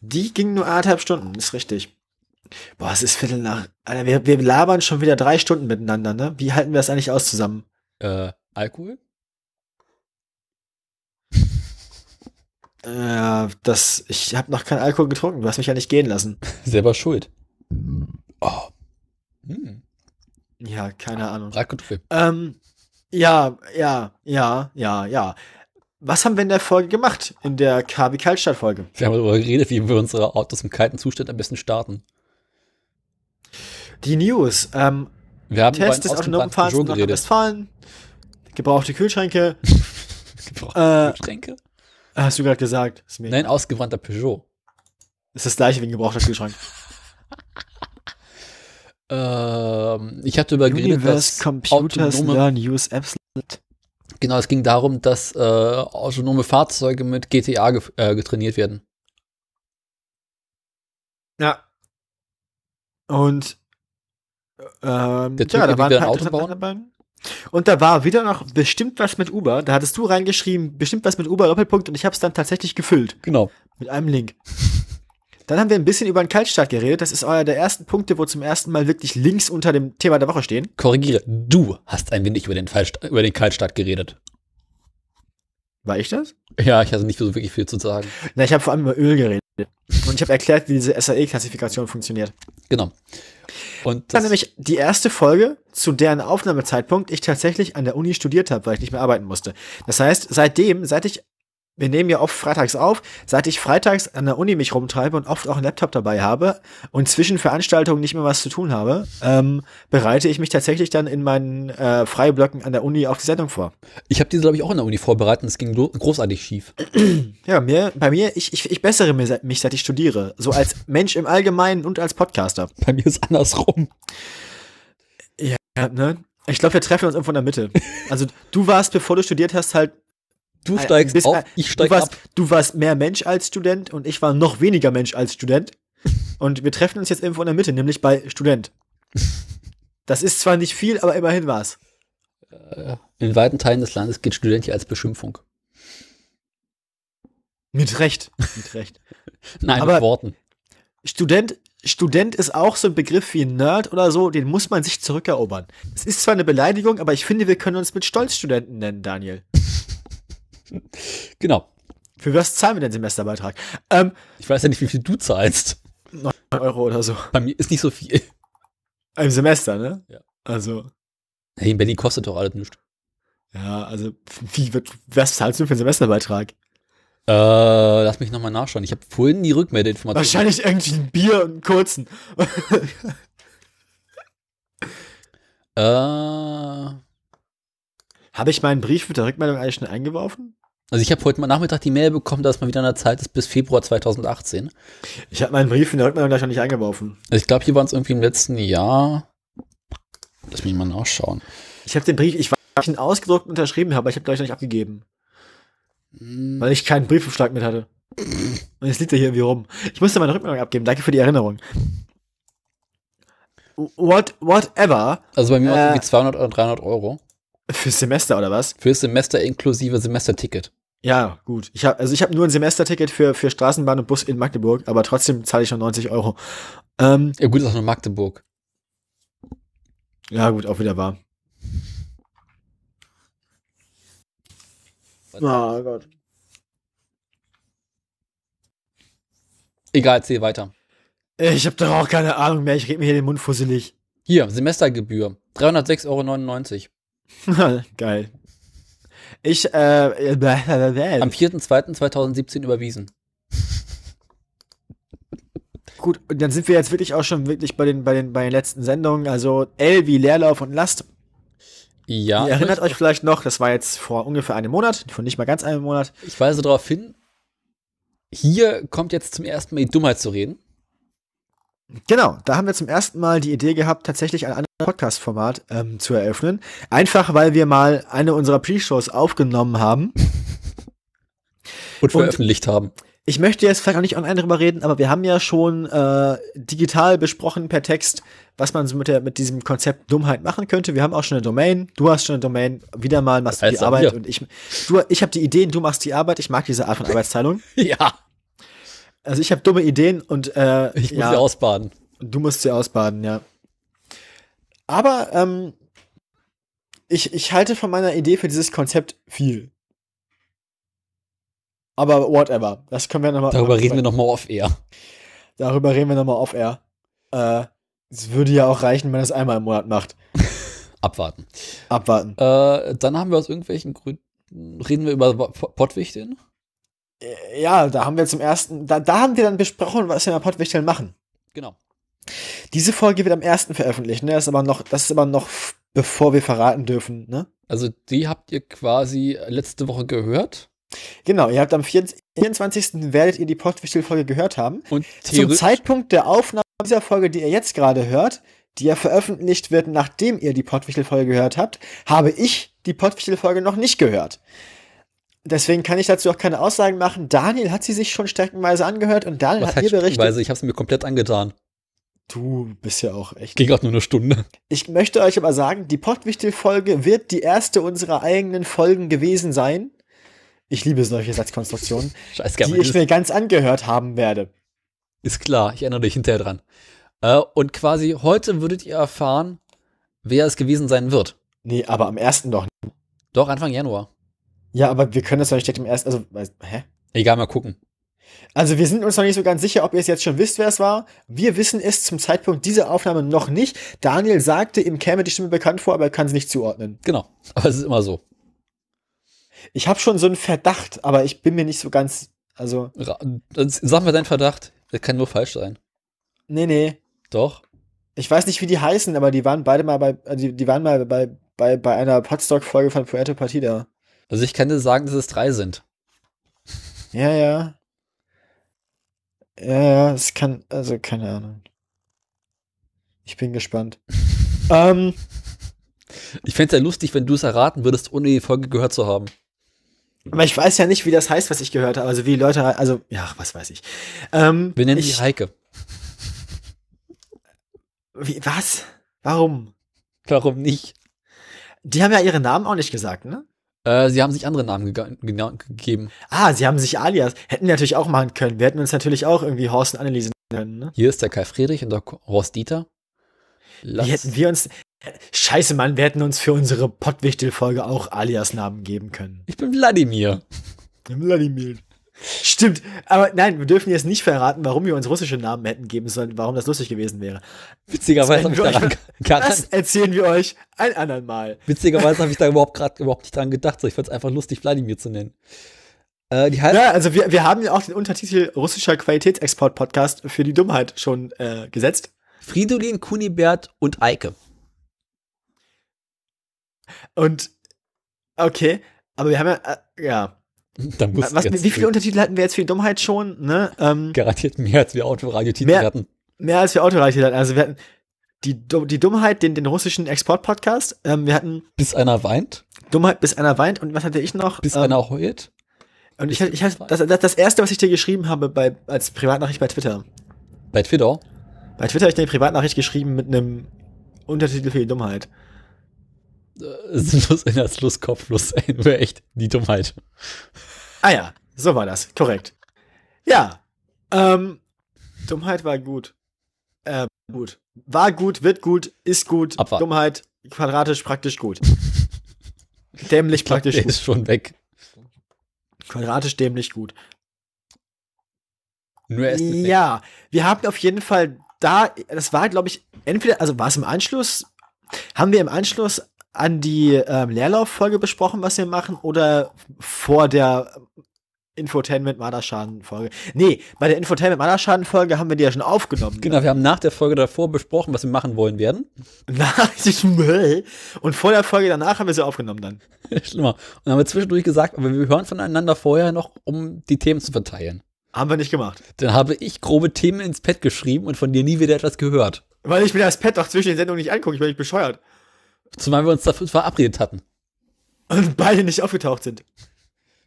[SPEAKER 2] Die ging nur anderthalb Stunden, ist richtig. Boah, es ist Viertel nach. Alter, wir, wir labern schon wieder drei Stunden miteinander, ne? Wie halten wir das eigentlich aus zusammen?
[SPEAKER 1] äh, Alkohol?
[SPEAKER 2] Äh, das, ich habe noch keinen Alkohol getrunken. Du hast mich ja nicht gehen lassen.
[SPEAKER 1] Selber schuld. Oh. Hm.
[SPEAKER 2] Ja, keine Ahnung.
[SPEAKER 1] Bratkartoffel.
[SPEAKER 2] Ähm, ja, ja, ja, ja, ja. Was haben wir in der Folge gemacht? In der KW Kaltstadt-Folge?
[SPEAKER 1] Wir haben darüber geredet, wie wir unsere Autos im kalten Zustand am besten starten.
[SPEAKER 2] Die News. Ähm,
[SPEAKER 1] Wir haben
[SPEAKER 2] Test
[SPEAKER 1] über
[SPEAKER 2] des
[SPEAKER 1] einen
[SPEAKER 2] autonomen
[SPEAKER 1] ausgebrannten
[SPEAKER 2] Fahrens in
[SPEAKER 1] Peugeot geredet.
[SPEAKER 2] Nordrhein-Westfalen. Gebrauchte Kühlschränke. Äh,
[SPEAKER 1] Gebrauchte Kühlschränke?
[SPEAKER 2] Ah, Hast du gerade gesagt? Ist mir
[SPEAKER 1] Nein, ausgebrannter Peugeot.
[SPEAKER 2] Ist das gleiche wie ein gebrauchter Kühlschrank.
[SPEAKER 1] Ähm, ich habe darüber geredet, dass autonome,
[SPEAKER 2] Use Apps.
[SPEAKER 1] genau, es ging darum, dass äh, autonome Fahrzeuge mit GTA ge äh, getrainiert werden.
[SPEAKER 2] Ja. Und ähm,
[SPEAKER 1] Der Türke
[SPEAKER 2] ja, da
[SPEAKER 1] will
[SPEAKER 2] waren
[SPEAKER 1] wieder
[SPEAKER 2] ein
[SPEAKER 1] ein
[SPEAKER 2] paar
[SPEAKER 1] Auto bauen.
[SPEAKER 2] interessante Sachen dabei. Und da war wieder noch bestimmt was mit Uber. Da hattest du reingeschrieben, bestimmt was mit Uber Doppelpunkt und ich habe es dann tatsächlich gefüllt
[SPEAKER 1] Genau.
[SPEAKER 2] mit einem Link. Dann haben wir ein bisschen über den Kaltstart geredet. Das ist einer der ersten Punkte, wo zum ersten Mal wirklich Links unter dem Thema der Woche stehen.
[SPEAKER 1] Korrigiere, du hast ein wenig über den, Fallsta- über den Kaltstart geredet.
[SPEAKER 2] War ich das?
[SPEAKER 1] Ja, ich hatte nicht so wirklich viel zu sagen.
[SPEAKER 2] Na, ich habe vor allem über Öl geredet. Und ich habe erklärt, wie diese SAE-Klassifikation funktioniert.
[SPEAKER 1] Genau. Und
[SPEAKER 2] Das war
[SPEAKER 1] das,
[SPEAKER 2] nämlich die erste Folge, zu deren Aufnahmezeitpunkt ich tatsächlich an der Uni studiert habe, weil ich nicht mehr arbeiten musste. Das heißt, seitdem, seit ich, wir nehmen ja oft freitags auf, seit ich freitags an der Uni mich rumtreibe und oft auch einen Laptop dabei habe und zwischen Veranstaltungen nicht mehr was zu tun habe, ähm, bereite ich mich tatsächlich dann in meinen äh, Freiblöcken an der Uni auf die Sendung vor.
[SPEAKER 1] ich habe diese, glaube ich, auch in der Uni vorbereitet und es ging lo- großartig schief.
[SPEAKER 2] Ja, mir, bei mir, ich, ich, ich bessere mir se- mich, seit ich studiere. So als Mensch im Allgemeinen und als Podcaster.
[SPEAKER 1] Bei mir ist andersrum.
[SPEAKER 2] Ja, ne? Ich glaube, wir treffen uns irgendwo in der Mitte. Also du warst, bevor du studiert hast, halt
[SPEAKER 1] Du steigst
[SPEAKER 2] bist-
[SPEAKER 1] auf, ich steig
[SPEAKER 2] du warst,
[SPEAKER 1] ab.
[SPEAKER 2] Du warst mehr Mensch als Student und ich war noch weniger Mensch als Student. Und wir treffen uns jetzt irgendwo in der Mitte, nämlich bei Student. Das ist zwar nicht viel, aber immerhin war's.
[SPEAKER 1] In weiten Teilen des Landes gilt Student hier als Beschimpfung.
[SPEAKER 2] Mit Recht. Mit Recht.
[SPEAKER 1] Nein,
[SPEAKER 2] Aber-
[SPEAKER 1] mit Worten.
[SPEAKER 2] Student, Student ist auch so ein Begriff wie Nerd oder so, den muss man sich zurückerobern. Es ist zwar eine Beleidigung, aber ich finde, wir können uns mit Stolz Studenten nennen, Daniel.
[SPEAKER 1] Genau.
[SPEAKER 2] Für was zahlen wir denn Semesterbeitrag? Ähm,
[SPEAKER 1] Ich weiß ja nicht, wie viel du zahlst.
[SPEAKER 2] 9 Euro oder so.
[SPEAKER 1] Bei mir ist nicht so viel.
[SPEAKER 2] Im Semester, ne?
[SPEAKER 1] Ja.
[SPEAKER 2] Also,
[SPEAKER 1] Hey, in Berlin kostet doch alles nichts.
[SPEAKER 2] ja, also, wie wird, was zahlst du für einen Semesterbeitrag?
[SPEAKER 1] Äh, lass mich nochmal nachschauen. Ich habe vorhin die Rückmeldeinformation.
[SPEAKER 2] Wahrscheinlich irgendwie ein Bier und einen kurzen.
[SPEAKER 1] Äh,
[SPEAKER 2] Habe ich meinen Brief mit der Rückmeldung eigentlich schon eingeworfen?
[SPEAKER 1] also ich habe heute mal Nachmittag die Mail bekommen, dass man wieder an der Zeit ist bis Februar 2018.
[SPEAKER 2] Ich habe meinen Brief mit der Rückmeldung gleich noch nicht eingeworfen.
[SPEAKER 1] Also ich glaube, hier waren es irgendwie im letzten Jahr. Lass mich mal nachschauen.
[SPEAKER 2] Ich habe den Brief, ich weiß, ob ich ihn ausgedruckt und unterschrieben habe, aber ich habe gleich noch nicht abgegeben,
[SPEAKER 1] Hm,
[SPEAKER 2] weil ich keinen Briefumschlag mit hatte. Und jetzt liegt er hier irgendwie rum. Ich musste meine Rückmeldung abgeben. Danke für die Erinnerung. What, whatever.
[SPEAKER 1] Also bei mir waren es
[SPEAKER 2] Äh.
[SPEAKER 1] irgendwie 200 oder 300 Euro.
[SPEAKER 2] Fürs Semester oder was?
[SPEAKER 1] Fürs Semester inklusive Semesterticket.
[SPEAKER 2] Ja, gut. Ich hab, also ich habe nur ein Semesterticket für, für Straßenbahn und Bus in Magdeburg, aber trotzdem zahle ich schon 90 Euro. Ähm,
[SPEAKER 1] Ja gut, das ist auch nur Magdeburg.
[SPEAKER 2] ja, gut, auch wieder wahr. Oh Gott.
[SPEAKER 1] Egal, zähl weiter.
[SPEAKER 2] Ich habe doch auch keine Ahnung mehr. Ich rede mir hier den Mund fusselig.
[SPEAKER 1] Hier, Semestergebühr. 306,99
[SPEAKER 2] Geil. Ich, äh,
[SPEAKER 1] Euro. Am
[SPEAKER 2] äh,
[SPEAKER 1] 4.2.2017 überwiesen.
[SPEAKER 2] gut, und dann sind wir jetzt wirklich auch schon wirklich bei den, bei den, bei den letzten Sendungen. Also L wie Leerlauf und Last.
[SPEAKER 1] Ja,
[SPEAKER 2] Ihr erinnert euch vielleicht noch, das war jetzt vor ungefähr einem Monat, vor nicht mal ganz einem Monat.
[SPEAKER 1] ich weise darauf hin, hier kommt jetzt zum ersten Mal die Dummheit zu reden.
[SPEAKER 2] Genau, da haben wir zum ersten Mal die Idee gehabt, tatsächlich ein anderes Podcast-Format ähm, zu eröffnen. Einfach, weil wir mal eine unserer Pre-Shows aufgenommen haben.
[SPEAKER 1] Und veröffentlicht haben.
[SPEAKER 2] Ich möchte jetzt vielleicht auch nicht online drüber reden, aber wir haben ja schon äh, digital besprochen per Text, was man so mit, der, mit diesem Konzept Dummheit machen könnte. Wir haben auch schon eine Domain. Du hast schon eine Domain. Wieder mal machst du
[SPEAKER 1] Also,
[SPEAKER 2] die Arbeit
[SPEAKER 1] ja.
[SPEAKER 2] und ich. Du, ich habe die Ideen, du machst die Arbeit. Ich mag diese Art von Arbeitsteilung.
[SPEAKER 1] Ja,
[SPEAKER 2] Also ich habe dumme Ideen und äh,
[SPEAKER 1] ich muss sie ausbaden.
[SPEAKER 2] Du musst sie ausbaden, ja. Aber ähm, ich, ich halte von meiner Idee für dieses Konzept viel. Aber whatever. Das können wir nochmal.
[SPEAKER 1] Darüber reden wir nochmal off air.
[SPEAKER 2] Darüber reden wir nochmal auf Air. Äh, es würde ja auch reichen, wenn man es einmal im Monat macht.
[SPEAKER 1] Abwarten.
[SPEAKER 2] Abwarten.
[SPEAKER 1] Äh, dann haben wir aus irgendwelchen Gründen, reden wir über Po- Pottwichteln.
[SPEAKER 2] Äh, Ja, da haben wir zum ersten, da, da haben wir dann besprochen, was wir in der Pottwichteln machen.
[SPEAKER 1] Genau.
[SPEAKER 2] Diese Folge wird am ersten veröffentlicht, ne? Das ist aber noch, das ist aber noch f- bevor wir verraten dürfen, ne?
[SPEAKER 1] Also die habt ihr quasi letzte Woche gehört.
[SPEAKER 2] Genau, ihr habt am 24. 24. werdet ihr die Pottwichtel-Folge gehört haben.
[SPEAKER 1] Und
[SPEAKER 2] Zum
[SPEAKER 1] theoretisch-
[SPEAKER 2] Zeitpunkt der Aufnahme dieser Folge, die ihr jetzt gerade hört, die ja veröffentlicht wird, nachdem ihr die Pottwichtel-Folge gehört habt, habe ich die Pottwichtel-Folge noch nicht gehört. Deswegen kann ich dazu auch keine Aussagen machen. Daniel hat sie sich schon stärkenweise angehört und Daniel
[SPEAKER 1] was
[SPEAKER 2] hat mir
[SPEAKER 1] heißt
[SPEAKER 2] berichtet.
[SPEAKER 1] Stückweise? Ich habe es mir komplett angetan.
[SPEAKER 2] Du bist ja auch echt.
[SPEAKER 1] Ging auch nur eine Stunde.
[SPEAKER 2] Ich möchte euch aber sagen, die Pottwichtel-Folge wird die erste unserer eigenen Folgen gewesen sein. Ich liebe solche Satzkonstruktionen,
[SPEAKER 1] Scheiß
[SPEAKER 2] die ich mir ganz angehört haben werde.
[SPEAKER 1] Ist klar, ich erinnere dich hinterher dran. Äh, und quasi heute würdet ihr erfahren, wer es gewesen sein wird.
[SPEAKER 2] Nee, aber am ersten doch. nicht.
[SPEAKER 1] Doch, Anfang Januar.
[SPEAKER 2] Ja, aber wir können das doch nicht direkt am ersten. Also, weiß- hä?
[SPEAKER 1] Egal, mal gucken.
[SPEAKER 2] Also, wir sind uns noch nicht so ganz sicher, ob ihr es jetzt schon wisst, wer es war. Wir wissen es zum Zeitpunkt dieser Aufnahme noch nicht. Daniel sagte, ihm käme die Stimme bekannt vor, aber er kann sie nicht zuordnen.
[SPEAKER 1] Genau. Aber es ist immer so.
[SPEAKER 2] Ich habe schon so einen Verdacht, aber ich bin mir nicht so ganz. Also,
[SPEAKER 1] Ra sag mal deinen Verdacht. Das kann nur falsch sein.
[SPEAKER 2] nee, nee.
[SPEAKER 1] Doch.
[SPEAKER 2] Ich weiß nicht, wie die heißen, aber die waren beide mal bei. äh, Die, die waren mal bei, bei, bei einer Podstock-Folge von Puerto Partida.
[SPEAKER 1] Also ich kann dir sagen, dass es drei sind.
[SPEAKER 2] Ja, ja. Ja, ja, es kann, also keine Ahnung. Ich bin gespannt. ähm,
[SPEAKER 1] Ich fände es ja lustig, wenn du es erraten würdest, ohne die Folge gehört zu haben.
[SPEAKER 2] Aber ich weiß ja nicht, wie das heißt, was ich gehört habe. Also wie Leute, he- also ja, was weiß ich. Ähm,
[SPEAKER 1] Wir nennen
[SPEAKER 2] ich,
[SPEAKER 1] die Heike.
[SPEAKER 2] wie, Was? Warum?
[SPEAKER 1] Warum nicht?
[SPEAKER 2] Die haben ja ihre Namen auch nicht gesagt, ne?
[SPEAKER 1] Äh, sie haben sich andere Namen gega- genau- gegeben.
[SPEAKER 2] Ah, sie haben sich Alias. Hätten wir natürlich auch machen können. Wir hätten uns natürlich auch irgendwie Horst und Anneliese nennen können, ne?
[SPEAKER 1] Hier ist der Kai Friedrich und der Ko- Horst Dieter.
[SPEAKER 2] Wie
[SPEAKER 1] Lass,
[SPEAKER 2] hätten wir uns. Scheiße, Mann, wir hätten uns für unsere Pottwichtel-Folge auch Alias-Namen geben können.
[SPEAKER 1] ich bin Wladimir.
[SPEAKER 2] Wladimir. Stimmt, aber nein, wir dürfen jetzt nicht verraten, warum wir uns russische Namen hätten geben sollen, warum das lustig gewesen wäre.
[SPEAKER 1] Witzigerweise habe ich,
[SPEAKER 2] Sven,
[SPEAKER 1] daran gar- gar-
[SPEAKER 2] Das erzählen wir euch ein andern Mal.
[SPEAKER 1] witzigerweise hab ich da überhaupt gerade überhaupt nicht dran gedacht. So, ich fand es einfach lustig, Wladimir zu nennen. Äh, die Heike,
[SPEAKER 2] Ja, also wir, wir haben ja auch den Untertitel russischer Qualitätsexport-Podcast für die Dummheit schon äh, gesetzt.
[SPEAKER 1] Fridolin, Kunibert und Eike.
[SPEAKER 2] Und okay, aber wir haben ja, äh, ja.
[SPEAKER 1] Da muss
[SPEAKER 2] Was,
[SPEAKER 1] jetzt
[SPEAKER 2] wie viele Untertitel hatten wir jetzt für die Dummheit schon? Ne? Ähm,
[SPEAKER 1] Garantiert mehr als wir Autoradio-Titel
[SPEAKER 2] Mehr-
[SPEAKER 1] hatten.
[SPEAKER 2] mehr als wir Autoreiche hatten. Also wir hatten die, Du- die Dummheit, den, den russischen Export-Podcast. Ähm, wir hatten
[SPEAKER 1] Bis einer weint,
[SPEAKER 2] Dummheit, bis einer weint. Und was hatte ich noch?
[SPEAKER 1] bis
[SPEAKER 2] ähm,
[SPEAKER 1] einer heult.
[SPEAKER 2] Und ich, ich, ich das, das, das erste, was ich dir geschrieben habe bei, als Privatnachricht bei Twitter.
[SPEAKER 1] Bei Twitter.
[SPEAKER 2] Bei Twitter habe ich dir eine Privatnachricht geschrieben mit einem Untertitel für die Dummheit.
[SPEAKER 1] Äh, sinnlos, innerslos, kopflos. Ey, Nur echt die Dummheit.
[SPEAKER 2] Ah ja, so war das, korrekt. Ja, ähm, Dummheit war gut. Äh, gut. War gut, wird gut, ist gut.
[SPEAKER 1] Abwarten.
[SPEAKER 2] Dummheit quadratisch praktisch gut. Dämlich
[SPEAKER 1] Ich glaub,
[SPEAKER 2] praktisch
[SPEAKER 1] der
[SPEAKER 2] gut.
[SPEAKER 1] ist schon weg.
[SPEAKER 2] Quadratisch dämlich gut.
[SPEAKER 1] Nur er ist nicht weg.
[SPEAKER 2] Ja, wir haben auf jeden Fall da, das war, glaube ich, entweder, also war es im Anschluss, haben wir im Anschluss an die ähm, Leerlauffolge besprochen, was wir machen, oder vor der Infotainment Marderschaden Folge? Nee, bei der Infotainment Marderschaden Folge haben wir die ja schon aufgenommen.
[SPEAKER 1] Genau, wir haben nach der Folge davor besprochen, was wir machen wollen werden.
[SPEAKER 2] Nach diesem Müll. Und vor der Folge danach haben wir sie aufgenommen dann.
[SPEAKER 1] Schlimmer. Und dann haben wir zwischendurch gesagt, aber wir hören voneinander vorher noch, um die Themen zu verteilen.
[SPEAKER 2] Haben wir nicht gemacht.
[SPEAKER 1] Dann habe ich grobe Themen ins Pad geschrieben und von dir nie wieder etwas gehört.
[SPEAKER 2] Weil ich mir das Pad doch zwischen den Sendungen nicht angucke, ich bin nicht bescheuert.
[SPEAKER 1] Zumal wir uns dafür verabredet hatten.
[SPEAKER 2] Und beide nicht aufgetaucht sind.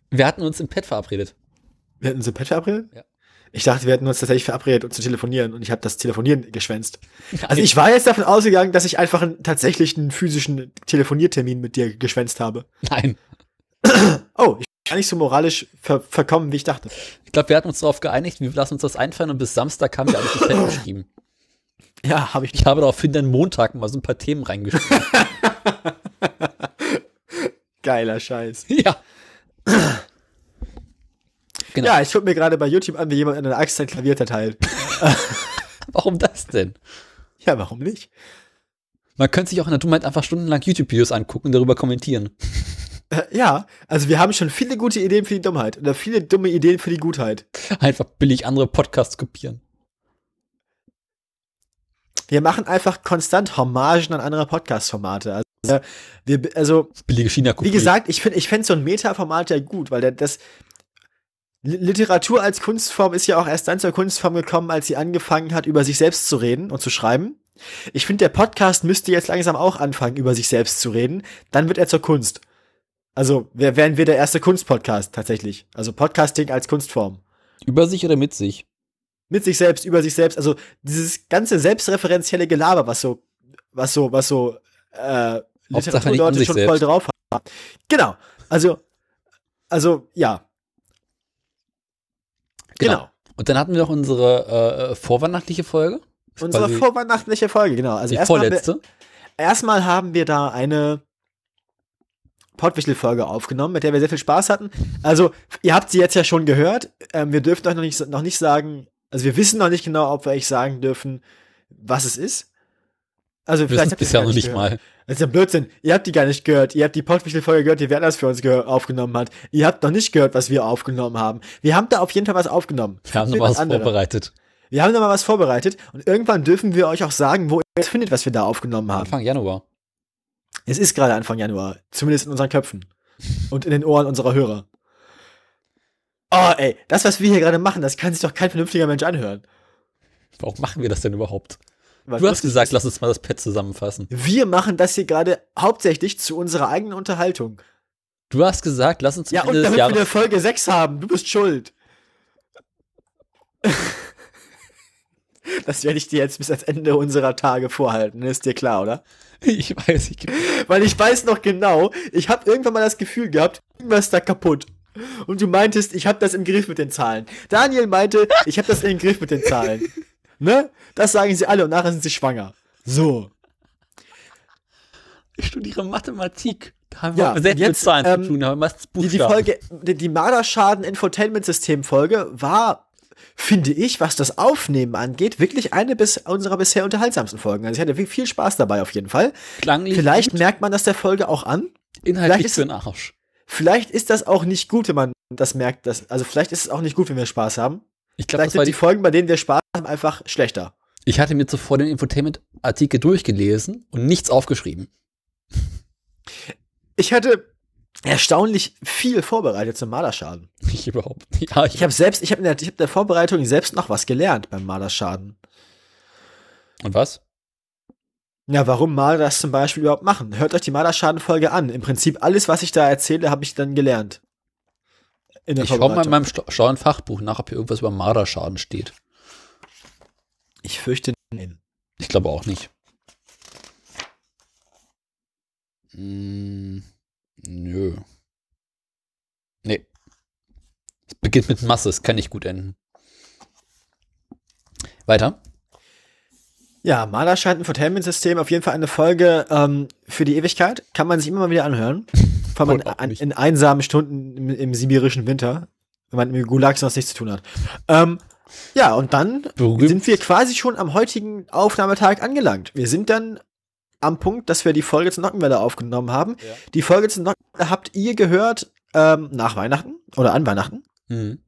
[SPEAKER 1] Wir hatten uns im Pad verabredet.
[SPEAKER 2] Wir hatten uns im Pad verabredet?
[SPEAKER 1] Ja.
[SPEAKER 2] Ich dachte, wir hätten uns tatsächlich verabredet, um zu telefonieren und ich habe das Telefonieren geschwänzt. Also ich war jetzt davon ausgegangen, dass ich einfach einen tatsächlichen physischen Telefoniertermin mit dir geschwänzt habe.
[SPEAKER 1] Nein.
[SPEAKER 2] Oh, ich bin gar nicht so moralisch ver verkommen, wie ich dachte.
[SPEAKER 1] Ich glaube, wir hatten uns darauf geeinigt, wir lassen uns das einfallen und bis Samstag haben wir alles im Pad geschrieben.
[SPEAKER 2] Ja, habe ich
[SPEAKER 1] Ich habe daraufhin dann Montag mal so ein paar Themen reingeschrieben.
[SPEAKER 2] Geiler Scheiß.
[SPEAKER 1] ja. Genau.
[SPEAKER 2] Ja, ich guck mir gerade bei YouTube an, wie jemand an einer Axt sein Klavier zerteilt.
[SPEAKER 1] Warum das denn?
[SPEAKER 2] Ja, warum nicht?
[SPEAKER 1] Man könnte sich auch in der Dummheit einfach stundenlang YouTube-Videos angucken und darüber kommentieren.
[SPEAKER 2] Äh, ja, also wir haben schon viele gute Ideen für die Dummheit oder viele dumme Ideen für die Gutheit.
[SPEAKER 1] Einfach billig andere Podcasts kopieren.
[SPEAKER 2] Wir machen einfach konstant Hommagen an andere Podcast-Formate. Also, wir, wir, also
[SPEAKER 1] Billige china
[SPEAKER 2] Wie gesagt, ich finde ich find so ein Meta-Format ja gut, weil der, das Li- Literatur als Kunstform ist ja auch erst dann zur Kunstform gekommen, als sie angefangen hat, über sich selbst zu reden und zu schreiben. Ich finde, der Podcast müsste jetzt langsam auch anfangen, über sich selbst zu reden. Dann wird er zur Kunst. Also wer- wären wir der erste Kunstpodcast tatsächlich. Also Podcasting als Kunstform.
[SPEAKER 1] Über sich oder mit sich?
[SPEAKER 2] Mit sich selbst, über sich selbst. Also dieses ganze selbstreferenzielle Gelaber, was so, was so, was so äh,
[SPEAKER 1] Hauptsache nicht um
[SPEAKER 2] Literaturleute
[SPEAKER 1] sich
[SPEAKER 2] schon voll
[SPEAKER 1] selbst.
[SPEAKER 2] drauf haben. Genau. Also, also ja. Genau.
[SPEAKER 1] Und dann hatten wir noch unsere äh, vorweihnachtliche Folge.
[SPEAKER 2] Unsere
[SPEAKER 1] Quasi
[SPEAKER 2] vorweihnachtliche Folge, genau. Also
[SPEAKER 1] die
[SPEAKER 2] erstmal haben, wir,
[SPEAKER 1] vorletzte.
[SPEAKER 2] erstmal haben wir da eine Pottwichtel-Folge aufgenommen, mit der wir sehr viel Spaß hatten. Also, ihr habt sie jetzt ja schon gehört. Ähm, wir dürfen euch noch nicht, noch nicht sagen, also wir wissen noch nicht genau, ob wir euch sagen dürfen, was es ist. Also,
[SPEAKER 1] Wir
[SPEAKER 2] vielleicht
[SPEAKER 1] sind
[SPEAKER 2] habt ihr sie
[SPEAKER 1] bisher
[SPEAKER 2] gar
[SPEAKER 1] noch nicht
[SPEAKER 2] gehört.
[SPEAKER 1] mal.
[SPEAKER 2] Das ist ja Blödsinn. Ihr habt die gar nicht gehört. Ihr habt die Pottwichtel-Folge gehört, die wer anders für uns gehör- aufgenommen hat. Ihr habt noch nicht gehört, was wir aufgenommen haben. Wir haben da auf jeden Fall was aufgenommen.
[SPEAKER 1] Wir haben noch
[SPEAKER 2] Mit
[SPEAKER 1] was
[SPEAKER 2] anderen.
[SPEAKER 1] vorbereitet.
[SPEAKER 2] Wir haben da mal was vorbereitet und irgendwann dürfen wir euch auch sagen, wo ihr es findet, was wir da aufgenommen haben.
[SPEAKER 1] Anfang Januar.
[SPEAKER 2] Es ist gerade Anfang Januar. Zumindest in unseren Köpfen. Und in den Ohren unserer Hörer. Oh, ey, das, was wir hier gerade machen, das kann sich doch kein vernünftiger Mensch anhören.
[SPEAKER 1] Warum machen wir das denn überhaupt?
[SPEAKER 2] Was
[SPEAKER 1] du hast
[SPEAKER 2] lustig
[SPEAKER 1] gesagt,
[SPEAKER 2] ist,
[SPEAKER 1] lass uns mal das Pad zusammenfassen.
[SPEAKER 2] wir machen das hier gerade hauptsächlich zu unserer eigenen Unterhaltung.
[SPEAKER 1] Du hast gesagt, lass uns zum
[SPEAKER 2] Ja, und
[SPEAKER 1] Ende des
[SPEAKER 2] damit wir eine
[SPEAKER 1] Jahres.
[SPEAKER 2] Folge 6 haben, du bist schuld. Das werde ich dir jetzt bis ans Ende unserer Tage vorhalten, ist dir klar, oder?
[SPEAKER 1] Ich weiß, ich
[SPEAKER 2] Weil ich weiß noch genau, ich habe irgendwann mal das Gefühl gehabt, irgendwas ist da kaputt. Und du meintest, ich habe das im Griff mit den Zahlen. Daniel meinte, ich habe das im Griff mit den Zahlen. Ne? Das sagen sie alle und nachher sind sie schwanger. So.
[SPEAKER 1] Ich studiere Mathematik. Da haben
[SPEAKER 2] Ja,
[SPEAKER 1] wir selbst mit
[SPEAKER 2] jetzt,
[SPEAKER 1] Zahlen
[SPEAKER 2] ähm,
[SPEAKER 1] zu tun, aber meistens
[SPEAKER 2] Die, die
[SPEAKER 1] Buchstaben.
[SPEAKER 2] Folge, die, die Marderschaden-Infotainment-System-Folge war, finde ich, was das Aufnehmen angeht, wirklich eine bis unserer bisher unterhaltsamsten Folgen. Also ich hatte viel Spaß dabei auf jeden Fall.
[SPEAKER 1] Klanglich
[SPEAKER 2] Vielleicht
[SPEAKER 1] gut,
[SPEAKER 2] merkt man das der Folge auch an. vielleicht
[SPEAKER 1] inhaltlich
[SPEAKER 2] ist-
[SPEAKER 1] für den Arsch.
[SPEAKER 2] Vielleicht ist das auch nicht gut, wenn man das merkt. Dass, also vielleicht ist es auch nicht gut, wenn wir Spaß haben.
[SPEAKER 1] Ich glaube,
[SPEAKER 2] Vielleicht
[SPEAKER 1] das war
[SPEAKER 2] sind die
[SPEAKER 1] die.
[SPEAKER 2] Folgen, bei denen wir Spaß haben, einfach schlechter.
[SPEAKER 1] Ich hatte mir zuvor den Infotainment-Artikel durchgelesen und nichts aufgeschrieben.
[SPEAKER 2] Ich hatte erstaunlich viel vorbereitet zum Marderschaden.
[SPEAKER 1] Ich überhaupt nicht. Ja, ich,
[SPEAKER 2] Ich habe selbst, ich habe in der, ich hab in der Vorbereitung selbst noch was gelernt beim Marderschaden.
[SPEAKER 1] und was?
[SPEAKER 2] Ja, warum Marder das zum Beispiel überhaupt machen? Hört euch die Marderschaden-Folge an. Im Prinzip alles, was ich da erzähle, habe ich dann gelernt. In
[SPEAKER 1] Ich schaue mal in meinem Sta- schlauen Fachbuch nach, ob hier irgendwas über Marderschaden steht.
[SPEAKER 2] ich fürchte, nein.
[SPEAKER 1] Ich glaube auch nicht. Mm, nö. Nee. Es beginnt mit Masse, es kann nicht gut enden. Weiter.
[SPEAKER 2] Ja, Marderschaden Infotainment-System, auf jeden Fall eine Folge ähm, für die Ewigkeit. Kann man sich immer mal wieder anhören. Vor allem
[SPEAKER 1] Und auch
[SPEAKER 2] an,
[SPEAKER 1] nicht.
[SPEAKER 2] in einsamen Stunden im, im sibirischen Winter, wenn man im Gulag sonst nichts zu tun hat. Ähm, ja, und dann
[SPEAKER 1] Berühmt.
[SPEAKER 2] sind wir quasi schon am heutigen Aufnahmetag angelangt. Wir sind dann am Punkt, dass wir die Folge zu Nockenwelle aufgenommen haben. Die Folge zu Nockenwelle habt ihr gehört ähm, nach Weihnachten oder an Weihnachten.
[SPEAKER 1] Mhm.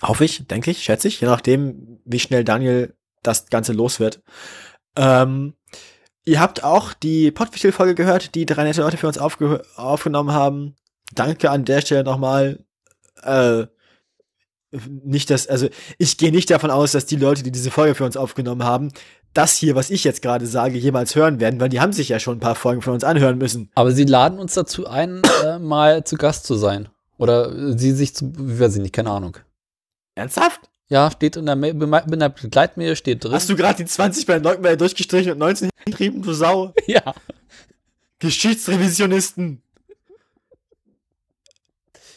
[SPEAKER 2] Hoffe ich, denke ich, schätze ich, je nachdem, wie schnell Daniel das Ganze los wird. Ähm, ihr habt auch die Pottwichtel-Folge gehört, die drei nette Leute für uns aufge aufgenommen haben. Danke an der Stelle nochmal. Äh, nicht, dass, also ich gehe nicht davon aus, dass die Leute, die diese Folge für uns aufgenommen haben, das hier, was ich jetzt gerade sage, jemals hören werden, weil die haben sich ja schon ein paar Folgen von uns anhören müssen.
[SPEAKER 1] Aber sie laden uns dazu ein, äh, mal zu Gast zu sein. Oder äh, sie sich zu, wie weiß ich nicht, keine Ahnung.
[SPEAKER 2] Ernsthaft?
[SPEAKER 1] Ja, steht in der, Ma- Bema- in der Begleitmail, steht drin.
[SPEAKER 2] Hast du gerade die 20 bei den Leuten bei durchgestrichen und 19 hingetrieben, du Sau?
[SPEAKER 1] ja.
[SPEAKER 2] Geschichtsrevisionisten.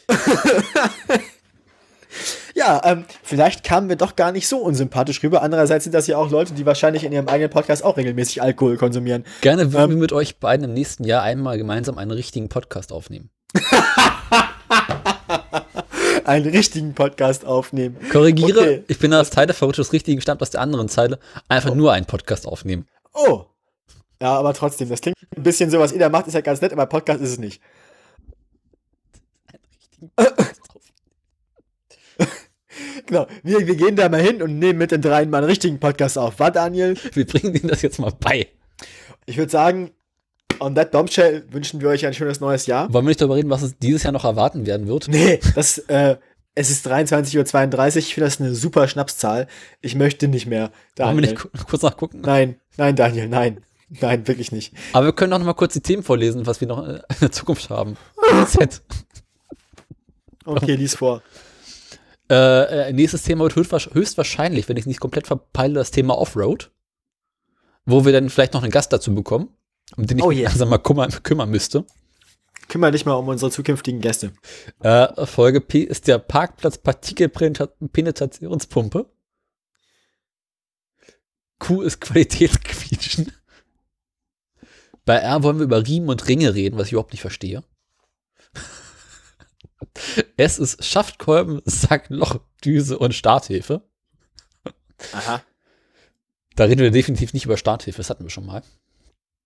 [SPEAKER 2] ja, ähm, vielleicht kamen wir doch gar nicht so unsympathisch rüber. Andererseits sind das ja auch Leute, die wahrscheinlich in ihrem eigenen Podcast auch regelmäßig Alkohol konsumieren.
[SPEAKER 1] Gerne würden
[SPEAKER 2] Ähm.
[SPEAKER 1] wir mit euch beiden im nächsten Jahr einmal gemeinsam einen richtigen Podcast aufnehmen.
[SPEAKER 2] Einen richtigen Podcast aufnehmen.
[SPEAKER 1] Korrigiere,
[SPEAKER 2] Okay.
[SPEAKER 1] ich bin als Teil der verrutscht des richtigen stammt aus der anderen Zeile. Einfach nur einen Podcast aufnehmen.
[SPEAKER 2] Oh. Ja, aber trotzdem, das klingt ein bisschen so, was ihr da macht, ist ja ganz nett, aber Podcast ist es nicht. Genau, wir, wir gehen da mal hin und nehmen mit den dreien mal einen richtigen Podcast auf. War Daniel?
[SPEAKER 1] Wir bringen denen das jetzt mal bei.
[SPEAKER 2] Ich würde sagen, on that bombshell wünschen wir euch ein schönes neues Jahr.
[SPEAKER 1] Wollen wir nicht darüber reden, was es dieses Jahr noch erwarten werden wird?
[SPEAKER 2] Nee, das, äh, es ist 23.32 Uhr. Ich finde das eine super Schnapszahl. Ich möchte nicht mehr.
[SPEAKER 1] Wollen wir
[SPEAKER 2] Daniel.
[SPEAKER 1] nicht ku- kurz nachgucken?
[SPEAKER 2] Nein, nein, Daniel, nein. Nein, wirklich nicht.
[SPEAKER 1] Aber wir können doch noch mal kurz die Themen vorlesen, was wir noch äh, in der Zukunft haben. Z.
[SPEAKER 2] Okay, lies vor.
[SPEAKER 1] Äh, äh, nächstes Thema wird höchstwahr- höchstwahrscheinlich, wenn ich es nicht komplett verpeile, das Thema Offroad. Wo wir dann vielleicht noch einen Gast dazu bekommen, um den ich
[SPEAKER 2] Oh
[SPEAKER 1] mich
[SPEAKER 2] yeah.
[SPEAKER 1] langsam mal kümmern, kümmern müsste.
[SPEAKER 2] Kümmere dich mal um unsere zukünftigen Gäste.
[SPEAKER 1] Äh, Folge P ist der Parkplatz Partikelpenetrationspumpe. Q ist Qualitätsquietschen. Bei R wollen wir über Riemen und Ringe reden, was ich überhaupt nicht verstehe. S ist Schaftkolben, Sack, Loch, Düse und Starthilfe.
[SPEAKER 2] Aha.
[SPEAKER 1] Da reden wir definitiv nicht über Starthilfe, das hatten wir schon mal.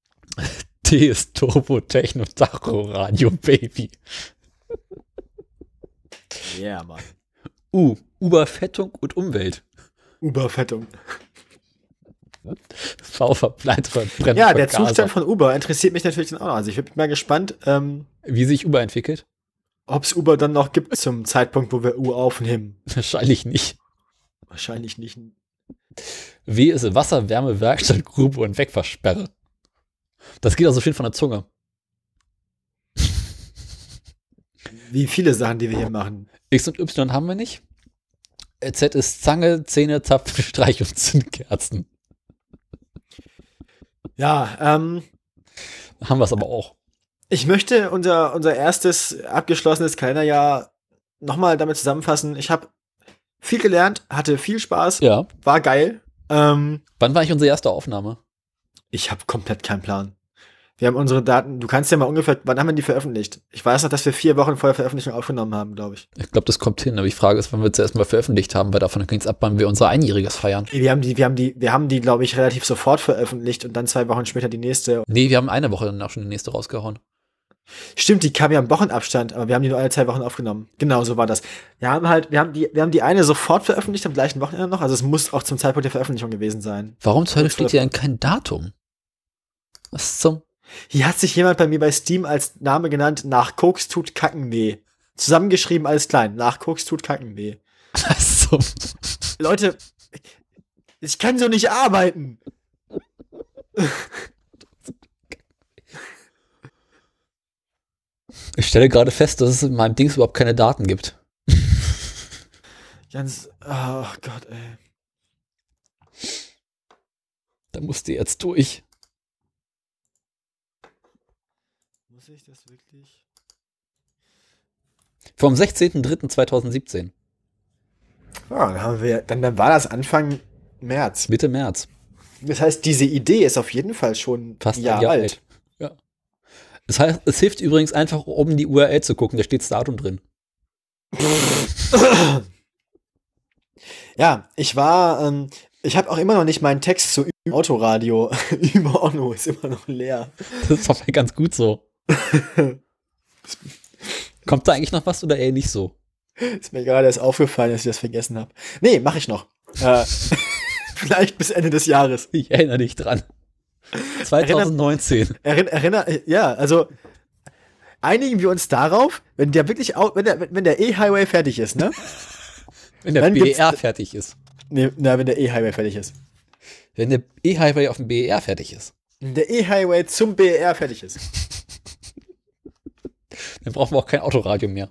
[SPEAKER 1] T ist Turbo, Techno, Tacho, Radio, Baby.
[SPEAKER 2] Yeah, Mann.
[SPEAKER 1] U, Überfettung und Umwelt.
[SPEAKER 2] Uberfettung.
[SPEAKER 1] V verbleibt verbrennt.
[SPEAKER 2] Ja, der
[SPEAKER 1] Vergaser.
[SPEAKER 2] Zustand von Uber interessiert mich natürlich dann auch noch. Also ich bin mal gespannt, ähm,
[SPEAKER 1] Wie sich Uber entwickelt?
[SPEAKER 2] ob es Uber dann noch gibt zum Zeitpunkt, wo wir U aufnehmen.
[SPEAKER 1] Wahrscheinlich nicht.
[SPEAKER 2] Wahrscheinlich nicht.
[SPEAKER 1] W ist Wasser, Wärme, Werkstatt, Grube und Wegversperre. Das geht also schön von der Zunge.
[SPEAKER 2] Wie viele Sachen, die wir hier machen.
[SPEAKER 1] X und Y haben wir nicht. Äh, Z ist Zange, Zähne, Zapfen, Streich und Zündkerzen.
[SPEAKER 2] Ja, ähm,
[SPEAKER 1] Haben wir es aber auch.
[SPEAKER 2] Ich möchte unser, unser erstes abgeschlossenes Kalenderjahr nochmal damit zusammenfassen. Ich habe viel gelernt, hatte viel Spaß,
[SPEAKER 1] Ja.
[SPEAKER 2] war geil. Ähm,
[SPEAKER 1] Wann war eigentlich unsere erste Aufnahme?
[SPEAKER 2] ich habe komplett keinen Plan. Wir haben unsere Daten, du kannst ja mal ungefähr, wann haben wir die veröffentlicht? Ich weiß noch, dass wir vier Wochen vor der Veröffentlichung aufgenommen haben, glaube ich.
[SPEAKER 1] Ich glaube, das kommt hin, aber die Frage ist, wann wir zuerst mal veröffentlicht haben, weil davon ging es ab, wann wir unser Einjähriges feiern.
[SPEAKER 2] Wir haben die, wir haben die, wir haben die, glaube ich, relativ sofort veröffentlicht und dann zwei Wochen später die nächste.
[SPEAKER 1] Nee, wir haben eine Woche danach schon die nächste rausgehauen.
[SPEAKER 2] Stimmt, die kam ja im Wochenabstand, aber wir haben die nur alle zwei Wochen aufgenommen. Genau, so war das. Wir haben halt, wir haben die, wir haben die eine sofort veröffentlicht am gleichen Wochenende noch, also es muss auch zum Zeitpunkt der Veröffentlichung gewesen sein.
[SPEAKER 1] Warum zur Hölle steht
[SPEAKER 2] Kurz
[SPEAKER 1] hier denn kein Datum? Was zum?
[SPEAKER 2] Hier hat sich jemand bei mir bei Steam als Name genannt, nach Koks tut Kacken weh. Zusammengeschrieben alles klein, nach Koks tut Kacken weh.
[SPEAKER 1] Was zum?
[SPEAKER 2] Leute, ich kann so nicht arbeiten.
[SPEAKER 1] Ich stelle gerade fest, dass es in meinem Dings überhaupt keine Daten gibt.
[SPEAKER 2] Ganz, oh Gott, ey.
[SPEAKER 1] Da musst du jetzt durch.
[SPEAKER 2] Muss ich das wirklich?
[SPEAKER 1] Vom 16.03.2017.
[SPEAKER 2] Ah, dann haben wir, dann, dann war das Anfang März.
[SPEAKER 1] Mitte März.
[SPEAKER 2] Das heißt, diese Idee ist auf jeden Fall schon
[SPEAKER 1] Fast ein Jahr alt. Ja. Das heißt, es hilft übrigens einfach, oben die URL zu gucken. Da steht das Datum drin.
[SPEAKER 2] Ja, ich war, ähm, ich habe auch immer noch nicht meinen Text zu Ü- Autoradio über Onno ist immer noch leer.
[SPEAKER 1] Das ist doch mal ganz gut so. Kommt da eigentlich noch was oder eher nicht so?
[SPEAKER 2] Ist mir gerade erst aufgefallen, dass ich das vergessen habe. Nee, mache ich noch. Äh, vielleicht bis Ende des Jahres.
[SPEAKER 1] Ich erinnere dich dran. 2019.
[SPEAKER 2] Errin erinner, äh, ja, also einigen wir uns darauf, wenn der wirklich, au- wenn der, wenn der E-Highway fertig ist, ne?
[SPEAKER 1] Wenn der
[SPEAKER 2] Dann gibt's-
[SPEAKER 1] BER fertig ist.
[SPEAKER 2] nee, na, wenn der E-Highway fertig ist.
[SPEAKER 1] Wenn der E E-Highway auf dem BER fertig ist.
[SPEAKER 2] Wenn der E-Highway zum BER fertig ist.
[SPEAKER 1] Dann brauchen wir auch kein Autoradio mehr.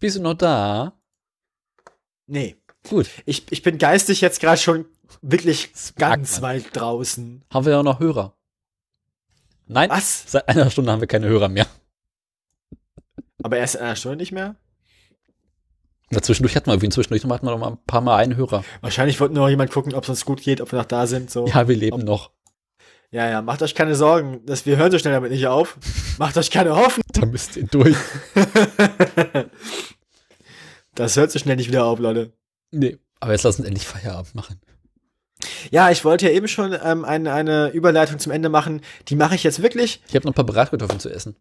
[SPEAKER 1] Bist du noch da?
[SPEAKER 2] Nee.
[SPEAKER 1] Gut.
[SPEAKER 2] Ich, ich bin geistig jetzt gerade schon wirklich ganz
[SPEAKER 1] man.
[SPEAKER 2] weit draußen.
[SPEAKER 1] Haben wir ja noch Hörer? Nein,
[SPEAKER 2] Was?
[SPEAKER 1] seit einer Stunde haben wir keine Hörer mehr.
[SPEAKER 2] Aber erst in einer Stunde nicht mehr?
[SPEAKER 1] Na, zwischendurch hatten wir, wie zwischendurch hatten wir noch mal ein paar Mal einen Hörer.
[SPEAKER 2] Wahrscheinlich wollte nur jemand gucken, ob es uns gut geht, ob wir noch da sind. So.
[SPEAKER 1] Ja, wir leben noch.
[SPEAKER 2] ja, ja, macht euch keine Sorgen, dass wir hören so schnell damit nicht auf. macht euch keine Hoffnung.
[SPEAKER 1] Da müsst ihr durch.
[SPEAKER 2] Das hört so schnell nicht wieder auf, Leute.
[SPEAKER 1] Nee. Aber jetzt lass uns endlich Feierabend machen.
[SPEAKER 2] Ja, ich wollte ja eben schon ähm, eine, eine Überleitung zum Ende machen. Die mache ich jetzt wirklich.
[SPEAKER 1] Ich habe noch ein paar Bratkartoffeln zu essen.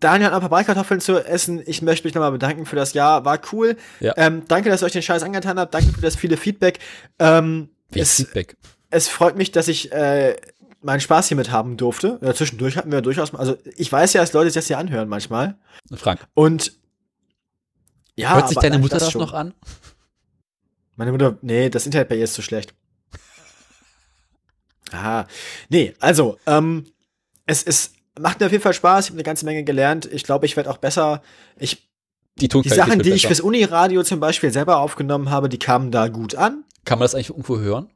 [SPEAKER 2] Daniel hat ein paar Bratkartoffeln zu essen. Ich möchte mich nochmal bedanken für das Jahr. War cool.
[SPEAKER 1] Ja.
[SPEAKER 2] Ähm, danke, dass ihr euch den Scheiß angetan habt. Danke für das viele Feedback. Ähm,
[SPEAKER 1] Wie
[SPEAKER 2] es,
[SPEAKER 1] Feedback.
[SPEAKER 2] es freut mich, dass ich äh, meinen Spaß hiermit haben durfte. Ja, zwischendurch hatten wir durchaus. Also, ich weiß ja, dass Leute sich das hier anhören manchmal.
[SPEAKER 1] Frank,
[SPEAKER 2] Und. Ja,
[SPEAKER 1] hört sich
[SPEAKER 2] Ah, aber
[SPEAKER 1] deine
[SPEAKER 2] allein
[SPEAKER 1] Mutter das
[SPEAKER 2] schon.
[SPEAKER 1] noch an?
[SPEAKER 2] Meine Mutter, nee, das Internet bei ihr ist zu schlecht. Aha. Nee, also, ähm, es, es macht mir auf jeden Fall Spaß. Ich habe eine ganze Menge gelernt. Ich glaube, ich werde auch besser. Ich,
[SPEAKER 1] Die
[SPEAKER 2] die
[SPEAKER 1] Tonqualität
[SPEAKER 2] Sachen,
[SPEAKER 1] wird
[SPEAKER 2] die ich
[SPEAKER 1] besser.
[SPEAKER 2] fürs Uniradio zum Beispiel selber aufgenommen habe, die kamen da gut an.
[SPEAKER 1] Kann man das eigentlich irgendwo hören?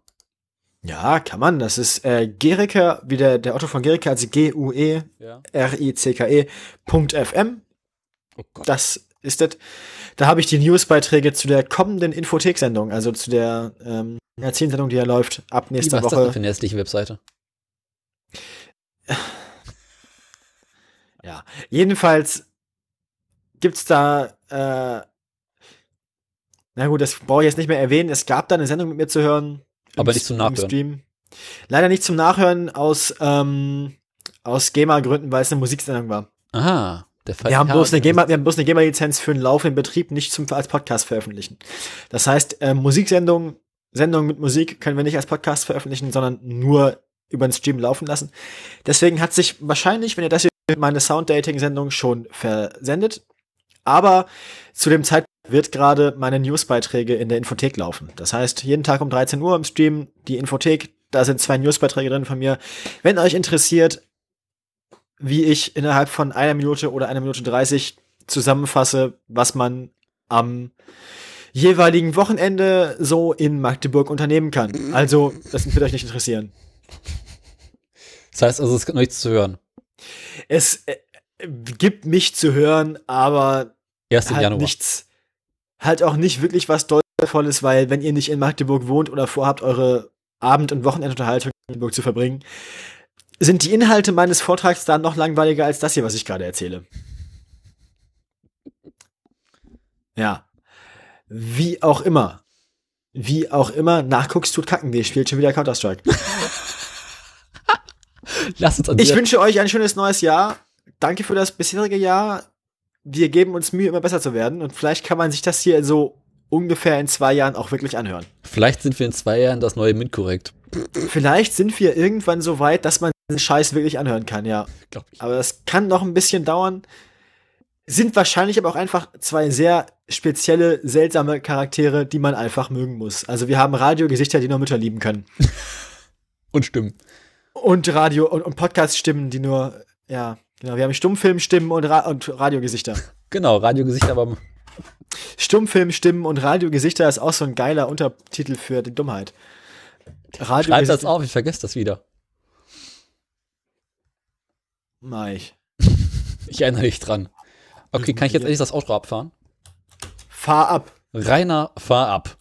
[SPEAKER 2] Ja, kann man. Das ist äh, Gericke, wie der, der Otto von Gericke, also G-U-E,
[SPEAKER 1] Ja.
[SPEAKER 2] R-I-C-K-E, Punkt FM.
[SPEAKER 1] Oh Gott.
[SPEAKER 2] Das ist das. Da habe ich die Newsbeiträge zu der kommenden Infothek-Sendung, also zu der ähm, Erzählsendung, die ja läuft, ab
[SPEAKER 1] Wie war
[SPEAKER 2] nächster
[SPEAKER 1] das denn für
[SPEAKER 2] Woche.
[SPEAKER 1] eine hässliche Webseite?
[SPEAKER 2] Ja. Jedenfalls gibt's da, äh, na gut, das brauche ich jetzt nicht mehr erwähnen. Es gab da eine Sendung mit mir zu hören. im
[SPEAKER 1] Aber nicht zum
[SPEAKER 2] S- im
[SPEAKER 1] Nachhören.
[SPEAKER 2] Stream. Leider nicht zum Nachhören aus, ähm, aus GEMA-Gründen, weil es eine Musiksendung war.
[SPEAKER 1] Aha, der Fall.
[SPEAKER 2] Wir haben, bloß eine GEMA, wir haben bloß eine GEMA-Lizenz für den laufenden Betrieb, nicht zum, als Podcast veröffentlichen. Das heißt, ähm, Musiksendungen, Sendungen mit Musik können wir nicht als Podcast veröffentlichen, sondern nur über den Stream laufen lassen. Deswegen hat sich wahrscheinlich, wenn ihr das hier hört, meine Sounddating-Sendung schon versendet. Aber zu dem Zeitpunkt wird gerade meine Newsbeiträge in der Infothek laufen. Das heißt, jeden Tag um 13 Uhr im Stream die Infothek, Da sind zwei Newsbeiträge drin von mir. Wenn euch interessiert, wie ich innerhalb von einer Minute oder einer Minute 30 zusammenfasse, was man am jeweiligen Wochenende so in Magdeburg unternehmen kann. Also, das wird euch nicht interessieren.
[SPEAKER 1] Das heißt also, es gibt noch nichts zu hören.
[SPEAKER 2] Es äh, gibt mich zu hören, aber
[SPEAKER 1] 1.
[SPEAKER 2] halt
[SPEAKER 1] Januar.
[SPEAKER 2] nichts, halt auch nicht wirklich was Dolles, weil wenn ihr nicht in Magdeburg wohnt oder vorhabt, eure Abend- und Wochenendunterhaltung in Magdeburg zu verbringen, sind die Inhalte meines Vortrags dann noch langweiliger als das hier, was ich gerade erzähle. Ja. Wie auch immer. Wie auch immer, nachguckst tut kacken weh, spielt schon wieder Counter-Strike.
[SPEAKER 1] Lass uns an
[SPEAKER 2] Ich
[SPEAKER 1] dieser-
[SPEAKER 2] wünsche euch ein schönes neues Jahr. Danke für das bisherige Jahr. Wir geben uns Mühe, immer besser zu werden. Und vielleicht kann man sich das hier so ungefähr in zwei Jahren auch wirklich anhören.
[SPEAKER 1] Vielleicht sind wir in zwei Jahren das neue Mint korrekt.
[SPEAKER 2] Vielleicht sind wir irgendwann so weit, dass man den Scheiß wirklich anhören kann, ja.
[SPEAKER 1] Glaub ich.
[SPEAKER 2] Aber das kann noch ein bisschen dauern. Sind wahrscheinlich aber auch einfach zwei sehr spezielle, seltsame Charaktere, die man einfach mögen muss. Also wir haben Radiogesichter, die nur Mütter lieben können.
[SPEAKER 1] Und stimmen.
[SPEAKER 2] Und Radio- und, und Podcast-Stimmen, die nur, ja, genau. Wir haben Stummfilmstimmen und, Ra und Radiogesichter.
[SPEAKER 1] Genau, Radiogesicht, aber
[SPEAKER 2] Stummfilmstimmen und Radiogesichter ist auch so ein geiler Untertitel für die Dummheit.
[SPEAKER 1] schreib halt das
[SPEAKER 2] Radiogesichter.
[SPEAKER 1] auf, ich vergesse das wieder.
[SPEAKER 2] Mach ich.
[SPEAKER 1] Ich erinnere dich dran. Okay, kann ich jetzt endlich das Outro abfahren?
[SPEAKER 2] Fahr ab.
[SPEAKER 1] Rainer, fahr ab.